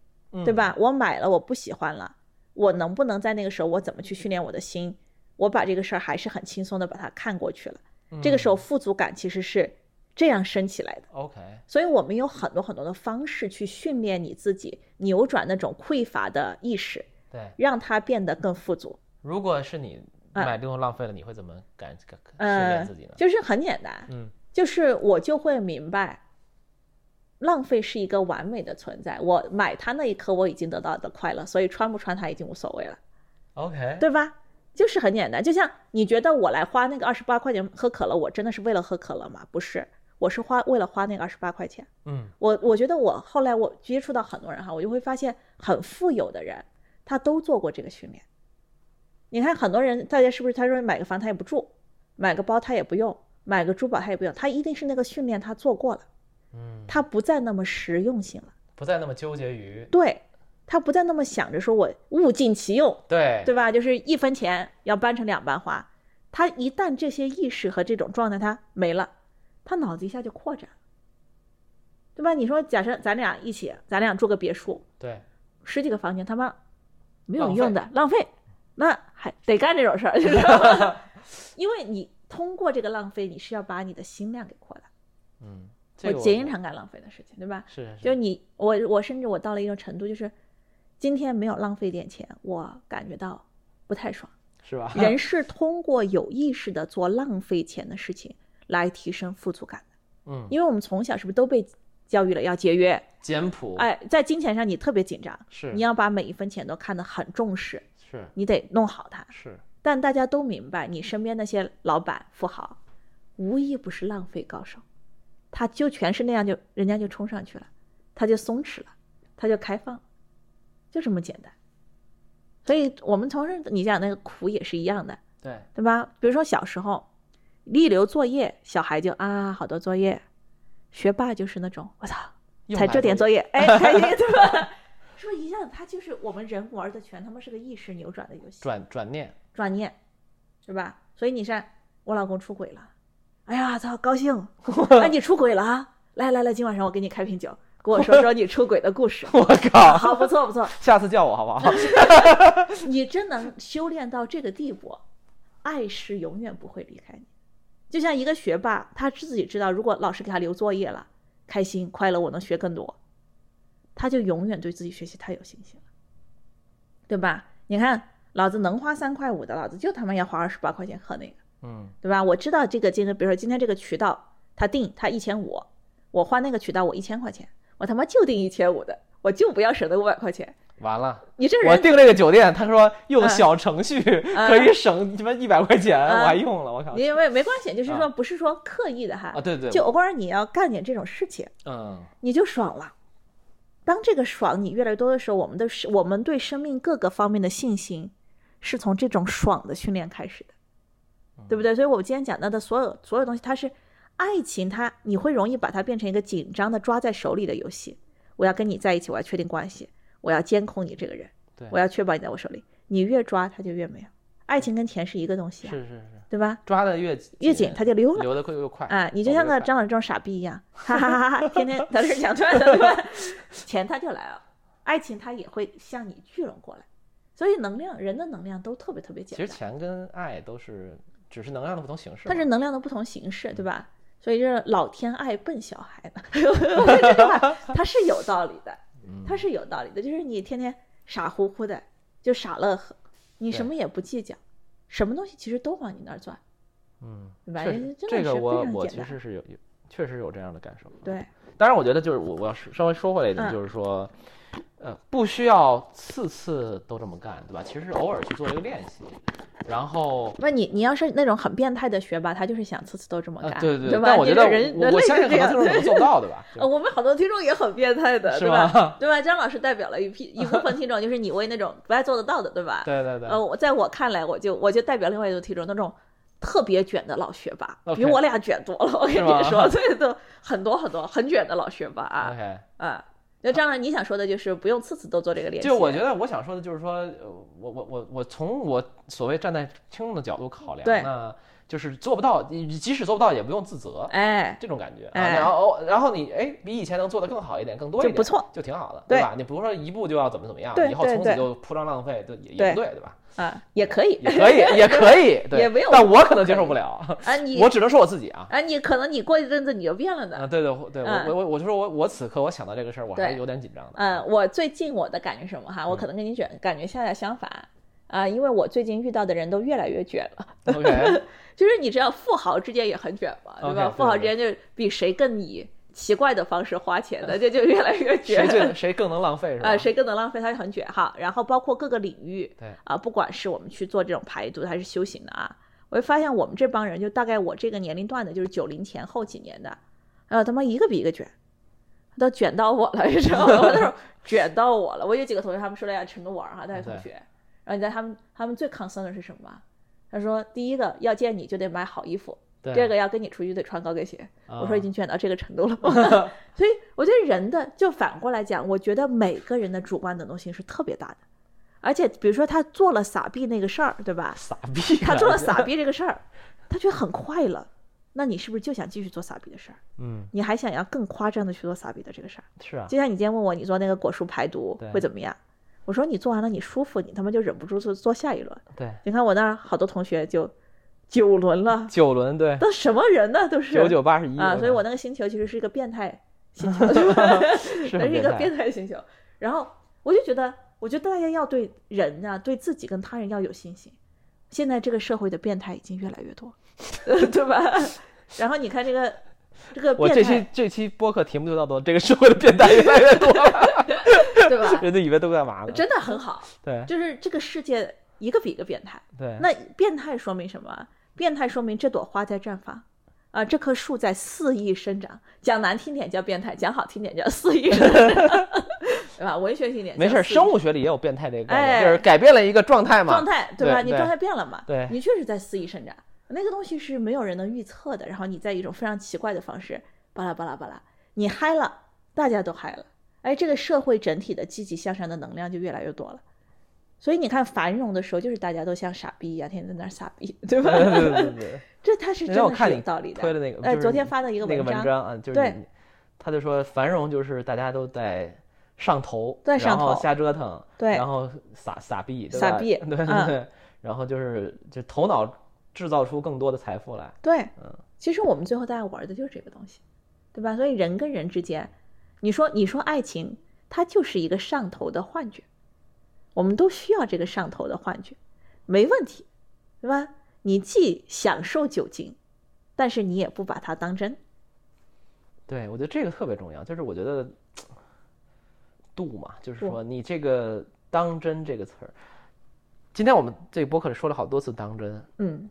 C: 对
A: 嗯？
C: 吧？我买了我不喜欢了，我能不能在那个时候我怎么去训练我的心？我把这个事儿还是很轻松的把它看过去了。这个时
A: 嗯
C: 候富足感其实是这样升起来的。
A: OK，
C: 所以我们有很多很多的方式去训练你自己，扭转那种匮乏的意识，
A: 对，
C: 让它变得更富足。
A: 如果是你
C: 啊
A: 买这种浪费了，你会怎么感感训练
C: 嗯
A: 自己呢，？
C: 就是很简单，
A: 嗯
C: 就是我就会明白，浪费是一个完美的存在。我买它那一刻我已经得到的快乐，所以穿不穿它已经无所谓了，
A: OK，
C: 对吧？就是很简单，就像你觉得我来花那个二十八块钱喝可乐，我真的是为了喝可乐吗？不是，我是花为了花那个二十八块钱。
A: 嗯
C: 我我觉得我后来我接触到很多人哈，我就会发现很富有的人，他都做过这个训练。你看很多人，大家是不是他说买个房他也不住，买个包他也不用，买个珠宝他也不用，他一定是那个训练他做过了，
A: 嗯，
C: 他不再那么实用性了，
A: 不再那么纠结于
C: 对他不再那么想着说我物尽其用，
A: 对
C: 对吧？就是一分钱要掰成两半花，他一旦这些意识和这种状态他没了，他脑子一下就扩展了，对吧？你说，假设咱俩一起，咱俩住个别墅，
A: 对
C: 十几个房间，他妈没有
A: 浪费
C: 用的，浪费，那还得干这种事儿，就是
A: <laughs>
C: 因为你通过这个浪费，你是要把你的心量给扩大，
A: 嗯，这
C: 我
A: 个我
C: 节经常干浪费的事情，对吧？
A: 是是
C: 就你我我甚至我到了一种程度，就是今天没有浪费点钱，我感觉到不太爽。
A: 是吧？
C: 人是通过有意识的做浪费钱的事情来提升富足感的，
A: 嗯，
C: 因为我们从小是不是都被教育了要节约？
A: 简朴
C: 哎，在金钱上你特别紧张，
A: 是
C: 你要把每一分钱都看得很重视，
A: 是
C: 你得弄好它。
A: 是
C: 但大家都明白，你身边那些老板、富豪，无一不是浪费高手，他就全是那样就，人家就冲上去了，他就松弛了，他就开放了，就这么简单。所以我们从事你讲那个苦也是一样的，
A: 对
C: 对吧？比如说小时候，一留作业，小孩就啊好多作业，学霸就是那种我操，
A: 用
C: 才
A: 来
C: 这点
A: 做
C: 作业，哎，开心对 <laughs> 吧？说一样，他就是我们人玩的全他妈是个意识扭转的游戏，
A: 转转念，
C: 转念，是吧？所以你看，我老公出轨了，哎呀操，高兴， <laughs> 哎你出轨了啊，来来来，今晚上我给你开瓶酒，跟我说说你出轨的故事
A: 我靠，
C: 好不错不错，
A: 下次叫我好不好？
C: 你真能修炼到这个地步，爱是永远不会离开你。就像一个学霸，他自己知道，如果老师给他留作业了，开心快乐，我能学更多，他就永远对自己学习太有信心了，对吧？你看，老子能花三块五的，老子就他妈要花二十八块钱喝那个，
A: 嗯
C: 对吧？我知道这个今天，比如说今天这个渠道，他定他一千五，我换那个渠道我一千块钱，我他妈就定一千五的，我就不要省那五百块钱。
A: 完了。
C: 你这人
A: <laughs> 我订这个酒店，他说用
C: 嗯
A: 小程序
C: 嗯
A: 可以省他妈一百块钱，
C: 嗯
A: 我还用了，我靠！
C: 因为没关系，就是说
A: 啊
C: 不是说刻意的哈，
A: 啊，对对，
C: 就偶尔你要干点这种事情，
A: 嗯，
C: 你就爽了。当这个爽你越来越多的时候，我们的我们对生命各个方面的信心，是从这种爽的训练开始的，
A: 嗯
C: 对不对？所以我们今天讲到的所有所有东西，它是爱情它，你会容易把它变成一个紧张的抓在手里的游戏。我要跟你在一起，我要确定关系，我要监控你这个人
A: 对，
C: 我要确保你在我手里。你越抓它就越没有。爱情跟钱是一个东西、啊，
A: 是是是，
C: 对吧？
A: 抓的越
C: 越紧它就溜了。
A: 流的会越快
C: 啊，你就
A: 走
C: 像
A: 得
C: 个
A: 快
C: 张老师这种傻逼一样，哈哈哈哈，天天在这儿讲段子，对吧？ <laughs> 钱他就来了，爱情他也会向你聚拢过来，所以能量人的能量都特别特别
A: 其
C: 简
A: 实
C: 单，
A: 钱跟爱都是只是能量的不同形式嘛，
C: 它是能量的不同形式，对吧？所以这老天爱笨小孩 <laughs> 呢，这
A: <laughs>
C: 句话它是有道理的，
A: 嗯
C: 它是有道理的，就是你天天傻乎乎的就傻乐呵，你什
A: 对
C: 么也不计较，什么东西其实都往你那儿钻，
A: 嗯，
C: 对吧？
A: 确
C: 人
A: 实
C: 家
A: 这
C: 真的
A: 个
C: 是
A: 我
C: 非常
A: 我
C: 简
A: 其
C: 单，
A: 实是有有确实有这样的感受，
C: 对，
A: 当然，我觉得就是我我要是稍微说回来一点，
C: 嗯
A: 就是说，呃，不需要次次都这么干，对吧？其实偶尔去做一个练习，然后。
C: 那你你要是那种很变态的学霸，他就是想次次都这么
A: 啊
C: 干，，
A: 对对
C: 吧？
A: 但我觉得
C: 这个人
A: 我
C: 人
A: 我
C: 类
A: 相信
C: 是这
A: 很多听众
C: 样
A: 可能做
C: <laughs>
A: 不到，对吧？
C: 呃，我们好多听众也很变态的，
A: 是
C: 对吧
A: 吗？
C: <laughs> 对吧？张老师代表了一批一部分听众，就是你为那种不爱做得到的，对吧？
A: 对对对，
C: 呃，我在我看来，我就我就代表另外一种听众，那种特别卷的老学霸，比
A: OK
C: 我俩卷多了。我跟
A: 是
C: 你
A: 吗
C: 说，对的，很多很多很卷的老学霸啊
A: OK，
C: 啊！那张老师，你想说的就是不用次次都做这个练习，
A: 就我觉得我想说的就是说，呃我我我我从我所谓站在听众的角度考
C: 对
A: 量呢，就是做不到，你即使做不到也不用自责，
C: 哎，
A: 这种感觉啊。
C: 哎
A: 然后然后你哎，比以前能做得更好一点，更多一
C: 就
A: 点，
C: 不错，
A: 就挺好的，
C: 对
A: 吧？你不是说一步就要怎么怎么样
C: 对，
A: 以后
C: 对
A: 从
C: 对
A: 此就铺张浪费，对也
C: 对
A: 也不对，对吧？
C: 啊，也可以
A: 也可以，也可以，对，
C: <laughs> 也没有
A: 但我可能接受不了，
C: 啊，你
A: 我只能说我自己啊。
C: 啊，你可能你过一阵子你就变了呢
A: 啊，。对对对，
C: 嗯
A: 我我我我就说我我此刻我想到这个事儿，我还
C: 对
A: 有点紧张的。
C: 嗯，我最近我的感觉是什么哈？我
A: 嗯
C: 可能跟你卷感觉恰恰相反啊、因为我最近遇到的人都越来越卷了。
A: OK，
C: <laughs> 就是你知道，富豪之间也很卷嘛，对
A: OK，
C: 吧
A: 对嗯
C: 富豪之间就比谁更你奇怪的方式花钱的，这就越来越
A: 谁
C: 卷。
A: 最能谁更能浪费是吧？
C: 啊，谁更能浪费，它就很卷哈。然后包括各个领域，
A: 对
C: 啊，不管是我们去做这种排毒的还是修行的啊，我会发现我们这帮人，就大概我这个年龄段的，就是九零前后几年的，啊，他妈一个比一个卷，都卷到我了，你知道吗？我那时候卷到我了。我有几个同学，他们说了哎呀，成都玩儿哈，大学同学，然后你知道他们他们最 concern 的是什么吗？他说，第一个要见你就得买好衣服，
A: 对
C: 第二个要跟你出去得穿高跟鞋。我说已经卷到这个程
A: <laughs>
C: 度了， <laughs>
A: 啊
C: 所以我觉得人的就反过来讲，我觉得每个人的主观能动性是特别大的，而且比如说他做了傻逼那个事儿，对吧？
A: 傻逼，
C: 他做
A: <laughs>
C: 了傻，逼这个事儿，他觉得很快乐，那你是不是就想继续做傻逼的事儿？
A: 嗯，
C: 你还想要更夸张的去做傻逼的这个事儿？
A: 是啊，
C: 就像你今天问我，你做那个果蔬排毒
A: 对
C: 会怎么样？我说你做完了你舒服，你他妈就忍不住做做下一轮。
A: 对，
C: 你看我那儿好多同学就九轮了，
A: <laughs> 九轮对，
C: 都什么人呢？都是
A: 九九八十一
C: 啊，所以我那个星球其实是一个
A: <laughs>
C: 变态星球， <laughs> 对吧
A: 是很
C: 它是一
A: 变
C: 个
A: 态
C: 变态星球。然后我就觉得，我觉得大家要对人啊，对自己跟他人要有信心。现在这个社会的变态已经越来越多， <laughs> 对吧？ <laughs> 然后你看这个这个
A: 我
C: 变
A: 这期
C: 态，
A: 这期播客题目就叫做“这个社会的变态越来越多
C: <laughs>
A: 了
C: 对”，
A: <laughs>
C: 吧？
A: 人家以为都干嘛呢？
C: 真的很好，
A: 对
C: 就是这个世界一个比一个变态。
A: 对，
C: 那变态说明什么？啊变态说明这朵花在绽放，啊，这棵树在肆意生长。讲难听点叫变态，讲好听点叫肆意生长， <laughs> 对吧？文学性点叫
A: 没事儿，
C: 肆意
A: 生物学里也有变态这个概念，
C: 哎
A: 就是改变了一个状态嘛
C: 状。态对吧？
A: 对
C: 你
A: 对
C: 状态变了嘛？
A: 对
C: 你确实在肆意生长，那个东西是没有人能预测的。然后你在一种非常奇怪的方式，巴拉巴拉巴拉，你嗨了，大家都嗨了，哎，这个社会整体的积极向上的能量就越来越多了。所以你看繁荣的时候，就是大家都像傻逼一样，天天在那儿傻逼，对吧？ <laughs>
A: 对对对 <laughs> 对
C: 这它是
A: 对，
C: 真
A: 让我
C: 的
A: 看
C: 是
A: 你
C: 有道理的。
A: 推的那个，
C: 哎，
A: 就是
C: 昨天发的一
A: 那
C: 个
A: 个
C: 文
A: 文
C: 章，
A: 章啊，就是
C: 对
A: 你，他就说繁荣就是大家都在上头，
C: 在上
A: 然后
C: 头
A: 瞎折腾，
C: 对
A: 然后撒撒币，对
C: 撒
A: 吧
C: 币
A: <laughs> 对对
C: 嗯
A: 对，然后就是就头脑制造出更多的财富来，
C: 对
A: 嗯，
C: 其实我们最后大家玩的就是这个东西，对吧？所以人跟人之间，你说你说爱情，它就是一个上头的幻觉，我们都需要这个上头的幻觉，没问题，对吧？你既享受酒精，但是你也不把它当真，
A: 对，我觉得这个特别重要，就是我觉得度嘛，就是
C: 度
A: 说你这个“当真”这个词儿，今天我们这个播客里说了好多次“当真
C: 嗯”，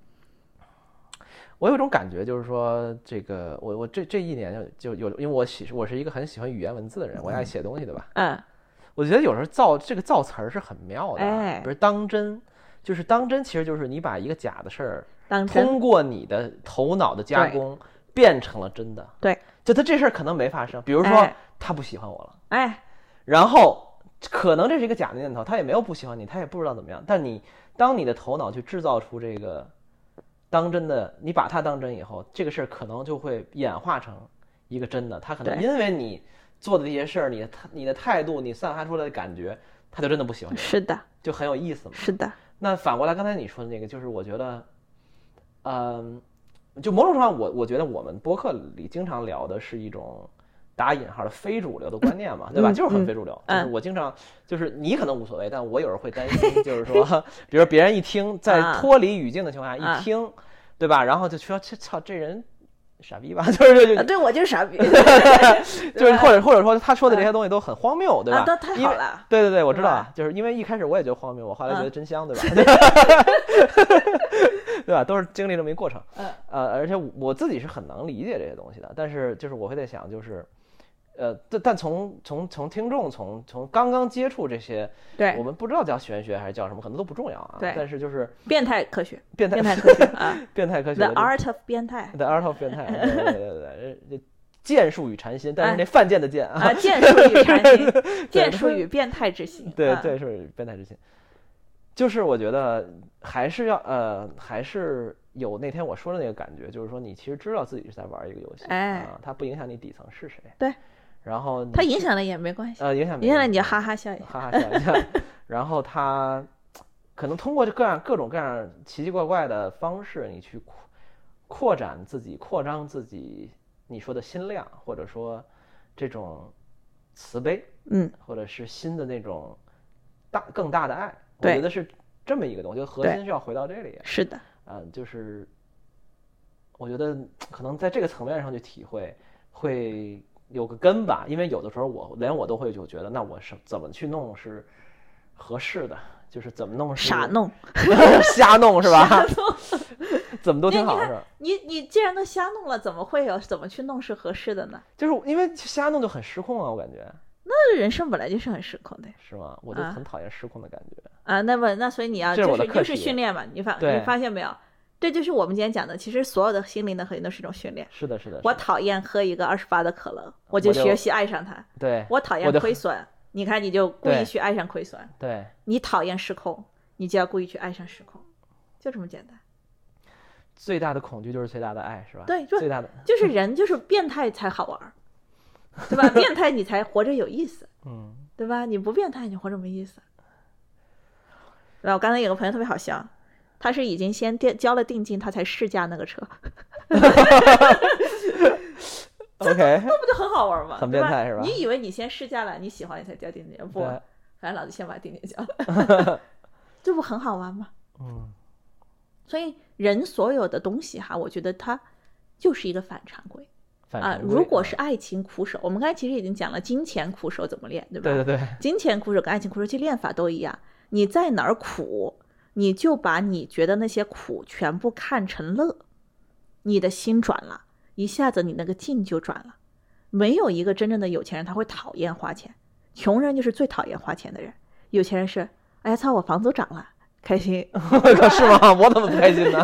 A: 我有一种感觉，就是说这个我我这这一年就就有，因为我喜我是一个很喜欢语言文字的人，我
C: 嗯
A: 爱写东西，对吧？
C: 啊，
A: 我觉得有时候造这个造词儿是很妙的啊，
C: 哎
A: 比如“当真”，就是“当真”，其实就是你把一个假的事儿。
C: 当真，
A: 通过你的头脑的加
C: 对
A: 工变成了真的。
C: 对，
A: 就他这事儿可能没发生，比如说
C: 哎
A: 他不喜欢我了，
C: 哎，
A: 然后可能这是一个假的念头，他也没有不喜欢你，他也不知道怎么样。但你当你的头脑去制造出这个当真的，你把它当真以后，这个事儿可能就会演化成一个真的。他可能
C: 对
A: 因为你做的这些事儿，你的态你的态度，你散发出来的感觉，他就真的不喜欢你，
C: 是的，
A: 就很有意思嘛。
C: 是的，
A: 那反过来，刚才你说的那个，就是我觉得，嗯，就某种程度上，我我觉得我们播客里经常聊的是一种打引号的非主流的观念嘛，对吧？
C: 嗯
A: 就是很非主流。
C: 嗯
A: 就是我经常就是你可能无所谓，但我有时候会担心，就是说， <laughs> 比如别人一听，在
C: 啊
A: 脱离语境的情况下
C: 啊
A: 一听，对吧？然后就说这操这人傻逼吧， <laughs> 就是
C: 啊
A: 就
C: 对我就是傻逼，
A: 就是
C: 吧
A: 或者或者说他说的这些东西都很荒谬，对吧
C: 嗯啊，？都太
A: 因为
C: 好了。
A: 对对对，我知道
C: 对
A: 啊，就是因为一开始我也觉得荒谬，我后来觉得
C: 嗯
A: 真香，对吧？对吧？都是经历这么一过程，
C: 嗯
A: 呃，而且我自己是很能理解这些东西的，但是就是我会在想，就是，呃，但但从从从听众从从刚刚接触这些，我
C: 对，
A: 们不知道叫玄学还是叫什么，可能都不重要啊。
C: 对
A: 但是就是
C: 变态
A: <laughs>
C: 科学，
A: 变态
C: 变态科学啊
A: 变态科学
C: ，The
A: 的这
C: Art of
A: <laughs>
C: 变态
A: the art of 变态，对对对对对对，剑术与禅心，但是
C: 哎
A: 那犯贱的贱啊
C: 啊，剑术与禅心，剑术与变态之心，
A: 对
C: 啊
A: 对，是变态之心。就是我觉得还是要呃，还是有那天我说的那个感觉，就是说你其实知道自己是在玩一个游戏，
C: 哎
A: 啊，它不影响你底层是谁，
C: 对，
A: 然后你
C: 它
A: 去
C: 影响了也没关系，
A: 呃影响
C: 影响了你就
A: 哈
C: 哈哈笑一下。
A: 哈哈笑一下，然后它可能通过这各样各种各样奇奇怪怪的方式，你去扩扩展自己，扩张自己，你说的心量，或者说这种慈悲，
C: 嗯，
A: 或者是新的那种大更大的爱，我
C: 对
A: 觉得是这么一个东西，就核
C: 对
A: 心是要回到这里，
C: 是的，
A: 啊，就是我觉得可能在这个层面上去体会，会有个根吧，因为有的时候我连我都会就觉得，那我是怎么去弄是合适的，就是怎么弄是
C: 傻，弄，
A: <laughs> 瞎弄是
C: <laughs>
A: 吧？
C: 傻弄
A: <laughs> 怎么都挺
C: 那你
A: 好
C: 看
A: 是吧？
C: 你你既然都瞎弄了，怎么会有怎么去弄是合适的呢？
A: 就是因为瞎弄就很失控啊，我感觉
C: 那人生本来就是很失控的呀
A: 是吗？我就
C: 啊
A: 很讨厌失控的感觉。
C: 啊。那么那所以你要
A: 这
C: 就是
A: 我的
C: 是
A: 课
C: 就
A: 题
C: 是训练嘛，你发
A: 对
C: 你发现没有？这就是我们今天讲的，其实所有的心灵的核心都是一种训练。
A: 是的，是的，
C: 我
A: 是的
C: 讨厌喝一个二十八的可乐，我就
A: 我就
C: 学习爱上它。
A: 对
C: 我讨厌
A: 我就
C: 亏损，你看你就故意
A: 对
C: 去爱上亏损。
A: 对，
C: 你讨厌失控，你就要故意去爱上失控，就这么简单。
A: 最大的恐惧就是最大的爱，是吧？
C: 对就
A: 最大的
C: 就是人就是变态才
A: <laughs>
C: 好玩儿，对吧？变态你才活着有意思。
A: 嗯，
C: 对吧？你不变态，你活着没意思，对吧？我刚才有个朋友特别好笑，他是已经先定交了定金，他才试驾那个车， <laughs>
A: ，OK，
C: 那不就很好玩吗？
A: 很
C: 对
A: 变态是吧
C: 你以为你先试驾了，你喜欢你才交定金，不，
A: 对
C: 反正老子先把定金交了，
A: <laughs>
C: 这不很好玩吗？
A: 嗯，
C: 所以人所有的东西哈，我觉得它就是一个反常规
A: 反
C: 啊。
A: 常规
C: 如果是爱情苦手，我们刚才其实已经讲了金钱苦手怎么练，对吧？
A: 啊对对对， <laughs>
C: 金钱苦手跟爱情苦手其实练法都一样，你在哪儿苦，你就把你觉得那些苦全部看成乐，你的心转了，一下子你那个劲就转了。没有一个真正的有钱人他会讨厌花钱，穷人就是最讨厌花钱的人。有钱人是，哎呀操，我房租涨了，开心。
A: 是吗？我怎么不开心呢？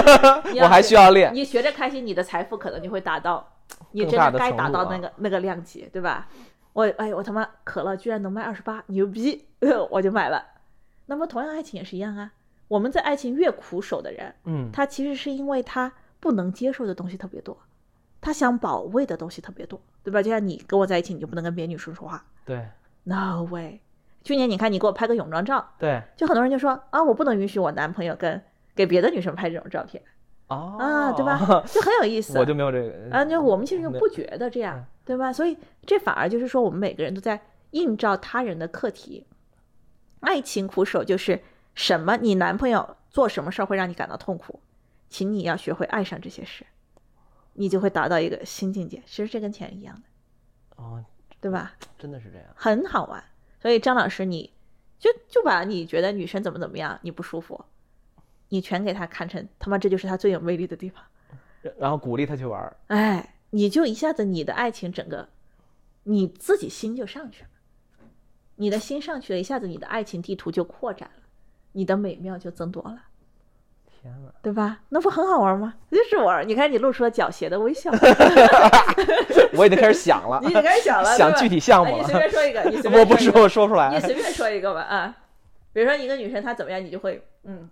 C: <laughs> 你
A: 我
C: 要
A: 还
C: 学
A: 需要练，
C: 你学着开心，你的财富可能就会达到，你
A: 更
C: 真
A: 大
C: 的
A: 的
C: 该
A: 程
C: 达
A: 度
C: 到
A: 啊
C: 那个那个量级，对吧？我哎，我他妈可乐居然能卖二十八，牛逼， <laughs> 我就买了。那么同样，爱情也是一样啊。我们在爱情越苦守的人，
A: 嗯，
C: 他其实是因为他不能接受的东西特别多，他想保卫的东西特别多，对吧？就像你跟我在一起，你就不能跟别的女生说话
A: 对
C: ，no way。去年你看你给我拍个泳装照，
A: 对，
C: 就很多人就说啊，我不能允许我男朋友跟给别的女生拍这种照片。
A: 哦
C: 啊，对吧？？就很有意思。
A: <laughs> 我就没有这个
C: 啊，那我们其实就
A: 没
C: 不觉得这样，对吧？所以这反而就是说，我们每个人都在映照他人的课题。爱情苦手就是什么？你男朋友做什么事儿会让你感到痛苦，请你要学会爱上这些事，你就会达到一个新境界。其实这跟钱一样的，
A: 哦，
C: 对吧？
A: 真的是这样，
C: 很好玩。所以张老师你，就就把你觉得女生怎么怎么样，你不舒服，你全给她看成他妈这就是她最有魅力的地方。
A: 然后鼓励他去玩儿，
C: 哎，你就一下子你的爱情整个，你自己心就上去了，你的心上去了，一下子你的爱情地图就扩展了，你的美妙就增多了，
A: 天哪，
C: 对吧？那不很好玩吗？ <laughs> 就是玩，你看你露出了狡黠的
A: <laughs>
C: 微笑，
A: 我已经开始想了，
C: 你已经开始想了，对
A: 想
C: 吧
A: 具体项目
C: 哎你
A: 了
C: 随，便说一个，
A: <laughs>
C: 你随便
A: 我不
C: 一
A: 说，
C: 个
A: 我说不出来
C: 你，随便说一个吧啊。比如说一个女生她怎么样，你就会嗯，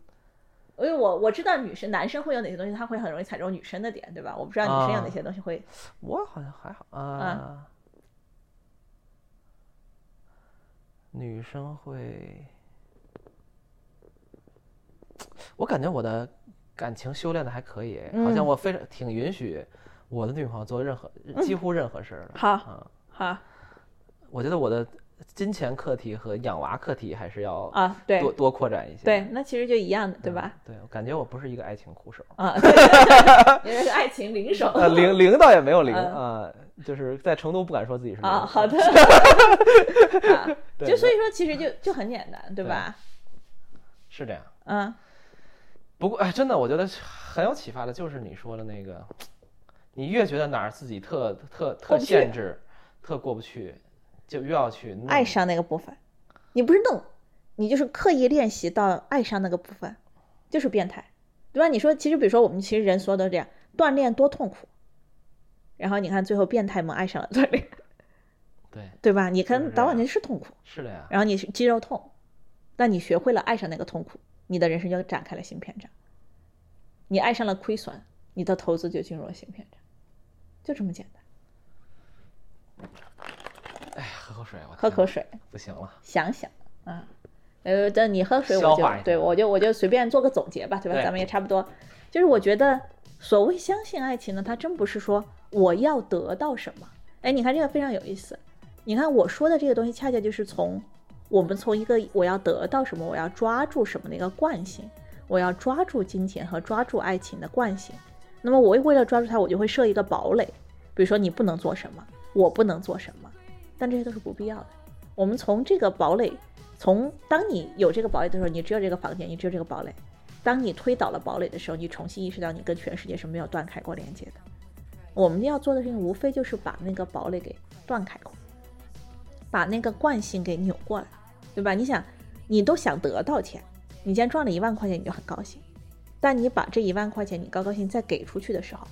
C: 因为我我知道女生男生会有哪些东西，他会很容易踩中女生的点，对吧？我不知道女生有
A: 啊
C: 哪些东西会
A: 我好像还好啊。女生会，我感觉我的感情修炼的还可以，好像
C: 嗯
A: 我非常挺允许我的女朋友做任何几乎任何事儿的。
C: 好
A: 啊，
C: 好
A: 我觉得我的金钱课题和养娃课题还是要
C: 啊，对
A: 多多扩展一些。
C: 对，那其实就一样的，对
A: 嗯
C: 吧？？
A: 对，我感觉我不是一个爱情苦手，
C: 啊， <laughs> 对，因为是爱情零手。
A: 呃，零零倒也没有零
C: 嗯
A: 啊，就是在成都不敢说自己是零
C: 啊，好的。啊，
A: 对
C: 就所以说，其实就就很简单，对吧？
A: 是这样。
C: 嗯，
A: 不过哎，真的，我觉得很有启发的，就是你说的那个，你越觉得哪儿自己特特
C: 过
A: 特
C: 不去
A: 限制，特过不去，就越要去弄
C: 爱。上那个部分，你不是弄，你就是刻意练习到爱上那个部分，就是变态，对吧？你说，其实比如说我们其实人所有都这样，锻炼多痛苦，然后你看最后变态们爱上了锻炼，
A: 对，
C: 对吧？你
A: 就是
C: 看
A: 这
C: 早晚
A: 样
C: 你是啊痛苦，
A: 是的呀。
C: 然后你是肌肉痛，但你学会了爱上那个痛苦，你的人生就展开了新篇章。你爱上了亏损，你的投资就进入了新篇章，就这么简单。
A: 哎喝口水，我
C: 喝
A: 天
C: 口
A: 哪，
C: 水，
A: 不行了。
C: 想想啊，呃，但你喝水
A: 消
C: 我就
A: 化一下
C: 对我就我就随便做个总结吧，对吧？
A: 对
C: 咱们也差不多。就是我觉得所谓相信爱情呢，它真不是说我要得到什么。哎，你看这个非常有意思。你看我说的这个东西，恰恰就是从我们从一个我要得到什么，我要抓住什么的一个惯性，我要抓住金钱和抓住爱情的惯性。那么我为了抓住它，我就会设一个堡垒，比如说你不能做什么，我不能做什么，但这些都是不必要的。我们从这个堡垒，从当你有这个堡垒的时候，你只有这个房间，你只有这个堡垒；当你推倒了堡垒的时候，你重新意识到你跟全世界是没有断开过连接的。我们要做的事情，无非就是把那个堡垒给断开过，把那个惯性给扭过来，对吧？你想，你都想得到钱，你今天赚了一万块钱，你就很高兴，但你把这一万块钱，你高高兴兴再给出去的时候，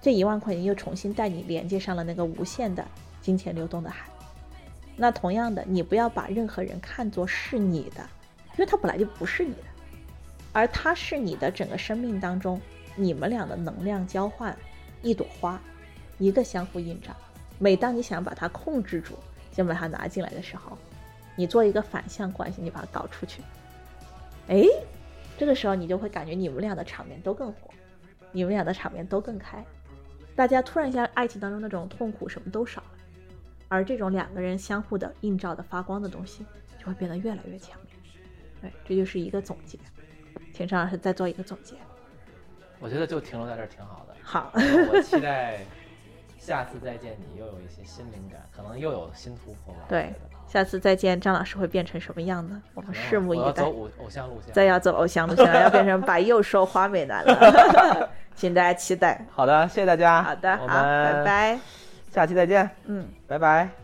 C: 这一万块钱又重新带你连接上了那个无限的金钱流动的海。那同样的，你不要把任何人看作是你的，因为他本来就不是你的，而他是你的整个生命当中你们俩的能量交换，一朵花，一个相互印证。每当你想把它控制住，想把它拿进来的时候，你做一个反向关系，你把它搞出去，哎，这个时候你就会感觉你们俩的场面都更火，你们俩的场面都更开，大家突然一下，爱情当中那种痛苦什么都少了。而这种两个人相互的映照的发光的东西，就会变得越来越强烈。对，这就是一个总结。请张老师再做一个总结。
A: 我觉得就停留在这儿挺好的。
C: 好，
A: 然后我期待下次再见你又有一些新灵感，可能又有新突破吧。
C: <laughs> 对，下次再见，张老师会变成什么样呢？我
A: 我觉
C: 们
A: 得
C: 拭目
A: 我要
C: 以待
A: 走。偶偶像路线。
C: 再要走偶像路线了，要变成白幼瘦花美男了， <laughs> 请大家期待。
E: 好的，谢谢大家，
C: 好的，
E: 我
C: 好，
E: 们
C: 拜拜。
E: 下期再见，
C: 嗯。
E: 拜拜。